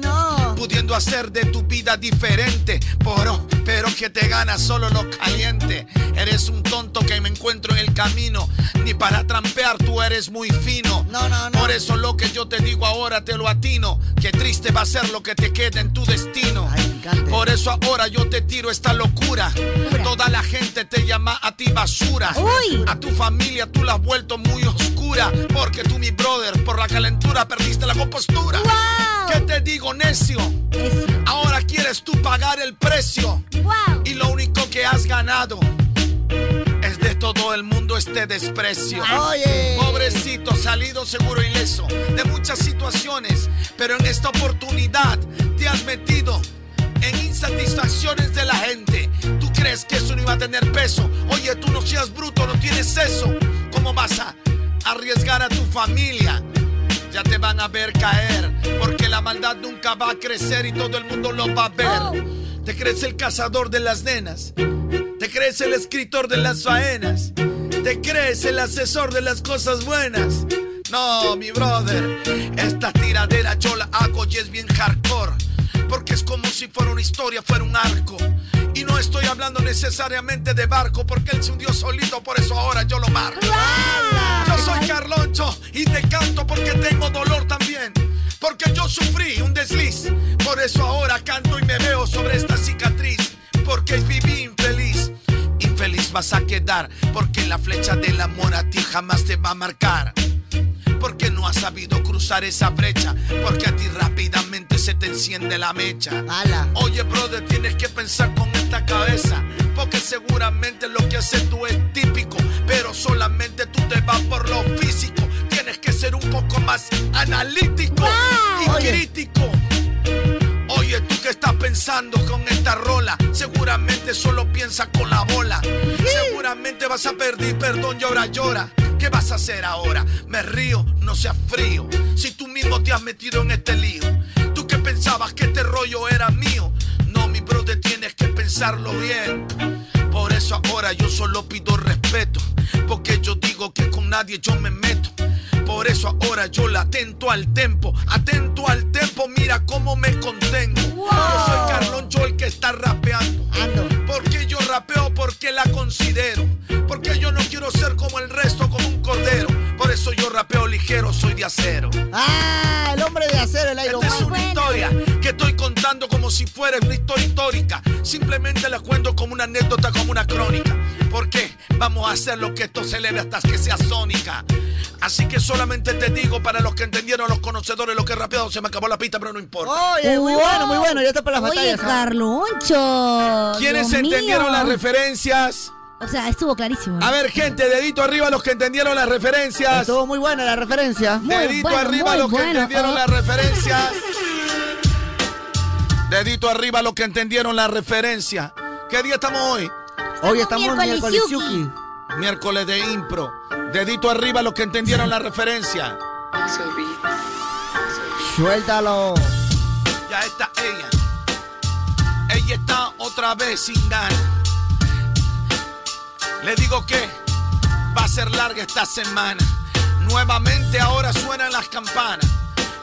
Speaker 5: pudiendo hacer de tu vida diferente. Pero, pero que te gana solo lo caliente. Eres un tonto que me encuentro en el camino, ni para trampear tú eres muy fino. No, no, no. Por eso lo que yo te digo ahora te lo atino. Que triste va a ser lo que te quede en tu destino. Por eso ahora yo te tiro esta locura. Toda la gente te llama a ti basura. A tu familia tú la has vuelto muy oscura. Porque tú, mi brother, por la calentura perdiste la compostura. ¿Qué te digo, necio? Ahora quieres tú pagar el precio. Y lo único que has ganado es de todo el mundo este desprecio.
Speaker 3: Oye.
Speaker 5: Pobrecito, salido seguro ileso de muchas situaciones, pero en esta oportunidad te has metido en insatisfacciones de la gente. Tú crees que eso no iba a tener peso. Oye, tú no seas bruto, no tienes eso. ¿Cómo vas a arriesgar a tu familia? Ya te van a ver caer, porque la maldad nunca va a crecer y todo el mundo lo va a ver. Te crees el cazador de las nenas. Te crees el escritor de las faenas. Te crees el asesor de las cosas buenas. No, mi brother, esta tiradera yo la hago y es bien hardcore. Porque es como si fuera una historia, fuera un arco. Y no estoy hablando necesariamente de barco, porque él se hundió solito, por eso ahora yo lo marco. Yo soy Carloncho y te canto porque tengo dolor también. Porque yo sufrí un desliz, por eso ahora canto y me veo sobre esta cicatriz. Porque viví infeliz, infeliz vas a quedar, porque la flecha del amor a ti jamás te va a marcar. Porque no has sabido cruzar esa brecha, porque a ti rápidamente se te enciende la mecha. Oye, brother, tienes que pensar con esta cabeza, porque seguramente lo que haces tú es típico, pero solamente tú te vas por lo físico. Tienes que ser un poco más analítico y crítico. Oye, tú que estás pensando con esta rola, seguramente solo piensas con la bola. Seguramente vas a pedir perdón y ahora llora. ¿Qué vas a hacer ahora? Me río, no seas frío. Si tú mismo te has metido en este lío, tú que pensabas que este rollo era mío. No, mi brother, tienes que pensarlo bien. Por eso ahora yo solo pido respeto, porque yo digo que con nadie yo me meto. Por eso ahora yo la atento al tempo, atento al tempo, mira cómo me contengo. Yo soy Carlón, yo el que está rapeando. Porque yo rapeo porque la considero. Porque yo no quiero ser como el resto, como un cordero. Por eso yo rapeo ligero, soy de acero.
Speaker 3: Ah, el hombre de acero, el
Speaker 9: Este
Speaker 3: Iron
Speaker 5: Esta es
Speaker 3: Man.
Speaker 5: una historia que estoy contando como si fuera una historia histórica. Simplemente la cuento como una anécdota, como una crónica. Porque vamos a hacer lo que esto celebre hasta que sea sónica. Así que solamente te digo para los que entendieron, los conocedores, los que rapeados, se me acabó la pista, pero no importa.
Speaker 3: Oye, muy bueno, muy bueno, ya está para las
Speaker 1: Oye,
Speaker 3: batallas. ¿ah?
Speaker 1: Carloncho.
Speaker 5: ¿Quiénes
Speaker 1: Oh, Dios
Speaker 5: entendieron
Speaker 1: mío.
Speaker 5: las referencias?
Speaker 1: O sea, estuvo clarísimo.
Speaker 5: A ver, gente, dedito arriba a los que entendieron las referencias. Estuvo
Speaker 3: muy buena la referencia.
Speaker 5: Dedito
Speaker 3: bueno,
Speaker 5: arriba a
Speaker 3: muy
Speaker 5: los que
Speaker 3: bueno.
Speaker 5: entendieron
Speaker 3: Oh.
Speaker 5: las referencias. Dedito arriba a los que entendieron la referencia. ¿Qué día estamos hoy?
Speaker 3: Hoy estamos Miércoles miércoles yuki. yuki.
Speaker 5: Miércoles de impro. Dedito arriba a los que entendieron la referencia.
Speaker 3: Suéltalo.
Speaker 5: Ya está ella. Ella está otra vez sin ganas. Le digo que va a ser larga esta semana. Nuevamente ahora suenan las campanas,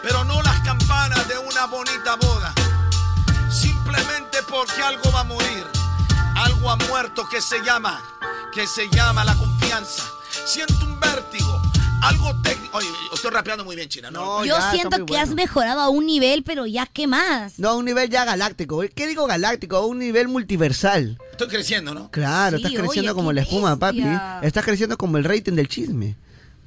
Speaker 5: pero no las campanas de una bonita boda. Simplemente porque algo va a morir. Algo ha muerto que se llama, que se llama la confianza. Siento un vértigo, algo técnico. Oye, estoy rapeando muy bien, China. No,
Speaker 3: Oh,
Speaker 1: Yo siento que has mejorado a un nivel, pero ya qué más.
Speaker 3: No, a un nivel ya galáctico. ¿Qué digo galáctico? A un nivel multiversal.
Speaker 5: Estoy creciendo, ¿no?
Speaker 3: Claro,
Speaker 5: Sí,
Speaker 3: estás creciendo
Speaker 5: oye,
Speaker 3: como
Speaker 5: qué
Speaker 3: la espuma,
Speaker 5: bestia.
Speaker 3: papi. Estás creciendo como el rating del chisme.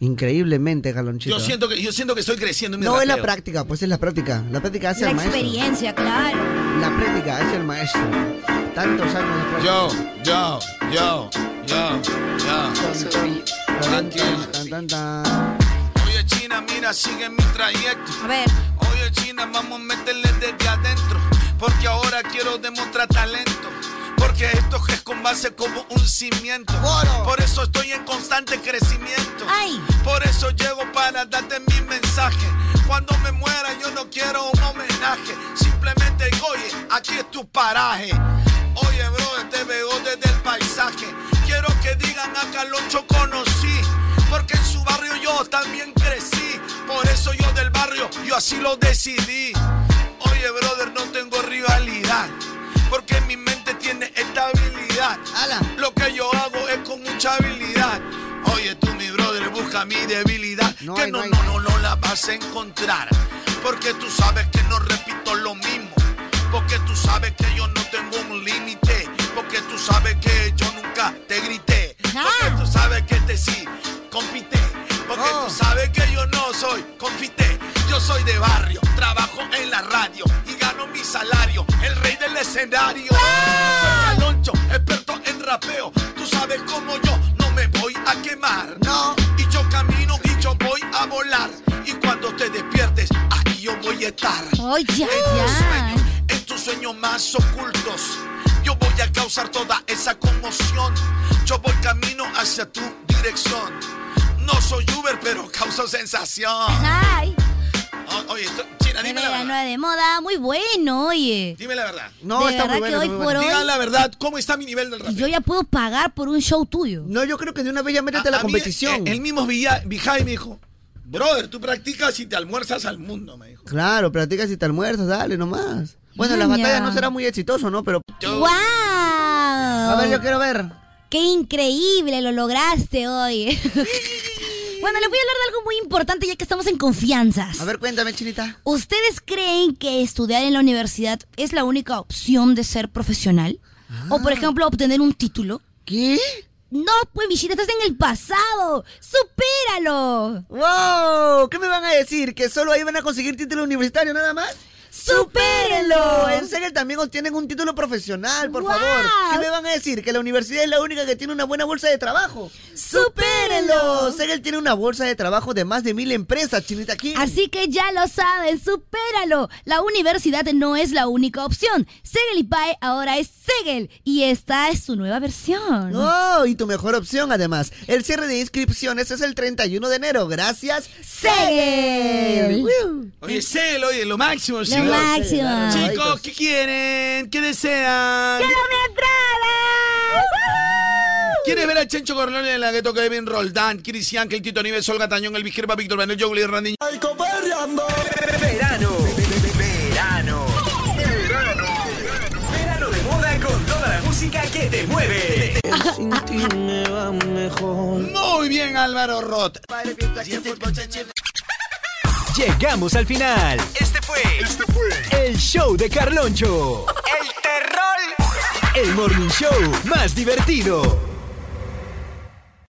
Speaker 3: Increíblemente, Galonchito.
Speaker 5: Yo siento que, yo siento que estoy creciendo en mi
Speaker 3: No es la
Speaker 5: rapeo.
Speaker 3: práctica, pues es la práctica. La práctica hace
Speaker 1: La
Speaker 3: al maestro.
Speaker 1: experiencia, claro.
Speaker 3: La práctica hace al maestro. Tantos años de práctica.
Speaker 5: Yo, yo, yo, yo, yo. Tranquilo. Oye, China, mira, sigue mi trayecto.
Speaker 1: A ver.
Speaker 5: Oye, China, vamos a meterle desde adentro. Porque ahora quiero demostrar talento. Porque esto es con base como un cimiento. Por eso estoy en constante crecimiento. Por eso llego para
Speaker 9: cara, date mi mensaje. Cuando me muera yo no quiero un homenaje. Simplemente, oye, aquí es tu paraje. Oye, bro, te veo desde el paisaje. Quiero que digan a Caloncho conocí. Porque en su barrio yo también crecí. Por eso yo del barrio, yo así lo decidí. Oye, brother, no tengo rivalidad. Porque mi mente tiene estabilidad. Lo que yo hago es con mucha habilidad. Oye, tú, mi brother, busca mi debilidad. que no, no, no, no la vas a encontrar. Porque tú sabes que no repito lo mismo. Porque tú sabes que yo no tengo un límite. Porque tú sabes que yo nunca te grité. Porque tú sabes que te sí, compite. Porque tú sabes que yo no soy confité. Yo soy de barrio, trabajo en la radio y gano mi salario. El rey del escenario. Soy Aloncho, experto en rapeo. Tú sabes como yo no me voy a quemar. No. Y yo camino y yo voy a volar. Y cuando te despiertes, ahí yo voy a estar.
Speaker 1: Oye,
Speaker 9: En tus sueños más ocultos. Yo voy a causar toda esa conmoción. Yo voy camino hacia tu dirección. No soy Uber, pero causo sensación.
Speaker 1: Ay,
Speaker 9: O- oye, tú- China, dime la verdad.
Speaker 1: nueva de moda, muy bueno, oye.
Speaker 9: Dime la verdad.
Speaker 1: No, De está muy verdad que bueno, hoy muy bueno. por
Speaker 9: Digan
Speaker 1: hoy-
Speaker 9: la verdad, ¿cómo está mi nivel del rap?
Speaker 1: Y yo ya puedo pagar por un show tuyo.
Speaker 3: No, yo creo que de una vez ya métete
Speaker 9: A-
Speaker 3: a la
Speaker 9: a mí,
Speaker 3: competición.
Speaker 9: eh, el mismo Villa- Vijay me dijo, brother, tú practicas y te almuerzas al mundo, me dijo.
Speaker 3: Claro, practica si te almuerzas, dale nomás. Bueno, las
Speaker 1: Ñaña.
Speaker 3: batallas no será muy exitoso, ¿no? Pero.
Speaker 1: ¡Wow! A
Speaker 3: ver, yo quiero ver.
Speaker 1: ¡Qué increíble! Lo lograste hoy. bueno, les voy a hablar de algo muy importante ya que estamos en confianzas.
Speaker 3: A ver, cuéntame, Chinita.
Speaker 1: ¿Ustedes creen que estudiar en la universidad es la única opción de ser profesional? O, por ejemplo, obtener un título.
Speaker 3: ¿Qué?
Speaker 1: No, pues, Michita, estás en el pasado. ¡Supéralo!
Speaker 3: ¡Wow! ¿Qué me van a decir? ¿Que solo ahí van a conseguir título universitario nada más?
Speaker 1: ¡Supérenlo!
Speaker 3: En serio, también obtienen un título profesional, por favor. ¿Qué me van a decir? ¿Que la universidad es la única que tiene una buena bolsa de trabajo? ¡Supérenlo! Segel tiene una bolsa de trabajo de más de mil empresas, Chinita aquí.
Speaker 1: Así que ya lo saben, supéralo. La universidad no es la única opción. Segel y Pae ahora es Segel y esta es su nueva versión.
Speaker 3: ¡Oh! Y tu mejor opción, además. El cierre de inscripciones es el 31 de enero. Gracias,
Speaker 1: Segel.
Speaker 9: Oye, Cel, oye, lo máximo,
Speaker 1: Lo
Speaker 9: chicos.
Speaker 1: máximo.
Speaker 9: Chicos, ¿qué quieren? ¿Qué desean?
Speaker 1: ¡Quiero
Speaker 9: mi entrada! ¿Quieres ver a Chencho Corleone en la gueto Kevin Roldán, Chris Ángel, Tito Nieves, Sol Gatañón, Elvis Kirpa, Víctor Manuel, Jogli, Randy? ¡Ay, coperreando!
Speaker 22: Verano. Verano. Verano. Verano de moda con toda la música que te mueve.
Speaker 9: Sin ti me va mejor. Muy bien, Álvaro Roth.
Speaker 22: Llegamos al final. Este fue, el show de Carloncho. El terror. El morning show más divertido.